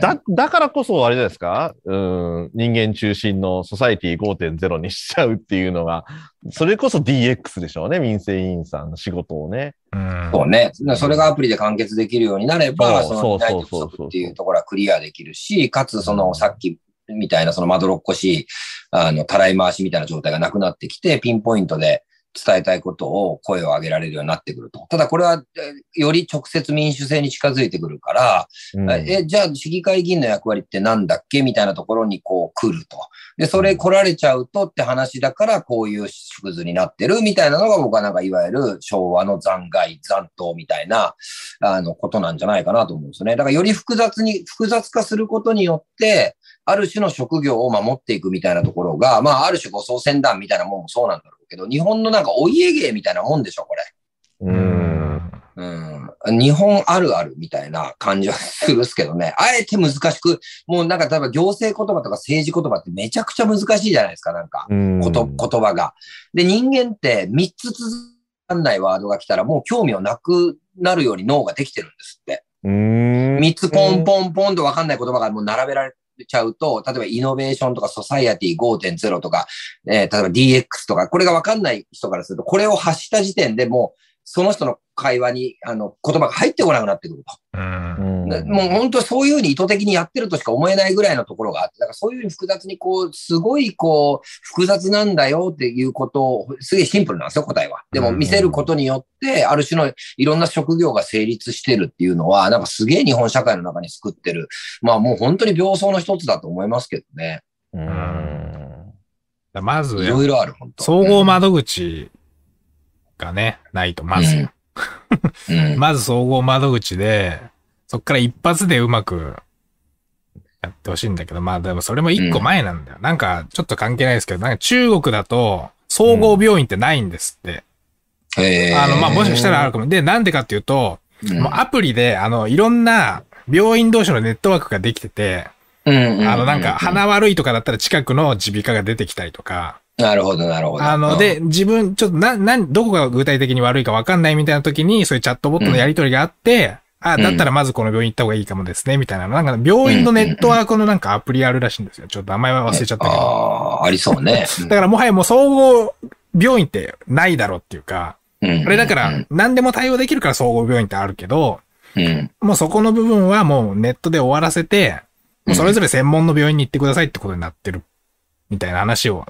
[SPEAKER 4] だ、だからこそあれじゃないですかうん、人間中心のソサイティ5.0にしちゃうっていうのが、それこそ DX でしょうね、民生委員さんの仕事をね。
[SPEAKER 1] うん。
[SPEAKER 2] そうね。それがアプリで完結できるようになれば、
[SPEAKER 4] そ
[SPEAKER 2] そうの担い手
[SPEAKER 4] そうそう
[SPEAKER 2] 不
[SPEAKER 4] そうそう
[SPEAKER 2] 足っていうところはクリアできるし、かつそのさっきみたいなそのまどろっこしい、あの、たらい回しみたいな状態がなくなってきて、ピンポイントで伝えたいことを声を上げられるようになってくると。ただこれは、えより直接民主制に近づいてくるから、
[SPEAKER 4] うん
[SPEAKER 2] え、じゃあ市議会議員の役割ってなんだっけみたいなところにこう来ると。で、それ来られちゃうとって話だから、こういう縮図になってるみたいなのが僕はなんかいわゆる昭和の残骸、残党みたいな、あの、ことなんじゃないかなと思うんですよね。だからより複雑に、複雑化することによって、ある種の職業を守っていくみたいなところが、まあ、ある種ご総選団みたいなもんもそうなんだろうけど、日本のなんかお家芸みたいなもんでしょ、これ。
[SPEAKER 4] う。
[SPEAKER 1] うんん。
[SPEAKER 2] うん、日本あるあるみたいな感じはするっすけどね。あえて難しく、もうなんか例えば行政言葉とか政治言葉ってめちゃくちゃ難しいじゃないですか、なんか。
[SPEAKER 4] うん
[SPEAKER 2] こと、言葉が。で、人間って3つ続かんないワードが来たらもう興味をなくなるように脳ができてるんですって。
[SPEAKER 4] うん。
[SPEAKER 2] 3つポンポンポンと分かんない言葉がもう並べられちゃうと、例えばイノベーションとかソサイエティ5.0とか、えー例えば DX とか、これが分かんない人からすると、これを発した時点でもう、その人の会話に、あの、言葉が入ってこなくなってくると。
[SPEAKER 1] うん。
[SPEAKER 4] うん
[SPEAKER 2] でもう本当そういうふうに意図的にやってるとしか思えないぐらいのところがあって、だからそういうふうに複雑にこう、すごいこう、複雑なんだよっていうことを、すげえシンプルなんですよ、答えは。でも見せることによって、ある種のいろんな職業が成立してるっていうのは、なんかすげえ日本社会の中に作ってる、まあもう本当に病巣の一つだと思いますけどね。
[SPEAKER 4] うん
[SPEAKER 1] だまず、
[SPEAKER 2] いろいろある、本当
[SPEAKER 1] 総合窓口がね、ないと、まず。
[SPEAKER 2] うんうん
[SPEAKER 1] まず総合窓口で、そっから一発でうまくやってほしいんだけど、まあでもそれも一個前なんだよ。なんかちょっと関係ないですけど、なんか中国だと総合病院ってないんですって。
[SPEAKER 2] へー
[SPEAKER 1] あの、まあもしかしたらあるかも。で、なんでかっていうと、
[SPEAKER 2] うん
[SPEAKER 1] もうアプリで、あの、いろんな病院同士のネットワークができてて、
[SPEAKER 2] うんうん
[SPEAKER 1] あの、なんか鼻悪いとかだったら近くの耳鼻科が出てきたりとか、
[SPEAKER 2] なるほど、なるほど。
[SPEAKER 1] あの、で、自分、ちょっと、な、なん、どこが具体的に悪いかわかんないみたいな時に、そういうチャットボットのやり取りがあって、あ、
[SPEAKER 2] うん
[SPEAKER 1] だったらまずこの病院行った方がいいかもですね、みたいな。なんか、病院のネットワークのなんかアプリあるらしいんですよ。ちょっと名前は忘れちゃったけ
[SPEAKER 2] あ
[SPEAKER 1] ど。
[SPEAKER 2] あー、ありそ
[SPEAKER 1] *laughs*
[SPEAKER 2] うね。
[SPEAKER 1] だからもはやもう総合病院ってないだろうっていうか、
[SPEAKER 2] うん
[SPEAKER 1] あれだか
[SPEAKER 2] う
[SPEAKER 1] ら
[SPEAKER 2] ん、
[SPEAKER 1] 何でも対応できるから総合病院ってあるけど、
[SPEAKER 2] うん
[SPEAKER 1] もうそこの部分はもうネットで終わらせて、もうそれぞれ専門の病院に行ってくださいってことになってる、みたいな話を、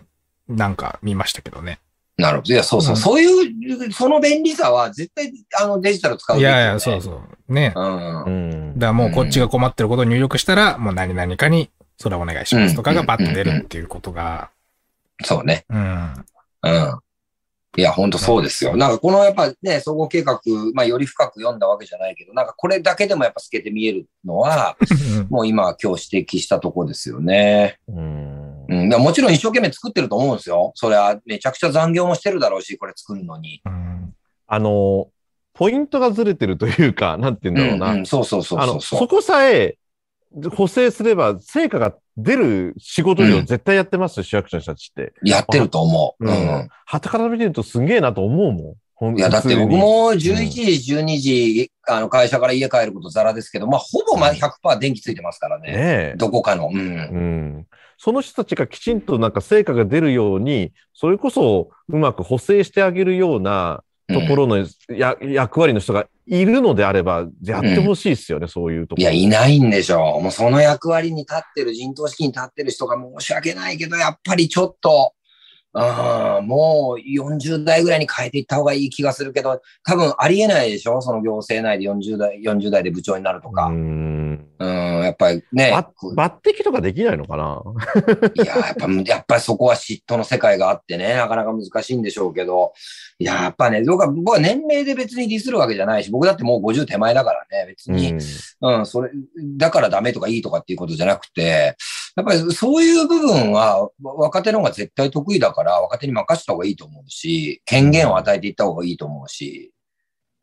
[SPEAKER 1] なんか見ましたけどね。
[SPEAKER 2] なるほど。いや、そうそう。
[SPEAKER 1] うん
[SPEAKER 2] そういう、その便利さは絶対、あの、デジタル使う
[SPEAKER 1] い
[SPEAKER 2] べきだよね、
[SPEAKER 1] やいや、そうそう。ね。
[SPEAKER 2] うん。
[SPEAKER 4] う
[SPEAKER 2] うん。
[SPEAKER 4] ん
[SPEAKER 1] だからもうこっちが困ってることを入力したら、もう何々かに、それお願いしますとかがバッと出るっていうことが、
[SPEAKER 2] そうね。
[SPEAKER 1] うん。
[SPEAKER 2] うん。いや、本当そうですよ。なんかこのやっぱね、総合計画、まあより深く読んだわけじゃないけど、なんかこれだけでもやっぱ透けて見えるのは、もう今今日指摘したとこですよね。
[SPEAKER 4] うん。
[SPEAKER 2] うん、だからもちろん一生懸命作ってると思うんですよ。それはめちゃくちゃ残業もしてるだろうし、これ作るの
[SPEAKER 1] *laughs*
[SPEAKER 2] に。
[SPEAKER 1] うん
[SPEAKER 4] あの、ポイントがずれてるというか、 *laughs* なんて言うんだろうな。
[SPEAKER 2] うんうんそうそうそう
[SPEAKER 4] あ
[SPEAKER 2] そ
[SPEAKER 4] の、
[SPEAKER 2] うそう。
[SPEAKER 4] そこさえ補正すれば成果が出る仕事量絶対やってますよ、市役所の人たちって。
[SPEAKER 2] やってると思う。うん。
[SPEAKER 4] はたから見てるとすんげえなと思うもんほん。
[SPEAKER 2] いや、だって
[SPEAKER 4] 普通
[SPEAKER 2] 僕
[SPEAKER 4] に
[SPEAKER 2] も11時、12時、あの、会社から家帰ることザラですけど、まあ、ほぼまあ100%電気ついてますからね。
[SPEAKER 4] ねえ。
[SPEAKER 2] どこかの。うん。
[SPEAKER 4] うん。その人たちがきちんとなんか成果が出るように、それこそうまく補正してあげるようなところのや、役割の人がいるのであれば、やってほしいですよね、そういうとこ
[SPEAKER 2] い
[SPEAKER 4] ろ。
[SPEAKER 2] や、いないんでしょう。もうその役割に立ってる、陣頭指揮に立ってる人が申し訳ないけど、やっぱりちょっと、うん、もう40代ぐらいに変えていった方がいい気がするけど、多分ありえないでしょその行政内で40代、40代で部長になると
[SPEAKER 4] う
[SPEAKER 2] か。
[SPEAKER 4] ん。
[SPEAKER 2] うん、やっぱりね。
[SPEAKER 4] ば抜擢とかできないのかない
[SPEAKER 2] や、やっぱ、やっぱりそこは嫉妬の世界があってね、なかなか難しいんでしょうけど、いや、やっぱね、僕は僕は年齢で別にディスるわけじゃないし、僕だってもう50手前だからね、別に、うん、それ、だからダメとかいいとかっていうことじゃなくて、やっぱりそういう部分は若手の方が絶対得意だから、若手に任せた方がいいと思うし、権限を与えていった方がいいと思うし、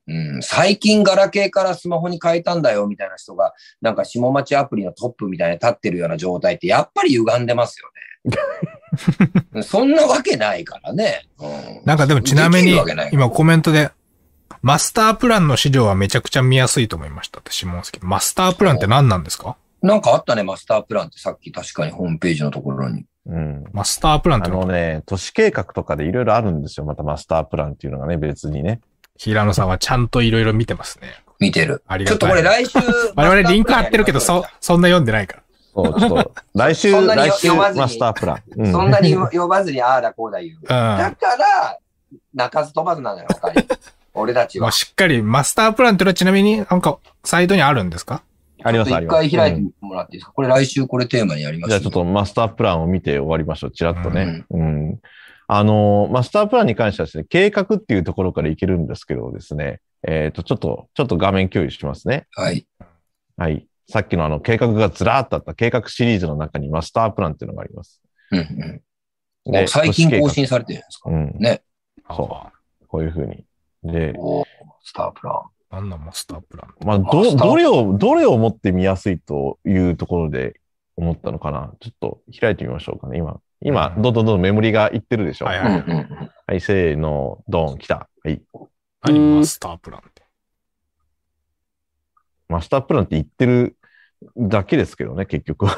[SPEAKER 2] うん、最近ガラケーからスマホに変えたんだよみたいな人が、なんか下町アプリのトップみたいに立ってるような状態ってやっぱり歪んでますよ
[SPEAKER 1] *laughs*
[SPEAKER 2] ね。そんなわけないからね。うん、
[SPEAKER 1] なんかでもちなみ
[SPEAKER 2] でき
[SPEAKER 1] に
[SPEAKER 2] るわけない、
[SPEAKER 1] 今コメントで、マスタープランの資料はめちゃくちゃ見やすいと思いましたって指紋ですけど、マスタープランって何なんですか
[SPEAKER 2] なんかあったね、マスタープランってさっき確かにホームページのところに。
[SPEAKER 4] うん。
[SPEAKER 1] マスタープランっ
[SPEAKER 4] あ
[SPEAKER 1] てのは
[SPEAKER 4] のね、都市計画とかでいろいろあるんですよ。またマスタープランっていうのがね、別にね。
[SPEAKER 1] 平野さんはちゃんといろいろ見てますね。
[SPEAKER 2] 見てる。
[SPEAKER 1] あり
[SPEAKER 2] ちょ
[SPEAKER 1] が
[SPEAKER 2] っと
[SPEAKER 1] た
[SPEAKER 2] これ
[SPEAKER 1] い。
[SPEAKER 2] 来週。
[SPEAKER 1] *laughs* 我々リンク貼ってるけど、そ、そんな読んでないから。
[SPEAKER 4] そう、ちょ
[SPEAKER 2] *laughs*
[SPEAKER 4] っと、来週、
[SPEAKER 2] そんなに
[SPEAKER 4] 来週、
[SPEAKER 2] 読まずに
[SPEAKER 4] マスタープラン。う
[SPEAKER 2] そんなに呼ばずにああだこうだ言う。
[SPEAKER 1] うん
[SPEAKER 2] だから、泣かず飛ばずなのよ、
[SPEAKER 1] *laughs*
[SPEAKER 2] 他に。俺たち
[SPEAKER 1] ま
[SPEAKER 2] は
[SPEAKER 1] あ、。しっかり、マスタープランってのはちなみになんか、サイトにあるんですか
[SPEAKER 4] あります、
[SPEAKER 2] ちょ
[SPEAKER 4] あ
[SPEAKER 2] っと
[SPEAKER 4] り
[SPEAKER 2] 一
[SPEAKER 4] ます。
[SPEAKER 2] 回開い
[SPEAKER 4] うん
[SPEAKER 2] てもらっていいですか、これ来週これテーマにやります
[SPEAKER 4] じゃあちょっとマスタープランを見て終わりましょう。ちらっとね。うん。あの、マスタープランに関してはですね、計画っていうところからいけるんですけどですね、えっ、と、ちょっと、ちょっと画面共有しますね。
[SPEAKER 2] はい。
[SPEAKER 4] はい。さっきのあの、計画がずらーっとあった計画シリーズの中にマスタープランっていうのがあります。
[SPEAKER 2] うんうん
[SPEAKER 4] で
[SPEAKER 2] お最近更新されてるんですか
[SPEAKER 4] うん。
[SPEAKER 1] そ
[SPEAKER 4] こういうふうに。で、
[SPEAKER 2] おースタープラ
[SPEAKER 1] う。なんだマスタープラン。
[SPEAKER 4] まあ、
[SPEAKER 2] マ
[SPEAKER 4] ど、
[SPEAKER 2] スター
[SPEAKER 4] どれを、どれを持って見やすいというところで思ったのかな。ちょっと開いてみましょうかね。今、今
[SPEAKER 1] う、ん
[SPEAKER 4] どんどんどんどんメモリがいってるでしょ。
[SPEAKER 1] はい
[SPEAKER 2] ン。
[SPEAKER 1] は
[SPEAKER 2] う
[SPEAKER 1] い
[SPEAKER 2] んうんうん
[SPEAKER 4] はい、せーの、ドン、来た。はい。
[SPEAKER 1] 何マスタープランって。
[SPEAKER 4] マスタープランって言ってるだけですけどね、結
[SPEAKER 1] *laughs*
[SPEAKER 4] 局は。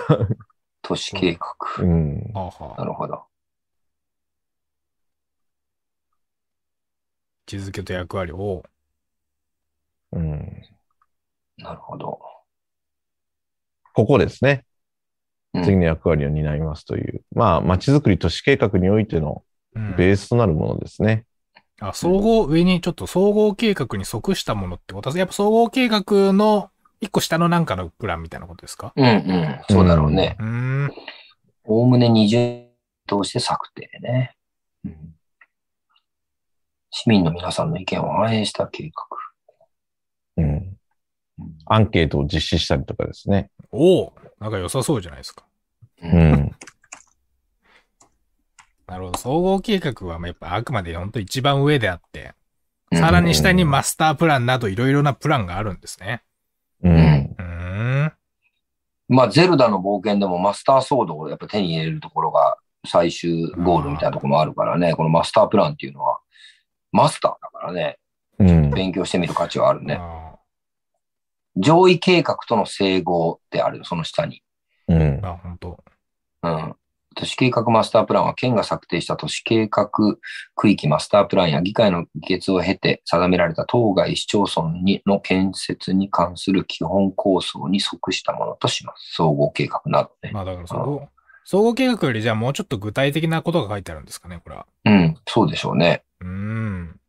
[SPEAKER 2] 都市計
[SPEAKER 4] う
[SPEAKER 2] 画。
[SPEAKER 4] ん。
[SPEAKER 1] はあは
[SPEAKER 2] な
[SPEAKER 1] あ。
[SPEAKER 2] るほど。
[SPEAKER 1] 位置づけと役割を。
[SPEAKER 4] うん。
[SPEAKER 2] なるほど。
[SPEAKER 4] ここですね
[SPEAKER 2] うん。
[SPEAKER 4] 次の役割を担いますという。まあ、まちづくり都市計画においての
[SPEAKER 1] うん
[SPEAKER 4] ベースとなるものですね。
[SPEAKER 1] あ、総合、上にちょっと総合計画に即したものってことは、やっぱ総合計画の一個下のなんかのプランみたいなことですか
[SPEAKER 2] うんうん。そうだろうね。
[SPEAKER 1] うーん。
[SPEAKER 2] おおむね20通して策定ね。うん市民の皆さんの意見を反映した計
[SPEAKER 4] うん。
[SPEAKER 2] 画。
[SPEAKER 4] アンケートを実施したりとかですね。
[SPEAKER 1] おおなんか良さそうじゃないですか。
[SPEAKER 2] う
[SPEAKER 4] う。ん。
[SPEAKER 1] なるほど。総合計画はまあやっぱあくまで本当一番上であって、
[SPEAKER 2] うん
[SPEAKER 1] さらに下にマスタープランなどいろいろなプランがあるんですね。
[SPEAKER 4] うん。
[SPEAKER 1] うーん。
[SPEAKER 2] まあ、ゼルダの冒険でもマスターソードをやっぱ手に入れるところが最終ゴールみたいなところもあるからね、このマスタープランっていうのは、マスターだからね、
[SPEAKER 4] うん。
[SPEAKER 2] 勉強してみる価値はあるね。
[SPEAKER 1] あ
[SPEAKER 2] 上位計画との整合ってあるよ、その下に。
[SPEAKER 4] うん
[SPEAKER 1] ー。あ、本当。
[SPEAKER 2] うん。都市計画マスタープランは県が策定した都市計画区域マスタープランや議会の議決を経て定められた当該市町村にの建設に関する基本構想に即したものとします。総合計画などね。
[SPEAKER 1] まあだから総合、総合計画よりじゃあもうちょっと具体的なことが書いてあるんですかね、これは。
[SPEAKER 2] うん、そうでしょうね。
[SPEAKER 1] うーん。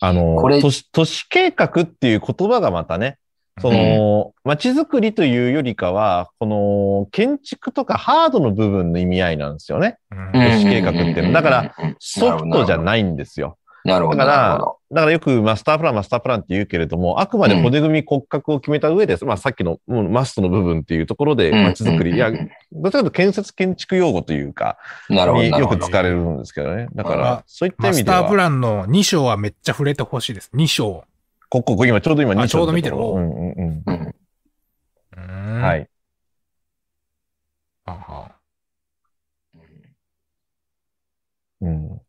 [SPEAKER 4] あの
[SPEAKER 2] これ、
[SPEAKER 4] 都市、都市計画っていう言葉がまたね、その、街づくりというよりかは、この、建築とかハードの部分の意味合いなんですよね。
[SPEAKER 1] うん
[SPEAKER 2] うん
[SPEAKER 4] 都市計画ってだから、
[SPEAKER 2] うん
[SPEAKER 4] ソフトじゃないんですよ。
[SPEAKER 2] なるほ
[SPEAKER 4] だ
[SPEAKER 2] ど。
[SPEAKER 4] か
[SPEAKER 2] なるほ
[SPEAKER 4] ら
[SPEAKER 2] ど。、
[SPEAKER 4] だからよくマスタープラン、マスタープランって言うけれども、あくまで骨組み骨格を決めた上で、まあさっきのもうマストの部分っていうところで、
[SPEAKER 2] うん
[SPEAKER 4] 街づくり、いや、
[SPEAKER 2] うん
[SPEAKER 4] どっちかというと建設建築用語というか、
[SPEAKER 2] なるほど。
[SPEAKER 4] に
[SPEAKER 2] なる
[SPEAKER 4] よ
[SPEAKER 2] ほ
[SPEAKER 4] く
[SPEAKER 2] ど
[SPEAKER 4] 使われるんですけどね。だか
[SPEAKER 1] まあ
[SPEAKER 4] ら、そういった
[SPEAKER 1] マ
[SPEAKER 4] 意味
[SPEAKER 1] ス
[SPEAKER 4] で
[SPEAKER 1] タープ
[SPEAKER 4] は、
[SPEAKER 1] ランの2章はめっちゃ触れてほしいです。2章。
[SPEAKER 4] ここ、ここ今ちょうど今
[SPEAKER 1] あ
[SPEAKER 4] 2
[SPEAKER 1] ちょうど見てる
[SPEAKER 4] うんうんうん。
[SPEAKER 2] うん
[SPEAKER 1] うん
[SPEAKER 4] は。い。
[SPEAKER 1] はんは
[SPEAKER 4] うん。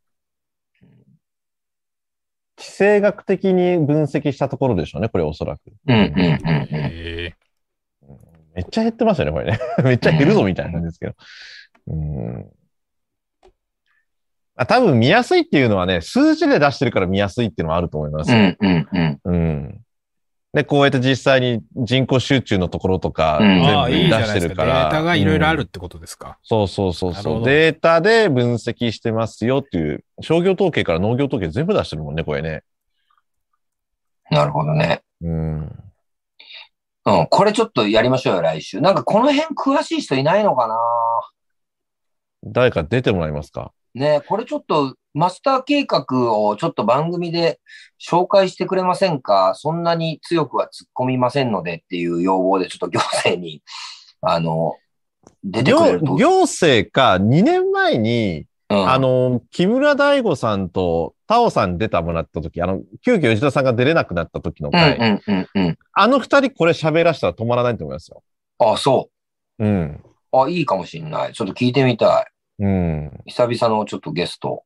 [SPEAKER 4] 地政学的に分析したところでしょうね、これおそらく。
[SPEAKER 2] うんうんう
[SPEAKER 1] ん
[SPEAKER 2] んうん
[SPEAKER 1] へえ
[SPEAKER 4] めっちゃ減ってますよね、これね。 *laughs* めっちゃ減るぞみたいな感じですけど。うん。あ、多分見やすいっていうのはね、数字で出してるから見やすいっていうのはあると思います。
[SPEAKER 2] うんうんうん。
[SPEAKER 4] うん。で、こうやって実際に人口集中のところとか、
[SPEAKER 2] うん
[SPEAKER 1] ああ、いいじ
[SPEAKER 4] 全部
[SPEAKER 1] ゃ
[SPEAKER 4] 出
[SPEAKER 1] な
[SPEAKER 4] し
[SPEAKER 1] いで
[SPEAKER 4] て
[SPEAKER 1] す
[SPEAKER 4] る
[SPEAKER 1] か。
[SPEAKER 4] か
[SPEAKER 1] デ
[SPEAKER 4] ら。
[SPEAKER 1] ータがいろいろある
[SPEAKER 4] う
[SPEAKER 1] っ
[SPEAKER 4] ん。
[SPEAKER 1] てことですか。
[SPEAKER 4] そうそうそう
[SPEAKER 1] なるほ
[SPEAKER 4] そう。
[SPEAKER 1] ど
[SPEAKER 4] データで分析してますよっていう、商業統計から農業統計全部出してるもんね、これね。
[SPEAKER 2] なるほどね。
[SPEAKER 4] うん。
[SPEAKER 2] うん、これちょっとやりましょうよ、来週。なんかこの辺詳しい人いないのかな
[SPEAKER 4] 誰か出てもらえますか
[SPEAKER 2] ねこれちょっとマスター計画をちょっと番組で紹介してくれませんかそんなに強くは突っ込みませんのでっていう要望でちょっと行政に、あの、出てくれ
[SPEAKER 4] 行
[SPEAKER 2] ると。
[SPEAKER 4] 行政か、2年前に、
[SPEAKER 2] うん
[SPEAKER 4] あ、の、木村大吾さんと田尾さん出たもらった時、あの、急遽吉田さんが出れなくなった時の
[SPEAKER 2] うん
[SPEAKER 4] 回、
[SPEAKER 2] うんうんうん。
[SPEAKER 4] あの二人これ喋らしたら止まらないと思いますよ。
[SPEAKER 2] あ、そ
[SPEAKER 4] うん。
[SPEAKER 2] う。あ、いいかもしんない。ちょっと聞いてみた
[SPEAKER 4] うん。
[SPEAKER 2] い。久々のちょっとゲスト。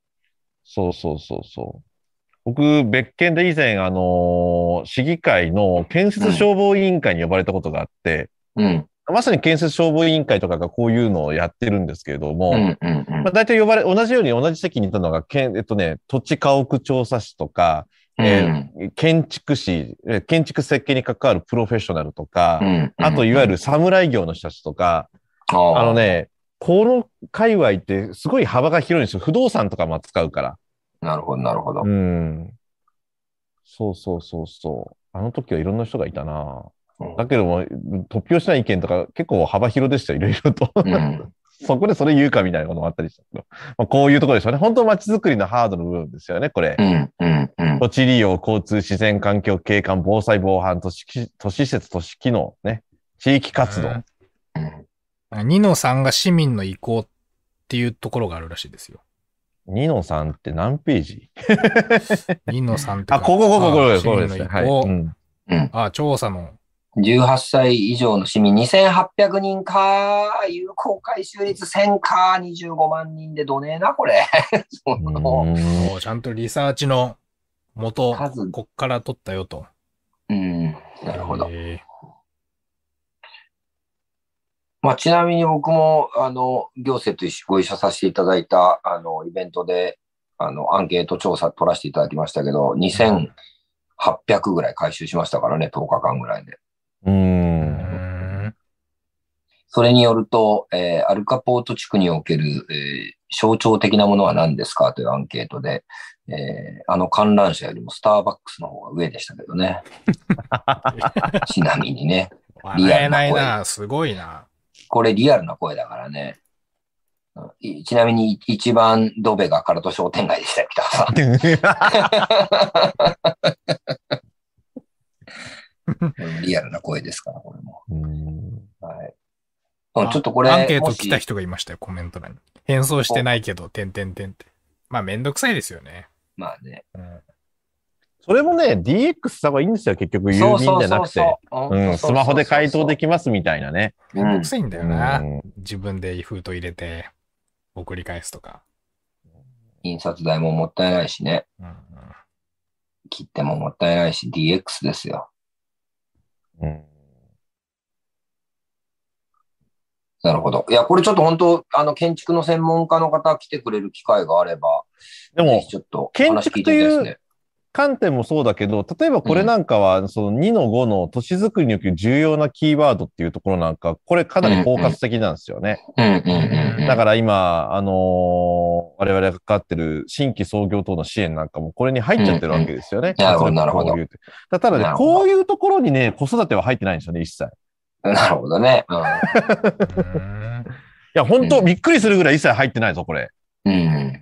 [SPEAKER 4] そうそうそうそう。僕、別件で以前、あのー市議会の建設消防委員会に呼ばれたことがあって、
[SPEAKER 2] うん。
[SPEAKER 4] まさに建設消防委員会とかがこういうのをやってるんですけれども、
[SPEAKER 2] うんうんうん
[SPEAKER 4] まあ、大体呼ばれ、同じように同じ席にいたのが、けんえっとね、土地家屋調査士とか、えー
[SPEAKER 2] うん
[SPEAKER 4] 建築士、えー建築設計に関わるプロフェッショナルとか
[SPEAKER 2] う、ん。
[SPEAKER 4] あといわゆる侍業の人たちとか、
[SPEAKER 2] うん、あ
[SPEAKER 4] あのね、この界隈ってすごい幅が広いんですよ。不動産とかも扱うから。
[SPEAKER 2] なるほど、なるほど。
[SPEAKER 4] うん。そうそうそうそう。あの時はいろんな人がいたな
[SPEAKER 2] うん
[SPEAKER 4] だけども、突拍子ない意見とか結構幅広でしたよ、いろいろと。
[SPEAKER 2] うん
[SPEAKER 4] *laughs* そこでそれ言うかみたいなこともあったりしたけど、まあ、こういうところでしょうね。本当街づくりのハードの部分ですよね、これ
[SPEAKER 2] う。んうんうん
[SPEAKER 4] 土地利用、交通、自然環境、景観、防災、防犯、都市き、都市施設、都市機能、ね。地域活動。
[SPEAKER 1] うん
[SPEAKER 2] うん
[SPEAKER 1] ニノさんが市民の意向っていうところがあるらしいですよ。
[SPEAKER 4] ニノさんって何ページ
[SPEAKER 1] ニノさんってか
[SPEAKER 4] あ、ここ、ここ、こ
[SPEAKER 1] あ
[SPEAKER 4] こ、
[SPEAKER 1] あ
[SPEAKER 4] ここです
[SPEAKER 1] 市
[SPEAKER 4] ね。
[SPEAKER 1] 民
[SPEAKER 4] は
[SPEAKER 1] の意
[SPEAKER 4] い。
[SPEAKER 1] 向
[SPEAKER 4] うん
[SPEAKER 1] あ、調査の。
[SPEAKER 2] 18歳以上の市民2800人か、有効回収率1000か、25万人でどねえな、これ。 *laughs* その
[SPEAKER 4] うん
[SPEAKER 1] おちゃんとリサーチの元、
[SPEAKER 2] 数
[SPEAKER 1] こっから取ったよと。
[SPEAKER 2] うん、なるほど。
[SPEAKER 1] へ
[SPEAKER 2] まあ、ちなみに僕も、あの、行政と一緒ご一緒させていただいた、あの、イベントで、あの、アンケート調査取らせていただきましたけど、2800ぐらい回収しましたからね、10日間ぐらいで。
[SPEAKER 1] え
[SPEAKER 4] う。
[SPEAKER 1] うんん
[SPEAKER 2] それによると、えーアルカポート地区における、えー象徴的なものは何ですかというアンケートで、えーあの観覧車よりもスターバックスの方が上でしたけどね。ちなみにね。
[SPEAKER 1] 笑えないな、すごいな。
[SPEAKER 2] これリアルな声だからね。うんいちなみに一番ドベがカラト商店街でしたよ、北川さん。うんリアルな声ですから、これも。
[SPEAKER 4] うん
[SPEAKER 2] はい。うんちょっとこれ、
[SPEAKER 1] アンケート来た
[SPEAKER 2] もし
[SPEAKER 1] 人がいましたよ、コメント欄に。変装してないけど、てんてんてんって。まあ、めんどくさいですよね。
[SPEAKER 2] まあね。
[SPEAKER 1] うん
[SPEAKER 4] それもね、DX した方がいいんですよ、結局、郵
[SPEAKER 2] そうそ
[SPEAKER 4] 便
[SPEAKER 2] う
[SPEAKER 4] じゃな
[SPEAKER 2] そう
[SPEAKER 4] くて
[SPEAKER 2] そ。う
[SPEAKER 4] うん、スマホで回答で
[SPEAKER 2] き
[SPEAKER 4] きますみたいなね。
[SPEAKER 1] めんどくさいんだよな。
[SPEAKER 4] うん
[SPEAKER 1] 自分で封筒入れて、送り返すとか。
[SPEAKER 2] 印刷代ももったいないしね。
[SPEAKER 1] うんうん
[SPEAKER 2] 切ってももったいないし、DX ですよ。
[SPEAKER 4] うん
[SPEAKER 2] なるほど。いや、これちょっと本当、あの、建築の専門家の方来てくれる機会があれば、
[SPEAKER 4] で
[SPEAKER 2] ぜ
[SPEAKER 4] も
[SPEAKER 2] ひ、ちょっと
[SPEAKER 4] 建
[SPEAKER 2] 話聞
[SPEAKER 4] 築
[SPEAKER 2] い
[SPEAKER 4] と
[SPEAKER 2] てみたい
[SPEAKER 4] い
[SPEAKER 2] で
[SPEAKER 4] う
[SPEAKER 2] すね。
[SPEAKER 4] 観点もそうだけど、例えばこれなんかは、その2の5の都市づくりにおける重要なキーワードっていうところなんか、これかなり包括的なんですよね。
[SPEAKER 2] うんうんうんうん。
[SPEAKER 4] だから今、あのの、我々が関わってる新規創業等の支援なんかもこれに入っちゃってるわけですよね。
[SPEAKER 2] うんうんなるほどなるほど
[SPEAKER 4] 活力交流ってだただ
[SPEAKER 2] な
[SPEAKER 4] ね
[SPEAKER 2] る、ほど
[SPEAKER 4] こういうところにね、子育ては入ってないんですよね、一切。い
[SPEAKER 2] なるほどね。
[SPEAKER 4] *laughs*
[SPEAKER 2] う
[SPEAKER 1] うん
[SPEAKER 4] や、本
[SPEAKER 2] う
[SPEAKER 4] 当
[SPEAKER 2] ん
[SPEAKER 4] びっくりするぐらい一切入ってないぞ、これ。
[SPEAKER 2] ん。うん。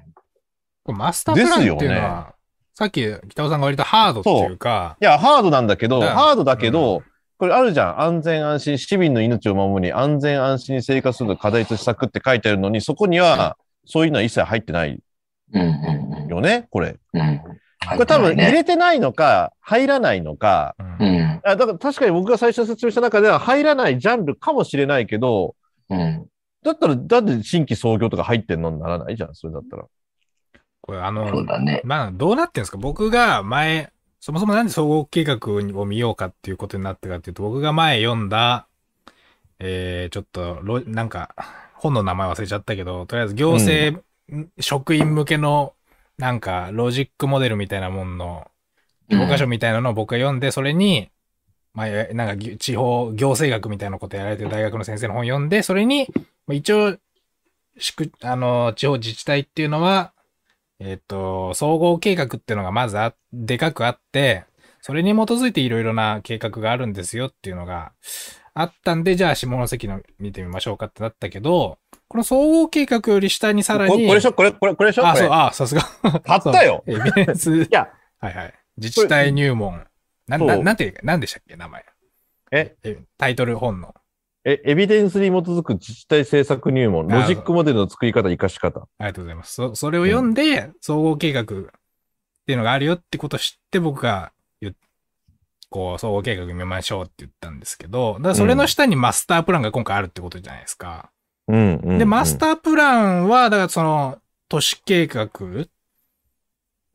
[SPEAKER 1] これマスタープランっていうの
[SPEAKER 4] です
[SPEAKER 1] は、さっき北尾さんが割とハードっていうか、
[SPEAKER 4] いや、ハードなんだけど、
[SPEAKER 1] うん
[SPEAKER 4] ハードだけど、これあるじゃん。安全安心、市民の命を守り、安全安心に生活するの課題と施策って書いてあるのに、そこには、そういうのは一切入ってない
[SPEAKER 2] うん。うん
[SPEAKER 4] よね、これ。
[SPEAKER 2] うん。うん。
[SPEAKER 4] これ多分入
[SPEAKER 2] ね。
[SPEAKER 4] れてないのか、入らないのか。
[SPEAKER 1] うん
[SPEAKER 2] うん。
[SPEAKER 4] あだから確かに僕が最初に説明した中では入らないジャンルかもしれないけど、
[SPEAKER 2] うん。
[SPEAKER 4] だったら、だって新規創業とか入ってんのにならないじゃん、それだったら。
[SPEAKER 1] これあ
[SPEAKER 2] そう
[SPEAKER 1] の、
[SPEAKER 2] だね。
[SPEAKER 1] まあどうなってんですか僕が前、そもそもなんで総合計画を見ようかっていうことになってかっていうと、僕が前読んだ、えー、ちょっとロ、なんか、本の名前忘れちゃったけど、とりあえず行政、職員向けの、なんか、ロジックモデルみたいなもんの、教科書みたいなのを僕が読んで、それに、まあ、えなんかぎ、地方行政学みたいなことやられてる大学の先生の本読んで、それに、まあ一応、しく、あの、地方自治体っていうのは、えっ、と、総合計画っていうのがまずあ、でかくあって、それに基づいていろいろな計画があるんですよっていうのがあったんで、じゃあ下関の見てみましょうかってなったけど、この総合計画より下にさらに、
[SPEAKER 4] これこれでしょこれ、これ、これでしょ
[SPEAKER 1] あ、
[SPEAKER 4] こ
[SPEAKER 1] そ
[SPEAKER 4] れ
[SPEAKER 1] う、あ、さすが。
[SPEAKER 4] 買ったよ
[SPEAKER 1] そう。エビデンス。い
[SPEAKER 4] や。
[SPEAKER 1] はいはい。自治体入門。な、な、
[SPEAKER 4] そう
[SPEAKER 1] なんていうか、なんでしたっけ、名前。
[SPEAKER 4] え
[SPEAKER 1] タイトル本の。
[SPEAKER 4] え、エビデンスに基づく自治体政策入門、
[SPEAKER 1] なる
[SPEAKER 4] ロ
[SPEAKER 1] ほど
[SPEAKER 4] ジックモデルの作り方、活かし方。
[SPEAKER 1] ありがとうございます。そ、それを読んで、総合計画っていうのがあるよってことを知って、僕が言っ、こう、総合計画見ましょうって言ったんですけど、だからそれの下にマスタープランが今回あるってことじゃないですか。
[SPEAKER 4] うん、うん。
[SPEAKER 1] で、マスタープランは、だからその、都市計画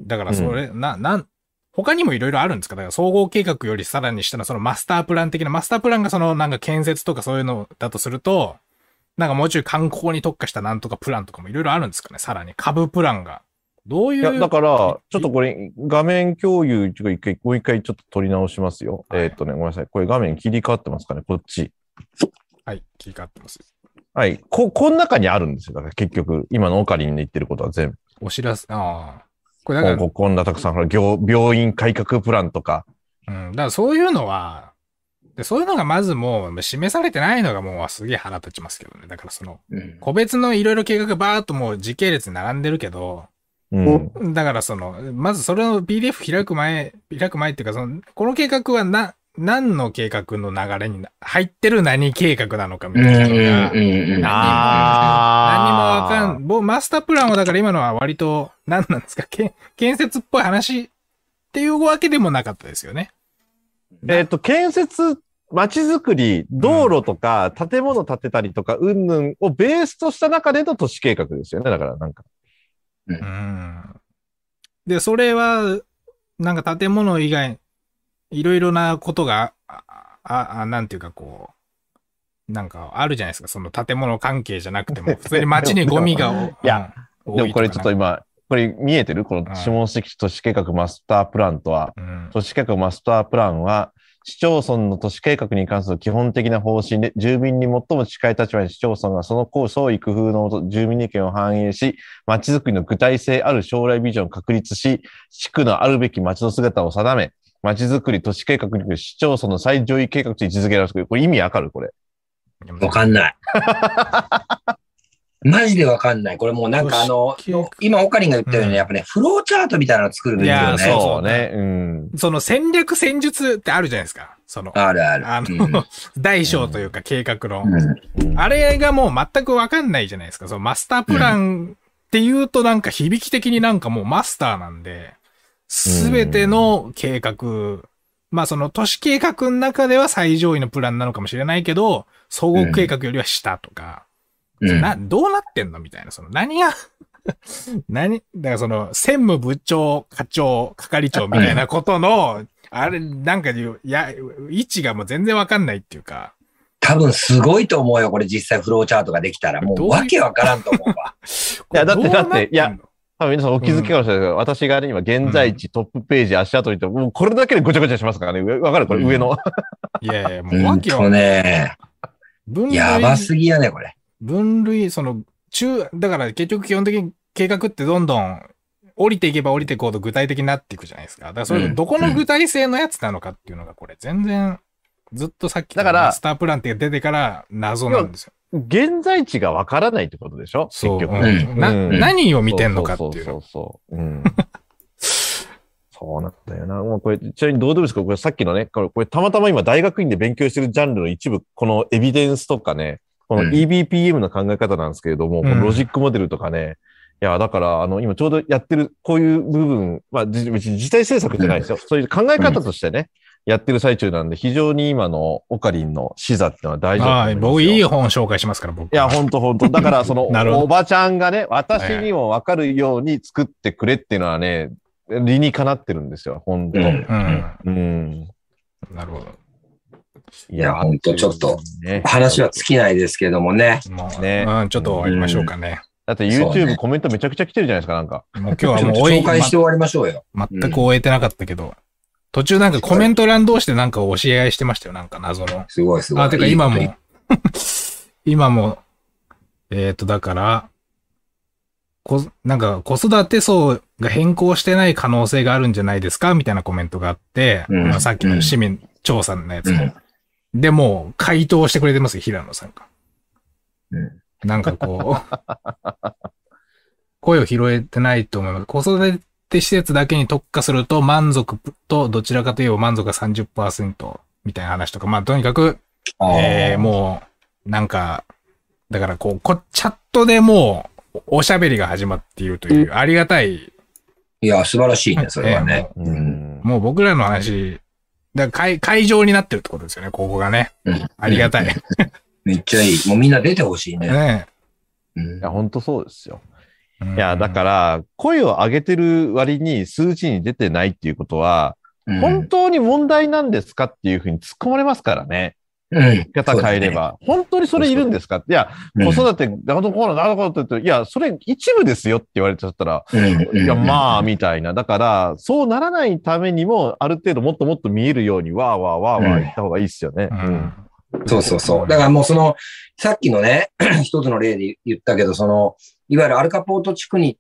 [SPEAKER 1] だからそれ、な、なん、他にもいろいろあるんですかだから総合計画よりさらに下のそのマスタープラン的な、マスタープランがそのなんか建設とかそういうのだとすると、なんかもうちょい観光に特化したなんとかプランとかもいろいろあるんですかねさらに株プランが。どうい。
[SPEAKER 4] いうや、だから、ちょっと
[SPEAKER 1] こ
[SPEAKER 4] これ、画面共有、ちょっと一回、もう一回ちょっと取り直しますよ。
[SPEAKER 1] はい
[SPEAKER 4] えーっとね、ごめんなさい。これ画面切り替わってますかねこっち。
[SPEAKER 1] はい、切り替わってます。
[SPEAKER 4] はい。こ、この中にあるんですよ。だから結局、今のオカリンで言ってることは全部。
[SPEAKER 1] お知らせ、ああ。これだ
[SPEAKER 4] こ
[SPEAKER 1] か
[SPEAKER 4] ここんなたくさん、ほら、病病院改革プランとか。
[SPEAKER 1] ら、うん、だからそういうのは、でそういうのがまずもう示されてないのがもうすげえ腹立ちますけどね。だからその、
[SPEAKER 2] うん
[SPEAKER 1] 個別のいろいろ計画がバーっともう時系列に並んでるけど、
[SPEAKER 4] うん。
[SPEAKER 1] だからその、まずそれの PDF 開く前、開く前っていうか、その、この計画はな、何の計画の流れにな入ってる何計画なのかみ
[SPEAKER 2] う
[SPEAKER 1] たい
[SPEAKER 2] ん。
[SPEAKER 1] なのが、
[SPEAKER 2] うん。
[SPEAKER 1] 何もわ
[SPEAKER 4] あ
[SPEAKER 1] か
[SPEAKER 4] ー
[SPEAKER 1] ん、もうマスタープランはだから今のは割と、何なんですか、けん建設っぽい話っていうわけでもなかったですよね。
[SPEAKER 4] えーっと、建設、街づくり、道路とか、建物建てたりとか、うんぬんをベースとした中での都市計画ですよね。だから、なんか。
[SPEAKER 1] うん。で、それは、なんか建物以外、いろいろなことが、あ、ああなんていうかこう、なんかあるじゃないですか。その建物関係じゃなくて
[SPEAKER 4] *laughs*
[SPEAKER 1] も、普通に街にゴミが、
[SPEAKER 4] いや
[SPEAKER 1] うん、
[SPEAKER 4] でもこれちょっと
[SPEAKER 1] 多い
[SPEAKER 4] 今、これ見えてるこ
[SPEAKER 1] うん
[SPEAKER 4] の下関都市計画マスタープランとは、
[SPEAKER 1] とかなんか、
[SPEAKER 4] 都市計画マスタープランは、市町村の都市計画に関する基本的な方針で、住民に最も近い立場に市町村がその構想意工夫のもと、住民の意見を反映し、街づくりの具体性ある将来ビジョンを確立し、地区のあるべき街の姿を定め、街づくり都市計画による市町村の最上位計画と位置づけられる。これ意味わかるこれ。
[SPEAKER 1] うん。
[SPEAKER 2] わかんない。マジでわかんない。これもうなんかあの
[SPEAKER 1] 都市計画、
[SPEAKER 2] 今、オカリンが言ったように、
[SPEAKER 1] うん
[SPEAKER 2] やっぱね、フローチャートみたいなの作るんですよ
[SPEAKER 1] あ
[SPEAKER 2] ね。
[SPEAKER 1] そうそう
[SPEAKER 4] ね。うん。
[SPEAKER 1] その戦略戦術ってあるじゃないですか。その、
[SPEAKER 2] あるある。
[SPEAKER 1] あの、大小というか計画の。
[SPEAKER 2] うん
[SPEAKER 4] うん
[SPEAKER 1] あれがもう全くわかんないじゃないですか。そのマスタープランっていうとなんか響き的になんかもうマスターなんで、すべての計画、まあその都市計画の中では最上位のプランなのかもしれないけど、総合計画よりは下とか、
[SPEAKER 2] うん
[SPEAKER 1] な、どうなってんのみたいな、その何が、 *laughs* 何だからその専務部長、課長、係長みたいなことの、あれ、なんかいう、いや、位置がもう全然わかんないっていうか、
[SPEAKER 2] 多分すごいと思うよ、これ実際フローチャートができたら。も
[SPEAKER 1] どう
[SPEAKER 2] う
[SPEAKER 1] いう
[SPEAKER 2] わけわからんと思うわ。
[SPEAKER 4] いやだっ
[SPEAKER 1] こ
[SPEAKER 4] て
[SPEAKER 1] れどうな
[SPEAKER 4] だっていや
[SPEAKER 1] んの、
[SPEAKER 4] 多分皆さんお気づきかもしれないけど、私がね、今、現在地、トップページ、足跡にと、もうこれだけでごちゃごちゃしますからね。上わかるこれ、
[SPEAKER 2] うん
[SPEAKER 4] 上の。
[SPEAKER 1] いやいや、もう
[SPEAKER 2] うん
[SPEAKER 1] 訳
[SPEAKER 2] と
[SPEAKER 1] は、
[SPEAKER 2] ね、
[SPEAKER 1] 分類、
[SPEAKER 2] やばすぎやね、これ。
[SPEAKER 1] 分類、その、中、だから結局基本的に計画ってどんどん降りていけば降りていこうと具体的になっていくじゃないですか。だからそれ
[SPEAKER 4] うん
[SPEAKER 1] どこの具体性のやつなのかっていうのがこれ全然ずっとさっきの
[SPEAKER 4] だから
[SPEAKER 1] マスタープランって出てから謎なんですよ。
[SPEAKER 4] 現在地がわからないってことでしょ結
[SPEAKER 1] そう。
[SPEAKER 4] 局。
[SPEAKER 1] うんな
[SPEAKER 4] うん
[SPEAKER 1] 何を見てんのかっていう
[SPEAKER 4] そう。そうそうそう。うん。 *laughs* そうなんだよな。もうこれ、ちなみにどうでもいいですけど、これさっきのね、これ、これたまたま今大学院で勉強してるジャンルの一部、このエビデンスとかね、この
[SPEAKER 3] うん
[SPEAKER 4] EBPM の考え方なんですけれども、
[SPEAKER 1] うん
[SPEAKER 4] このロジックモデルとかね、いや、だから、あの、今ちょうどやってる、こういう部分、まあ、じ別に自体政策じゃないですよ。そういう考え方としてね、やってる最中なんで、非常に今のオカリンの視座っていうのは大事だと
[SPEAKER 1] は
[SPEAKER 4] 思
[SPEAKER 1] い。
[SPEAKER 4] いますよ。
[SPEAKER 1] 僕いい本紹介しますから、僕。
[SPEAKER 4] いや、ほんとほんと。だから、その、
[SPEAKER 1] なるほど
[SPEAKER 4] おばちゃんがね、私にもわかるように作ってくれっていうのはね、理にかなってるんですよ、ほんと。
[SPEAKER 3] うん
[SPEAKER 1] うん。
[SPEAKER 4] うん。
[SPEAKER 1] なるほど。
[SPEAKER 4] い
[SPEAKER 2] いやほんとちょっと、
[SPEAKER 4] ね
[SPEAKER 2] 話は尽きないですけどもね。
[SPEAKER 1] もう、
[SPEAKER 4] ね
[SPEAKER 1] うん、ちょっと終わりましょうかね。
[SPEAKER 4] だって
[SPEAKER 2] そうね
[SPEAKER 4] YouTube コメントめちゃくちゃ来てるじゃないですか、なんか。
[SPEAKER 1] もう今日はもう終え
[SPEAKER 2] 紹介して終わりましょうよ。
[SPEAKER 1] ま全く終えてなかったけど、途中なんかコメント欄同士でなんか教え合いしてましたよ、なんか謎の。
[SPEAKER 2] すごいすごい。
[SPEAKER 1] あ、てか今
[SPEAKER 2] いいこ
[SPEAKER 1] も、 *laughs* 今も、えっ、と、だから、こ、なんか子育て層が変更してない可能性があるんじゃないですかみたいなコメントがあって、
[SPEAKER 2] うん
[SPEAKER 1] まあさっきの市民調査のやつも。で、もう回答してくれてますよ、平野さんが。
[SPEAKER 3] うん
[SPEAKER 1] なんかこう、 *laughs* 声を拾えてないと思います。子育て施設だけに特化すると満足と、どちらかといえば満足が30%みたいな話とか、まあとにかく、
[SPEAKER 2] いい
[SPEAKER 1] えー、もう、なんか、だからこう、こチャットでもう、おおしゃべりが始まっているという、ありがたい、
[SPEAKER 2] いや、素晴らしいね、それはね。
[SPEAKER 4] う。ん。
[SPEAKER 1] もう僕らの話、だから会会場になってるってことですよね、ここがね
[SPEAKER 2] うん。
[SPEAKER 1] ありがたい。
[SPEAKER 2] めっちゃいい。もうみんな出てほしいね。
[SPEAKER 1] ね。
[SPEAKER 2] うん
[SPEAKER 4] いや、ほんとそうですよ。
[SPEAKER 1] い
[SPEAKER 4] いや、だから、声を上げてる割に数値に出てないっていうことは、
[SPEAKER 2] うん
[SPEAKER 4] 本当に問題なんですかっていうふうに突っ込まれますからね。
[SPEAKER 2] うん。
[SPEAKER 4] 方変えれば、本当にそれいるんですかって、いや、
[SPEAKER 2] うん
[SPEAKER 4] 子育て、なるほど、なるほどって言って、いや、それ一部ですよって言われちゃったら、
[SPEAKER 2] うん。うん。
[SPEAKER 4] いや、まあ、みたいな。だから、そうならないためにも、ある程度もっともっと見えるように、わーわーわーわー言った方がいいっすよね。
[SPEAKER 1] う
[SPEAKER 4] うんん。
[SPEAKER 2] そうそうそう。だからもうその、さっきのね、 *clears throat* 一つの例で言ったけど、その、いわゆるアルカポート地区に、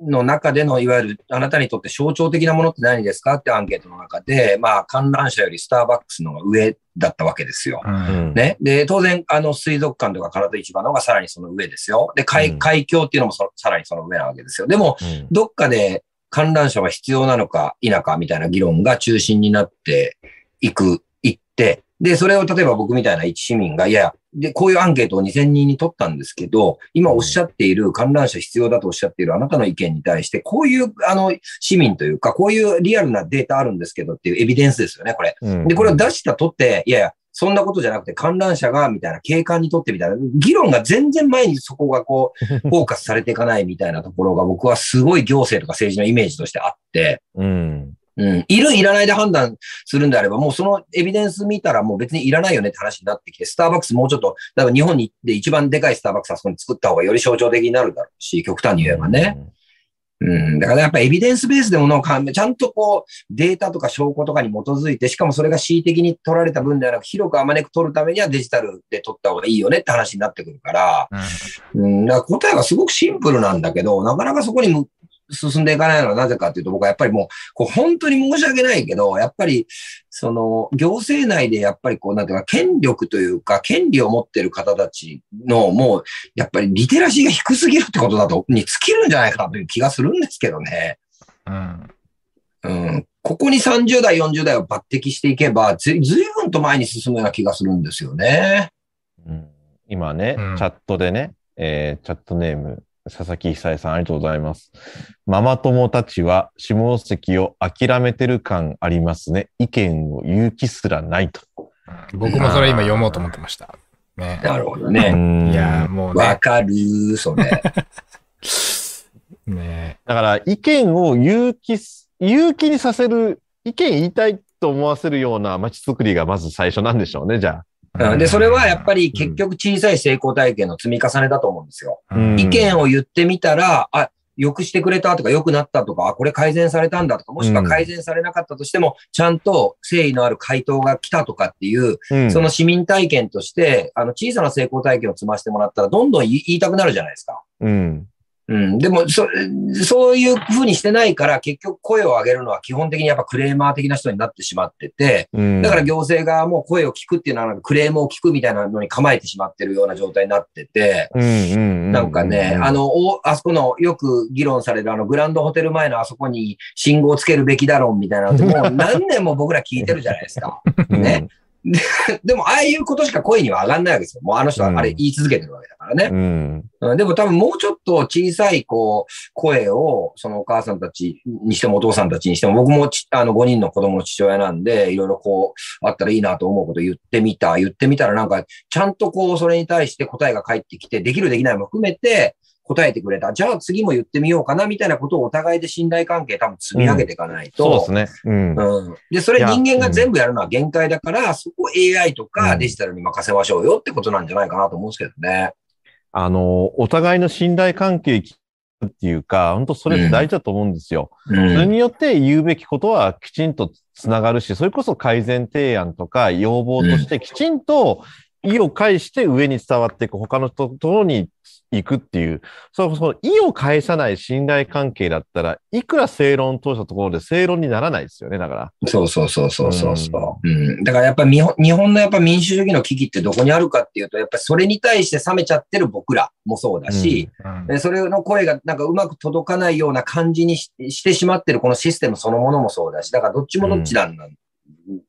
[SPEAKER 2] の中での、いわゆる、あなたにとって象徴的なものって何ですかってアンケートの中で、まあ、観覧車よりスターバックスの方が上だったわけですよ。
[SPEAKER 1] うん
[SPEAKER 4] うん
[SPEAKER 2] ね。で、当然、あの、水族館とか体市場の方がさらにその上ですよ。で、
[SPEAKER 4] う
[SPEAKER 2] 海、
[SPEAKER 4] ん
[SPEAKER 2] 海峡っていうのもそさらにその上なわけですよ。でも、
[SPEAKER 4] うん
[SPEAKER 2] どっかで観覧車は必要なのか否かみたいな議論が中心になっていく、いって、で、それを例えば僕みたいな一市民が、いや、で、こういうアンケートを2000人に取ったんですけど、今おっしゃっている観覧車必要だとおっしゃっているあなたの意見に対して、こういう、あの、市民というか、こういうリアルなデータあるんですけどっていうエビデンスですよね、これ。
[SPEAKER 4] うん
[SPEAKER 2] で、これを出したとって、いやいや、そんなことじゃなくて観覧車が、みたいな、警官にとってみたいな、議論が全然前にそこがこ
[SPEAKER 4] *laughs*
[SPEAKER 2] う、フォーカスされていかないみたいなところが僕はすごい行政とか政治のイメージとしてあって、
[SPEAKER 4] うん。
[SPEAKER 2] うん、いる、いらないで判断するんであれば、もうそのエビデンス見たらもう別にいらないよねって話になってきて、スターバックスもうちょっと、だから日本にで一番でかいスターバックスあそこに作った方がより象徴的になるだろうし、極端に言えばね。うん、だからやっぱエビデンスベースでものを考えちゃんとこうデータとか証拠とかに基づいて、しかもそれが恣意的に取られた分ではなく、広くあまねく取るためにはデジタルで取った方がいいよねって話になってくるから、うん、だから答えはすごくシンプルなんだけど、なかなかそこにむ進んでいかないのはなぜかっていうと、僕はやっぱりもう、こう本当に申し訳ないけど、やっぱり、その、行政内でやっぱりこう、なんていうか、権力というか、権利を持ってる方たちの、もう、やっぱりリテラシーが低すぎるってことだと、に尽きるんじゃないかなという気がするんですけどね。
[SPEAKER 1] うん
[SPEAKER 2] うん。ここに30代、40代を抜擢していけば、ず、ずいぶんと前に進むような気がするんですよね。
[SPEAKER 4] うん今ね、
[SPEAKER 1] うん
[SPEAKER 4] チャットでね、えーチャットネーム、佐々木久恵さん、ありがとうございます。ママ友たちは下関を諦めてる感ありますね。意見を言う気すらないと。
[SPEAKER 1] うん僕もそれ今読もうと思ってました。ね。
[SPEAKER 2] なるほど
[SPEAKER 4] う
[SPEAKER 2] ね。
[SPEAKER 4] ん
[SPEAKER 1] いやー、もう
[SPEAKER 2] わ
[SPEAKER 1] ね。
[SPEAKER 2] かる、それ。
[SPEAKER 1] ね
[SPEAKER 4] だから意見を勇気す、勇気にさせる、意見言いたいと思わせるような街づくりがまず最初なんでしょうね、じゃ
[SPEAKER 2] うんで、それはやっぱり
[SPEAKER 4] うん
[SPEAKER 2] 結局小さい成功体験の積み重ねだと思うんですよ。
[SPEAKER 4] あ。
[SPEAKER 1] うん
[SPEAKER 2] 意見を言ってみたら、あ、良くしてくれたとか、良くなったとか、あこれ改善されたんだとか、もしくは
[SPEAKER 4] うん
[SPEAKER 2] 改善されなかったとしても、ちゃんと誠意のある回答が来たとかっていう、
[SPEAKER 4] うん
[SPEAKER 2] その市民体験として、あの、小さな成功体験を積ませてもらったら、どんどん言い言いたくなるじゃないですか。
[SPEAKER 4] うん。
[SPEAKER 2] うん、でもそ、そういうふうにしてないから、結局声を上げるのは基本的にやっぱクレーマー的な人になってしまってて、
[SPEAKER 4] うん
[SPEAKER 2] だから行政側も声を聞くっていうのはなんかクレームを聞くみたいなのに構えてしまってるような状態になってて、
[SPEAKER 4] な
[SPEAKER 2] なんかね、あの、おあそこのよく議論されるあのグランドホテル前のあそこに信号をつけるべきだろうみたいなのってもう何年も僕ら聞いてるじゃないですか。
[SPEAKER 4] の
[SPEAKER 2] ね、でもああいうことしか声には上がんないわけですよ。もうあの人はあれ言い続けてるわけだからね。
[SPEAKER 4] うん
[SPEAKER 2] うんでも多分もうちょっと小さいこう声を、そのお母さんたちにしてもお父さんたちにしても、僕もちあの5人の子供の父親なんで、いろいろこうあったらいいなと思うこと言ってみた。言ってみたらなんか、ちゃんとこうそれに対して答えが返ってきて、できるできないも含めて答えてくれた。じゃあ次も言ってみようかなみたいなことをお互いで信頼関係多分積み上げていかないと。
[SPEAKER 4] そうですね。うん
[SPEAKER 2] うん、で、それ人間が全部やるのは限界だから、そこ AI とかデジタルに任せましょうよってことなんじゃないかなと思うんですけどね。
[SPEAKER 4] あの、お互いの信頼関係っていうか、本当それって大事だと思うんです
[SPEAKER 2] う
[SPEAKER 4] よ。
[SPEAKER 2] ん
[SPEAKER 4] それによって言うべきことはきちんとつながるし、それこそ改善提案とか要望としてきちんと意を介して上に伝わっていく、他のところに行くっていう、そのその意を介さない信頼関係だったらいくら正論を通したところで正論にならないですよね、だから。
[SPEAKER 2] そうそうそうそうそうそう、うんだからやっぱ日本日本のやっぱ民主主義の危機ってどこにあるかっていうと、やっぱそれに対して冷めちゃってる僕らもそうだし、
[SPEAKER 1] うん
[SPEAKER 2] でそれの声がなんかうまく届かないような感じにししてしまってるこのシステムそのものもそうだし、だからどっちもどっちなん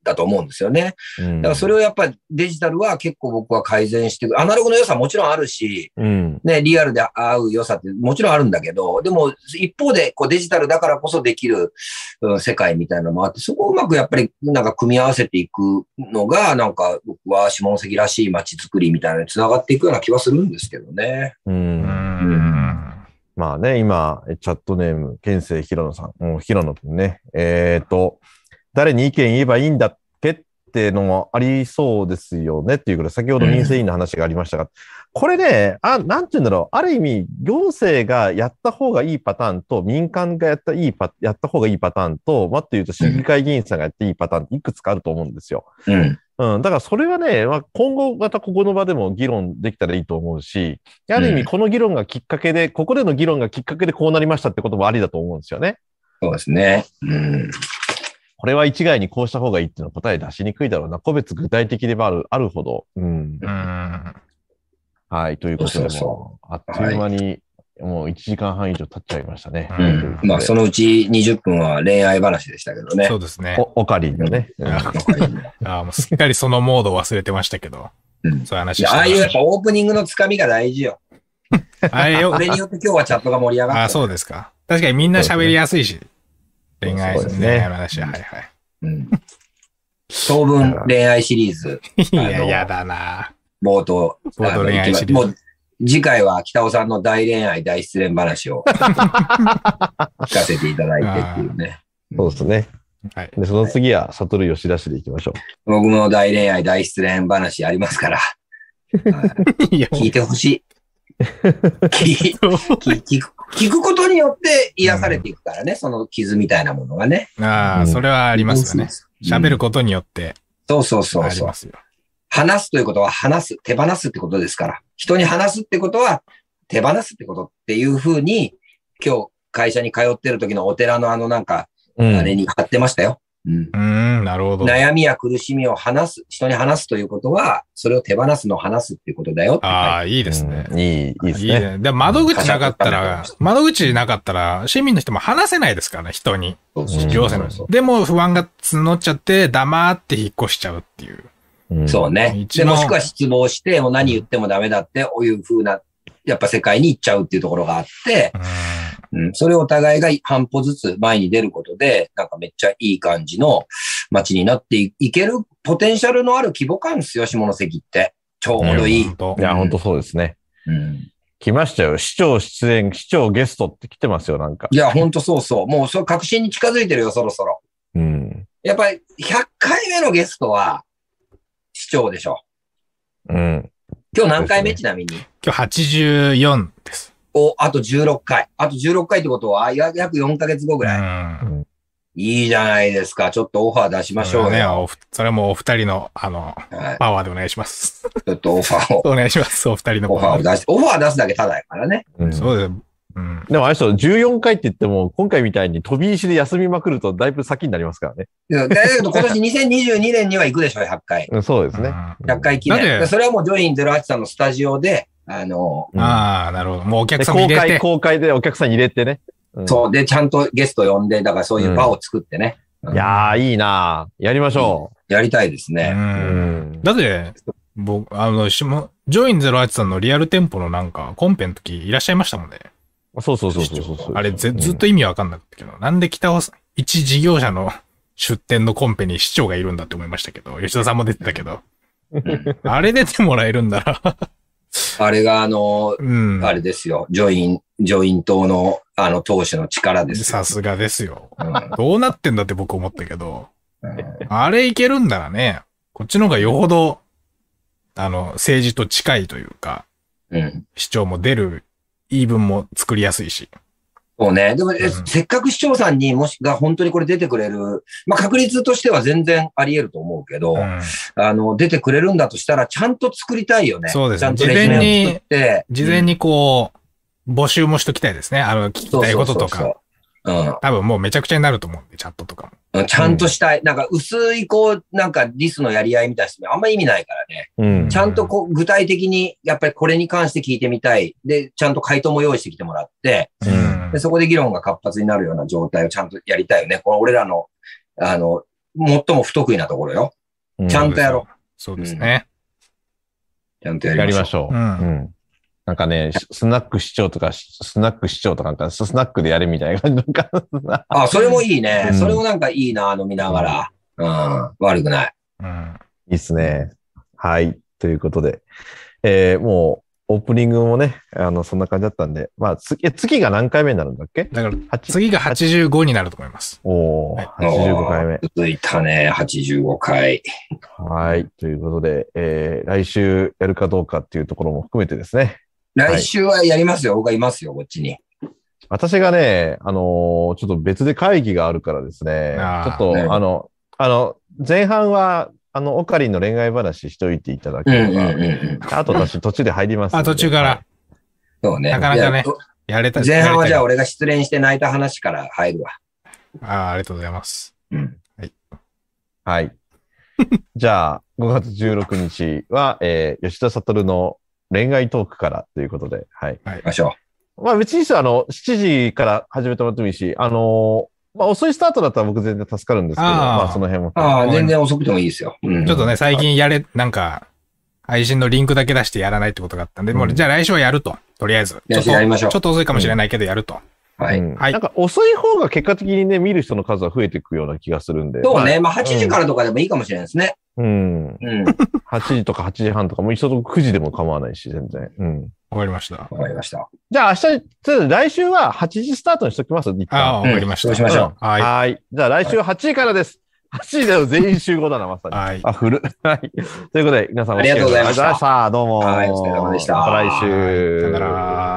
[SPEAKER 2] だ,、と思うんですよね。
[SPEAKER 4] うん
[SPEAKER 2] だからそれをやっぱりデジタルは結構僕は改善していく。アナログの良さもちろんあるし、
[SPEAKER 4] うん
[SPEAKER 2] ね、リアルで会う良さってもちろんあるんだけど、でも一方でこうデジタルだからこそできる、うん世界みたいなのもあって、そこをうまくやっぱりなんか組み合わせていくのが、なんか僕は下関らしい街づくりみたいなのに繋がっていくような気はするんですけどね。
[SPEAKER 4] うん
[SPEAKER 1] うん
[SPEAKER 4] まあね、今、チャットネーム、健生ひろのさん、うん、ひろのくんね、えっ、と、誰に意見言えばいいんだっけってのもありそうですよねっていうことで、先ほど民生委員の話がありましたが、これね、あ、なんて言うんだろう、ある意味、行政がやった方がいいパターンと、民間がやったいいパやった方がいいパターンと、もっと言うと市議会議員さんがやっていいパターンっていくつかあると思うんですよ。
[SPEAKER 2] うん。
[SPEAKER 4] うん、だからそれはね、まあ、今後またここの場でも議論できたらいいと思うし、ある意
[SPEAKER 2] う
[SPEAKER 4] 味
[SPEAKER 2] ん
[SPEAKER 4] この議論がきっかけで、ここでの議論がきっかけでこうなりましたってこともありだと思うんですよね。
[SPEAKER 2] そうですね。うん。
[SPEAKER 4] これは一概にこうした方がいいっていうのは答え出しにくいだろうな。個別具体的でもある、あるほど。うん。
[SPEAKER 1] うん
[SPEAKER 4] はい、ということで
[SPEAKER 2] そうそ
[SPEAKER 4] もう、あっという間に、もう1時間半以上経っちゃいましたね。
[SPEAKER 1] うん
[SPEAKER 4] ということで
[SPEAKER 2] まあそのうち20分は恋愛話でしたけどね
[SPEAKER 1] そ。うですね。
[SPEAKER 4] お、おかりんのね。うん
[SPEAKER 1] ああーもうすっかりそのモードを忘れてましたけど、
[SPEAKER 2] うん
[SPEAKER 1] そういう話
[SPEAKER 2] い
[SPEAKER 1] して
[SPEAKER 2] や
[SPEAKER 1] ま
[SPEAKER 2] *laughs* ああいうや
[SPEAKER 1] し
[SPEAKER 2] っぱオープニングのつかみが大事よ。
[SPEAKER 1] た。ああいうよ
[SPEAKER 2] それによって今日はチャットが盛り上がった。
[SPEAKER 1] ああ、そうですか。確かにみんな喋りやすいし、恋愛
[SPEAKER 4] そう
[SPEAKER 1] の
[SPEAKER 4] です
[SPEAKER 1] 恋
[SPEAKER 4] ね
[SPEAKER 1] 愛の話は、はいはい。
[SPEAKER 2] うん。当分恋愛シリーズ。
[SPEAKER 1] い
[SPEAKER 2] あ
[SPEAKER 1] や、
[SPEAKER 2] の
[SPEAKER 1] やだな
[SPEAKER 2] 冒頭。
[SPEAKER 1] 冒頭恋愛シリーズ
[SPEAKER 2] もう次回は北尾さんの大恋愛、大失恋
[SPEAKER 1] *laughs*
[SPEAKER 2] 話を聞かせていただいてっていうね。
[SPEAKER 4] そうですね。
[SPEAKER 1] はい。
[SPEAKER 4] で、その次は、悟る吉田氏でいきましょう。
[SPEAKER 2] 僕も大恋愛、大失恋話ありますから、はい
[SPEAKER 1] いや、
[SPEAKER 2] 聞いてほしい。聞聞聞く聞くことによって癒されていくからね、その傷みたいなものがね。
[SPEAKER 1] あ
[SPEAKER 4] うん
[SPEAKER 1] あ、それはあ
[SPEAKER 2] あ
[SPEAKER 1] りますよね。喋ることによって、
[SPEAKER 2] そうそうそ
[SPEAKER 1] あ
[SPEAKER 2] う
[SPEAKER 1] り
[SPEAKER 2] そう
[SPEAKER 1] ま。すよ。
[SPEAKER 2] 話すということは話す、手放すってことですから。人に話すってことは手放すってことっていうふうに、今日会社に通ってる時のお寺のあのなんか、
[SPEAKER 4] うん
[SPEAKER 2] あれに貼ってましたよ。うん
[SPEAKER 1] うーん、なるほど。
[SPEAKER 2] 悩みや苦しみを話す、人に話すということは、それを手放すのを話すっていうことだよって書いて
[SPEAKER 1] あ
[SPEAKER 2] あ
[SPEAKER 1] あ、いいですね。
[SPEAKER 4] うんいい、いいですね。
[SPEAKER 1] でも窓口なかった
[SPEAKER 2] う
[SPEAKER 1] ら
[SPEAKER 2] ん、
[SPEAKER 1] 窓口なかったら、市民の人も話せないですからね、人に。
[SPEAKER 2] る。
[SPEAKER 4] うん
[SPEAKER 1] 行政の人。でも不安が募っちゃって、黙って引っ越しちゃうっていう。
[SPEAKER 4] うん
[SPEAKER 2] そうね。
[SPEAKER 1] 一
[SPEAKER 2] で、
[SPEAKER 1] 番
[SPEAKER 2] もしくは失望して、もう何言ってもダメだって、こういうふうな、やっぱ世界に行っちゃうっていうところがあって、
[SPEAKER 1] うーん
[SPEAKER 2] うん、それをお互いが半歩ずつ前に出ることで、なんかめっちゃいい感じの街になっていいけるポテンシャルのある規模感ですよ、下関って。ちょうどい
[SPEAKER 1] ほ
[SPEAKER 2] い
[SPEAKER 1] ん。と
[SPEAKER 4] いや、本当そうですね。
[SPEAKER 2] うん、
[SPEAKER 4] 来ましたよ。市長出演、市長ゲストって来てますよ、なんか
[SPEAKER 2] い。や、ほんとそうそう。もうそれ確信に近づいてるよ、そろそろ。
[SPEAKER 4] うん。
[SPEAKER 2] やっぱり100回目のゲストは市長でしょ。
[SPEAKER 4] うん。
[SPEAKER 2] 今日何回目、
[SPEAKER 4] そうですね
[SPEAKER 2] ちなみに。
[SPEAKER 1] 今日84です。
[SPEAKER 2] お、あと16回。あと16回ってことは、や約4ヶ月後ぐ
[SPEAKER 1] う
[SPEAKER 2] らい。
[SPEAKER 1] ん。
[SPEAKER 2] いいじゃないですか。ちょっとオファー出しましょう
[SPEAKER 1] ね。
[SPEAKER 2] よ。
[SPEAKER 1] おふそれもお二人の、あの、
[SPEAKER 2] はい、
[SPEAKER 1] パワーでお願いします。 *laughs*
[SPEAKER 2] ちょっとオファーを、
[SPEAKER 1] お願いします。お二人の
[SPEAKER 2] オファーを出して、オファー出すだけただやからね。
[SPEAKER 4] うん
[SPEAKER 1] そうです。うん。
[SPEAKER 4] でもあれ人14回って言っても、今回みたいに飛び石で休みまくるとだいぶ先になりますからね。
[SPEAKER 2] だけど今年2022年には行くでしょ、100回。
[SPEAKER 4] うんそうですね。
[SPEAKER 2] 100回記
[SPEAKER 1] だっ
[SPEAKER 2] 念。
[SPEAKER 1] て
[SPEAKER 2] それはもうジョイン08さんのスタジオで、あの、
[SPEAKER 1] うん。ああ、なるほど。もうお
[SPEAKER 4] で
[SPEAKER 1] 客様
[SPEAKER 4] 公
[SPEAKER 1] 入れて
[SPEAKER 4] 開、。公開でお客さん入れてね。うん
[SPEAKER 2] そう、で、ちゃんとゲスト呼んで、だからそういう場を作ってね、
[SPEAKER 4] いやー、いいなーやりましょ
[SPEAKER 2] やりたいです
[SPEAKER 1] う。
[SPEAKER 2] ね。
[SPEAKER 4] う。うんん。
[SPEAKER 1] だって、僕、あの、しも、ジョイン08さんのリアル店舗のなんか、コンペの時いらっしゃいましたもんね。
[SPEAKER 4] そうそうそうそうそうそう。
[SPEAKER 1] あれぜ、ずっと意味わかんなかったけど、なんで北尾さん、一事業者の *laughs* 出店のコンペに市長がいるんだって思いましたけど、吉田さんも出てたけど、
[SPEAKER 2] うん
[SPEAKER 1] あれ出てもらえるんだ
[SPEAKER 2] *laughs*
[SPEAKER 1] ら、
[SPEAKER 2] あれが、あの、
[SPEAKER 1] うん。
[SPEAKER 2] あれですよ、ジョイン、ジョイン党の、あの、党首の力ですよ。
[SPEAKER 1] さすがですよ。
[SPEAKER 2] うん
[SPEAKER 1] どうなってんだって僕思ったけど、
[SPEAKER 2] うん
[SPEAKER 1] あれいけるんだらね、こっちの方がよほど、あの、政治と近いというか、
[SPEAKER 2] うん
[SPEAKER 1] 市長も出る言い分も作りやすいし。
[SPEAKER 2] そうね。でも、え
[SPEAKER 1] うん
[SPEAKER 2] せっかく市長さんにもしが本当にこれ出てくれる、まあ確率としては全然あり得ると思うけど、
[SPEAKER 1] うん
[SPEAKER 2] あの、出てくれるんだとしたら、ちゃんと作りたいよね。
[SPEAKER 1] そうですね
[SPEAKER 2] ちゃんとレジュメを作って。
[SPEAKER 1] 事前にこう、募集もしときたいですね。あの、聞き
[SPEAKER 2] うん、
[SPEAKER 1] たいこととか。
[SPEAKER 2] そうそうそう。
[SPEAKER 1] 多分もうめちゃくちゃになると思うんで、チャットとかも。
[SPEAKER 2] うん。ちゃんとしたい。なんか薄い、こう、なんかリスのやり合いみたいなのあんま意味ないからね。
[SPEAKER 4] うん
[SPEAKER 2] ちゃんとこう、具体的に、やっぱりこれに関して聞いてみたい。で、ちゃんと回答も用意してきてもらって、
[SPEAKER 4] うん
[SPEAKER 2] でそこで議論が活発になるような状態をちゃんとやりたいよね。これ俺らの、あの、最も不得意なところよ。
[SPEAKER 4] うん
[SPEAKER 2] ちゃんとやろ
[SPEAKER 1] そうですね。
[SPEAKER 2] ちゃんとやり
[SPEAKER 4] や
[SPEAKER 2] ま
[SPEAKER 4] り
[SPEAKER 2] しょう
[SPEAKER 4] ま。しょう。
[SPEAKER 1] う
[SPEAKER 4] うんん。なんかね、ススナック市長とか、しスナック市長とかなんか、スナックでやれみたいな感じのか。
[SPEAKER 2] あ、それもいいね。
[SPEAKER 4] うん
[SPEAKER 2] それもなんかいいな、飲みながら。うん、悪くない。
[SPEAKER 1] うん。
[SPEAKER 4] いいっすね。はい。ということで、えーもう、オープニングもね、あの、そんな感じだったんで、まあ、次、え次が何回目になるんだっけ
[SPEAKER 1] だから、
[SPEAKER 4] 八
[SPEAKER 1] 次が85になると思います。
[SPEAKER 4] おー、85回目。
[SPEAKER 2] 続いたね、85回。
[SPEAKER 4] はい。ということで、えー来週やるかどうかっていうところも含めてですね。
[SPEAKER 2] 来週はやりますよ。僕はいますよ、こっちに。
[SPEAKER 4] 私がね、あのーちょっと別で会議があるからですね。
[SPEAKER 1] あ
[SPEAKER 4] ちょ
[SPEAKER 1] ー
[SPEAKER 4] っと、
[SPEAKER 2] ね
[SPEAKER 4] あの、あの、前半は、あの、オカリンの恋愛話しといていただ
[SPEAKER 2] う
[SPEAKER 4] け
[SPEAKER 2] んう
[SPEAKER 4] れ
[SPEAKER 2] ん
[SPEAKER 4] ば、
[SPEAKER 2] うんうん。
[SPEAKER 4] あと私途中で入りますんで。
[SPEAKER 1] あ、途中から
[SPEAKER 2] そうね。
[SPEAKER 1] なかなかね
[SPEAKER 2] じゃ
[SPEAKER 1] やれた
[SPEAKER 2] あ前半はじゃあ
[SPEAKER 1] あ、
[SPEAKER 2] 俺が失恋して泣いた話から入るわ。
[SPEAKER 1] あーありがとうございます。
[SPEAKER 2] うん。
[SPEAKER 4] はい。 *laughs* じゃあ、5月16日は、えー吉田悟の恋愛トークからということで、はい。
[SPEAKER 2] 行きましょ
[SPEAKER 4] まあ、別にさ、あの、7時から始めてもらってもいいし、あのーまあ、遅いスタートだったら僕全然助かるんですけど、
[SPEAKER 1] あー
[SPEAKER 4] まあ、その辺も
[SPEAKER 2] う。。ああ、全然遅くてもいいですよ。うん
[SPEAKER 1] ちょっとね、最近やれ、なんか、配信のリンクだけ出してやらないってことがあったんで、も
[SPEAKER 4] う
[SPEAKER 1] うんじゃあ来週はやると。とりあえず。ちょっ
[SPEAKER 2] 来週
[SPEAKER 1] と、
[SPEAKER 2] やりましょう
[SPEAKER 1] ちょっと遅いかもしれないけどやると。
[SPEAKER 2] はい。
[SPEAKER 4] うん
[SPEAKER 1] はい
[SPEAKER 4] なんか遅い方が結果的にね、見る人の数は増えていくような気がするんで。
[SPEAKER 2] そうね。まあ8
[SPEAKER 4] ん
[SPEAKER 2] 時からとかでもいいかもしれないですね。
[SPEAKER 4] まあ。うん。
[SPEAKER 2] うん。
[SPEAKER 4] 8時とか8時半とか、もう一度9時でも構わないし、全然。うん。
[SPEAKER 1] わかりました。
[SPEAKER 2] わかりました。
[SPEAKER 4] じゃあ明日、とりあえず来週は8時スタートにしときます。一旦
[SPEAKER 1] ああ、わかりました。
[SPEAKER 2] うんそうしましょう
[SPEAKER 1] はい。
[SPEAKER 4] はい。じゃあ来週8時からです。8時 *laughs* だよ、全員集合だな、まさに。
[SPEAKER 1] はい。
[SPEAKER 4] あ、古っ。 *laughs* はい。ということで、皆さんお付き
[SPEAKER 2] ありが
[SPEAKER 4] 合
[SPEAKER 2] とうございました
[SPEAKER 4] ありがとうございました。どうも。
[SPEAKER 2] はいお疲れ様でした
[SPEAKER 4] また来週。
[SPEAKER 1] さよなら。